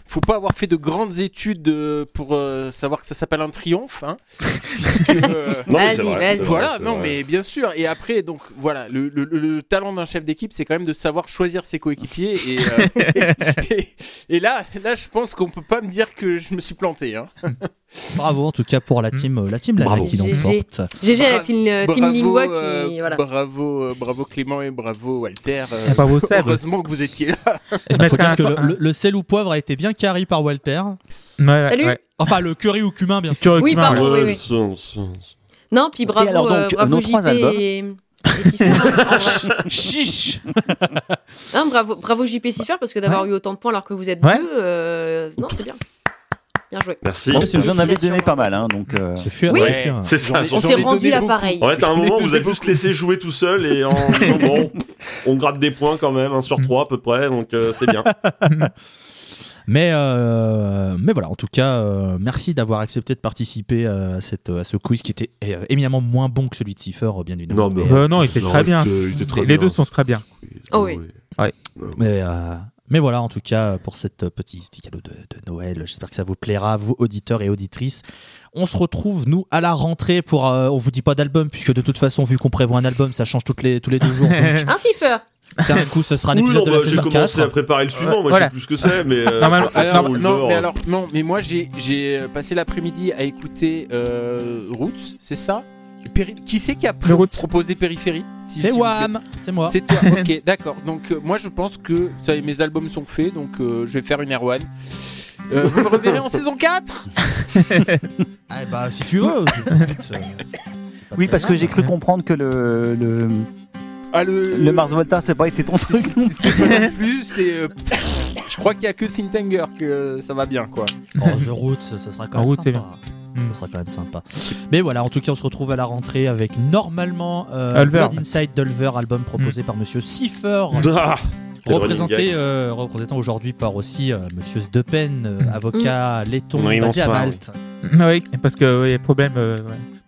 Speaker 6: faut pas avoir fait de grandes études euh, pour euh, savoir que ça s'appelle un triomphe. hein. Puisque, euh,
Speaker 2: Non, mais
Speaker 3: Vas-y,
Speaker 2: c'est vrai,
Speaker 3: vas-y.
Speaker 2: c'est vrai,
Speaker 6: Voilà,
Speaker 2: c'est
Speaker 6: non,
Speaker 2: vrai.
Speaker 6: mais bien sûr. Et après, donc voilà, le, le- le- le talent d'un chef d'équipe, c'est quand même de savoir choisir ses coéquipiers. Et, euh, et, et là, là, je pense qu'on peut pas me dire que je me suis planté. hein.
Speaker 4: Bravo en tout cas pour la
Speaker 1: Hmm.
Speaker 4: team, euh, la team Lana
Speaker 2: Bravo.
Speaker 4: qui
Speaker 3: GG.
Speaker 4: l'emporte.
Speaker 3: GG à la
Speaker 6: Bravo,
Speaker 3: team, euh, team Lingua qui.
Speaker 6: euh,
Speaker 3: voilà.
Speaker 6: bravo, euh, bravo Clément et bravo Walter. euh,
Speaker 1: Ah, bravo, Seb.
Speaker 6: heureusement que vous étiez là.
Speaker 1: Je
Speaker 4: Il Bah, faut
Speaker 1: mettrai
Speaker 4: dire
Speaker 1: un
Speaker 4: que
Speaker 1: son-
Speaker 4: le, le- le sel ou poivre a été bien carré par Walter.
Speaker 1: Ouais, ouais,
Speaker 3: Salut.
Speaker 1: ouais.
Speaker 4: Enfin, le curry ou cumin, bien sûr.
Speaker 1: Sur le
Speaker 3: Oui,
Speaker 1: cumin,
Speaker 3: pardon.
Speaker 1: ouais.
Speaker 3: oui, oui.
Speaker 2: Ah, Ouais, son- son- son-
Speaker 3: Non, puis bravo,
Speaker 5: alors donc,
Speaker 3: euh, bravo
Speaker 5: nos
Speaker 3: JP
Speaker 5: trois albums.
Speaker 3: et- et Siffer, en vrai.
Speaker 4: Chiche
Speaker 3: euh, Non, bravo, bravo JP Siffer parce que d'avoir eu autant de points alors que vous êtes
Speaker 1: Ouais.
Speaker 3: deux, euh, non, c'est bien. Bien joué.
Speaker 2: Merci.
Speaker 4: Bon,
Speaker 5: Vous en avez donné
Speaker 3: Félicitations.
Speaker 5: pas mal, hein, donc. euh,
Speaker 4: C'est fier,
Speaker 3: Oui.
Speaker 4: c'est fier.
Speaker 2: C'est ça.
Speaker 6: J'en ai-
Speaker 3: On
Speaker 6: j'en
Speaker 3: s'est
Speaker 6: ai
Speaker 3: rendu
Speaker 6: donné
Speaker 3: là
Speaker 6: beaucoup.
Speaker 3: pareil.
Speaker 2: En fait, à un
Speaker 6: Je
Speaker 2: moment,
Speaker 6: l'ai
Speaker 2: vous avez
Speaker 6: donné
Speaker 2: juste laissé jouer tout seul et en disant, bon, on gratte des points quand même, un sur trois à peu près, donc euh, c'est bien.
Speaker 4: Mais, euh, mais voilà, en tout cas, euh, merci d'avoir accepté de participer euh, à, cette, à ce quiz qui était euh, éminemment moins bon que celui de Cipher, bien évidemment.
Speaker 2: Non, mais-
Speaker 4: mais,
Speaker 1: Euh, non, il était très bien. Les deux sont très bien.
Speaker 3: Oh oui.
Speaker 4: Mais, euh, mais voilà, en tout cas, pour cette petite petit cadeau de, de Noël, j'espère que ça vous plaira, vous auditeurs et auditrices. On se retrouve, nous, à la rentrée
Speaker 3: Hein,
Speaker 4: pour. euh, on vous dit pas d'album, puisque de toute façon, vu qu'on prévoit un album, ça change toutes les, tous les deux jours. donc-
Speaker 3: Un Siffer
Speaker 4: C'est un coup, ce sera un
Speaker 2: Oui,
Speaker 4: épisode
Speaker 2: non,
Speaker 4: de la
Speaker 2: bah, j'ai
Speaker 4: saison
Speaker 2: commencé
Speaker 4: 4.
Speaker 2: à préparer le suivant, moi
Speaker 1: Voilà.
Speaker 2: je sais plus ce que c'est, mais. euh,
Speaker 1: Normalement-
Speaker 2: ça
Speaker 1: Alors,
Speaker 2: roule
Speaker 6: non,
Speaker 2: dehors.
Speaker 6: mais alors, non, mais moi j'ai- j'ai euh, passé l'après-midi à écouter euh, Roots, c'est ça Péri- Qui c'est qui a pr-
Speaker 1: Le Roots.
Speaker 6: proposé Périphérie Si-
Speaker 4: C'est
Speaker 6: si vous
Speaker 4: Wam, c'est moi.
Speaker 6: C'est toi, ok, d'accord. Donc euh, moi je pense que ça, y est, mes albums sont faits, donc euh, je vais faire une Erwan. Euh, vous me reverrez en saison 4
Speaker 4: Ah, bah, si tu veux. écoute, euh,
Speaker 5: Oui, parce que j'ai cru comprendre que le, le,
Speaker 6: ah, Le,
Speaker 5: le Mars Volta, c'est pas été ton
Speaker 6: c'est-
Speaker 5: truc.
Speaker 6: c'est- c'est pas non plus, c'est. euh, je crois qu'il y a que Sintanger que euh, ça va bien, quoi.
Speaker 4: Oh, The Roots, ça sera quand
Speaker 1: En
Speaker 4: même
Speaker 1: route, c'est
Speaker 4: sympa.
Speaker 1: bien. Hmm.
Speaker 4: Ça sera quand même sympa. Mais voilà, en tout cas, on se retrouve à la rentrée avec normalement euh,
Speaker 1: Ulver.
Speaker 4: Blood Inside Dolver, album proposé
Speaker 1: Hmm.
Speaker 4: par Monsieur Siffer,
Speaker 2: Ah, c'est le running
Speaker 4: représenté,
Speaker 2: gag.
Speaker 4: euh, représentant aujourd'hui par aussi euh, Monsieur Sdepen,
Speaker 1: Mmh.
Speaker 4: euh, avocat laiton
Speaker 2: Mmh. Oui,
Speaker 4: basé à
Speaker 2: bonsoir,
Speaker 4: Malte.
Speaker 1: oui, parce que ouais, il y a problème euh, ouais,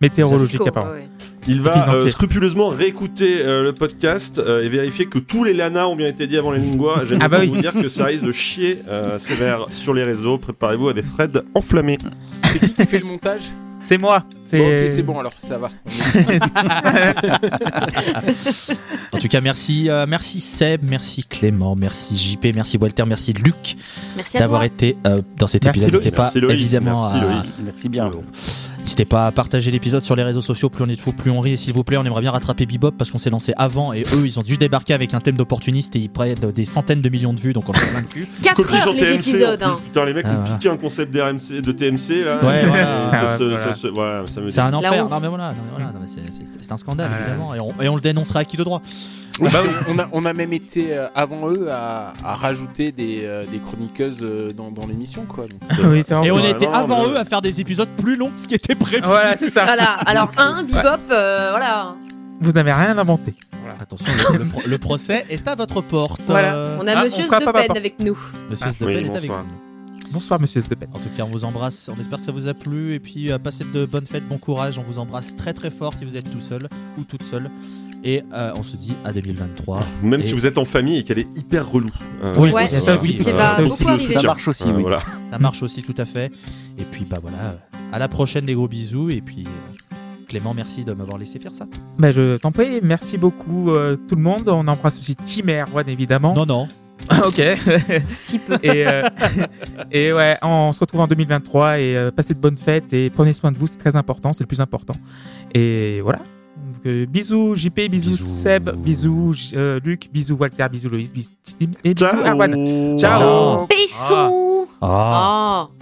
Speaker 1: météorologique
Speaker 7: Disco,
Speaker 3: Ah
Speaker 1: apparemment.
Speaker 7: ouais, ouais.
Speaker 2: Il va
Speaker 1: Financier.
Speaker 2: euh, scrupuleusement réécouter euh, le podcast euh, et vérifier que tous les lanas ont bien été dits avant les lingua. J'aime
Speaker 1: Ah bah
Speaker 2: beaucoup
Speaker 1: oui.
Speaker 2: vous dire que ça risque de chier euh, sévère sur les réseaux. Préparez-vous à des threads enflammés.
Speaker 6: C'est qui qui fait le montage
Speaker 1: C'est moi.
Speaker 6: Bon, ok, c'est bon alors, ça va.
Speaker 4: En tout cas, merci, euh, merci Seb, merci Clément, merci JP, merci Walter, merci Luc
Speaker 3: Merci à
Speaker 4: d'avoir
Speaker 3: toi.
Speaker 4: été euh, dans cet
Speaker 1: Merci
Speaker 4: épisode.
Speaker 1: Loïs.
Speaker 4: N'hésitez pas
Speaker 2: Merci Loïs,
Speaker 4: évidemment euh,
Speaker 2: merci
Speaker 4: à-
Speaker 2: Loïs.
Speaker 5: Merci bien.
Speaker 4: N'hésitez pas à partager l'épisode sur les réseaux sociaux, plus on est de fous, plus on rit. Et s'il vous plaît, on aimerait bien rattraper Bebop parce qu'on s'est lancé avant et eux, ils ont dû débarquer avec un thème d'opportuniste et ils prennent des centaines de millions de vues, donc on est plein de cul.
Speaker 3: 4
Speaker 2: Copier
Speaker 3: heures
Speaker 2: sur
Speaker 3: les
Speaker 2: TMC.
Speaker 3: épisodes.
Speaker 2: en plus.
Speaker 3: hein.
Speaker 2: Putain, les mecs
Speaker 4: Ah,
Speaker 2: ont
Speaker 4: voilà.
Speaker 2: piqué un concept d'RMC, de TMC là.
Speaker 4: Ouais, voilà.
Speaker 2: Ça se-
Speaker 1: Ah,
Speaker 2: ça se- voilà, ça me
Speaker 4: C'est un
Speaker 3: La
Speaker 4: enfer.
Speaker 3: honte.
Speaker 4: Non mais voilà, non, mais voilà, non, mais c'est- c'est c'est un scandale
Speaker 1: Ouais.
Speaker 4: évidemment et on, et on le dénoncera à qui de droit.
Speaker 6: Bah on, a, on a même été euh, avant eux à, à rajouter des, euh, des chroniqueuses euh, dans, dans l'émission, quoi. Donc,
Speaker 1: bon. Oui, c'est
Speaker 4: Et on
Speaker 1: vrai.
Speaker 4: a été
Speaker 2: Oh, non,
Speaker 4: avant
Speaker 2: mais-
Speaker 4: eux à faire des épisodes plus longs que ce qui était prévu.
Speaker 1: Voilà, c'est ça.
Speaker 3: hein. Voilà, alors un bebop, euh, voilà.
Speaker 1: Vous n'avez rien inventé.
Speaker 4: Attention, le, le pro- le procès est à votre porte.
Speaker 1: Voilà.
Speaker 4: Euh,
Speaker 3: On a
Speaker 1: Ah,
Speaker 3: Monsieur
Speaker 1: on frappe à ma
Speaker 3: Stepen
Speaker 1: porte.
Speaker 3: avec nous.
Speaker 4: Monsieur
Speaker 1: Ah,
Speaker 4: Sdepen
Speaker 2: oui,
Speaker 4: est avec
Speaker 2: bonsoir.
Speaker 4: nous.
Speaker 1: Bonsoir, monsieur Stepen.
Speaker 4: En tout cas, on vous embrasse. On espère que ça vous a plu et puis euh, passez de bonnes fêtes, bon courage. On vous embrasse très très fort si vous êtes tout seul ou toute seule et euh, on se dit à 2023.
Speaker 2: Même
Speaker 4: Et-
Speaker 2: si vous êtes en famille et qu'elle est hyper relou. Euh,
Speaker 4: Oui,
Speaker 3: Ouais,
Speaker 1: il y a ça aussi.
Speaker 3: qui
Speaker 1: euh,
Speaker 3: va
Speaker 1: ça aussi,
Speaker 3: beaucoup
Speaker 2: le
Speaker 3: arriver.
Speaker 5: Ça
Speaker 2: Tiens.
Speaker 5: marche aussi,
Speaker 2: euh,
Speaker 5: oui.
Speaker 2: voilà.
Speaker 4: Ça marche aussi tout à fait. Et puis bah voilà, euh, à la prochaine des gros bisous et puis euh, Clément merci de m'avoir laissé faire ça.
Speaker 1: Bah, je t'en prie, merci beaucoup euh, tout le monde. On embrasse aussi Tim et Erwan évidemment.
Speaker 4: Non non.
Speaker 1: ok.
Speaker 3: Si peu.
Speaker 1: et, euh, et ouais, on se retrouve en 2023 et euh, passez de bonnes fêtes et prenez soin de vous, c'est très important, c'est le plus important. Et voilà. Donc, euh, bisous JP, bisous,
Speaker 4: Bisous.
Speaker 1: Seb, bisous J- euh, Luc, bisous Walter, bisous Loïs, bisous Tim et bisous Erwan.
Speaker 2: Ciao.
Speaker 1: Ciao.
Speaker 3: Bisous.
Speaker 4: Ah.
Speaker 3: Ah.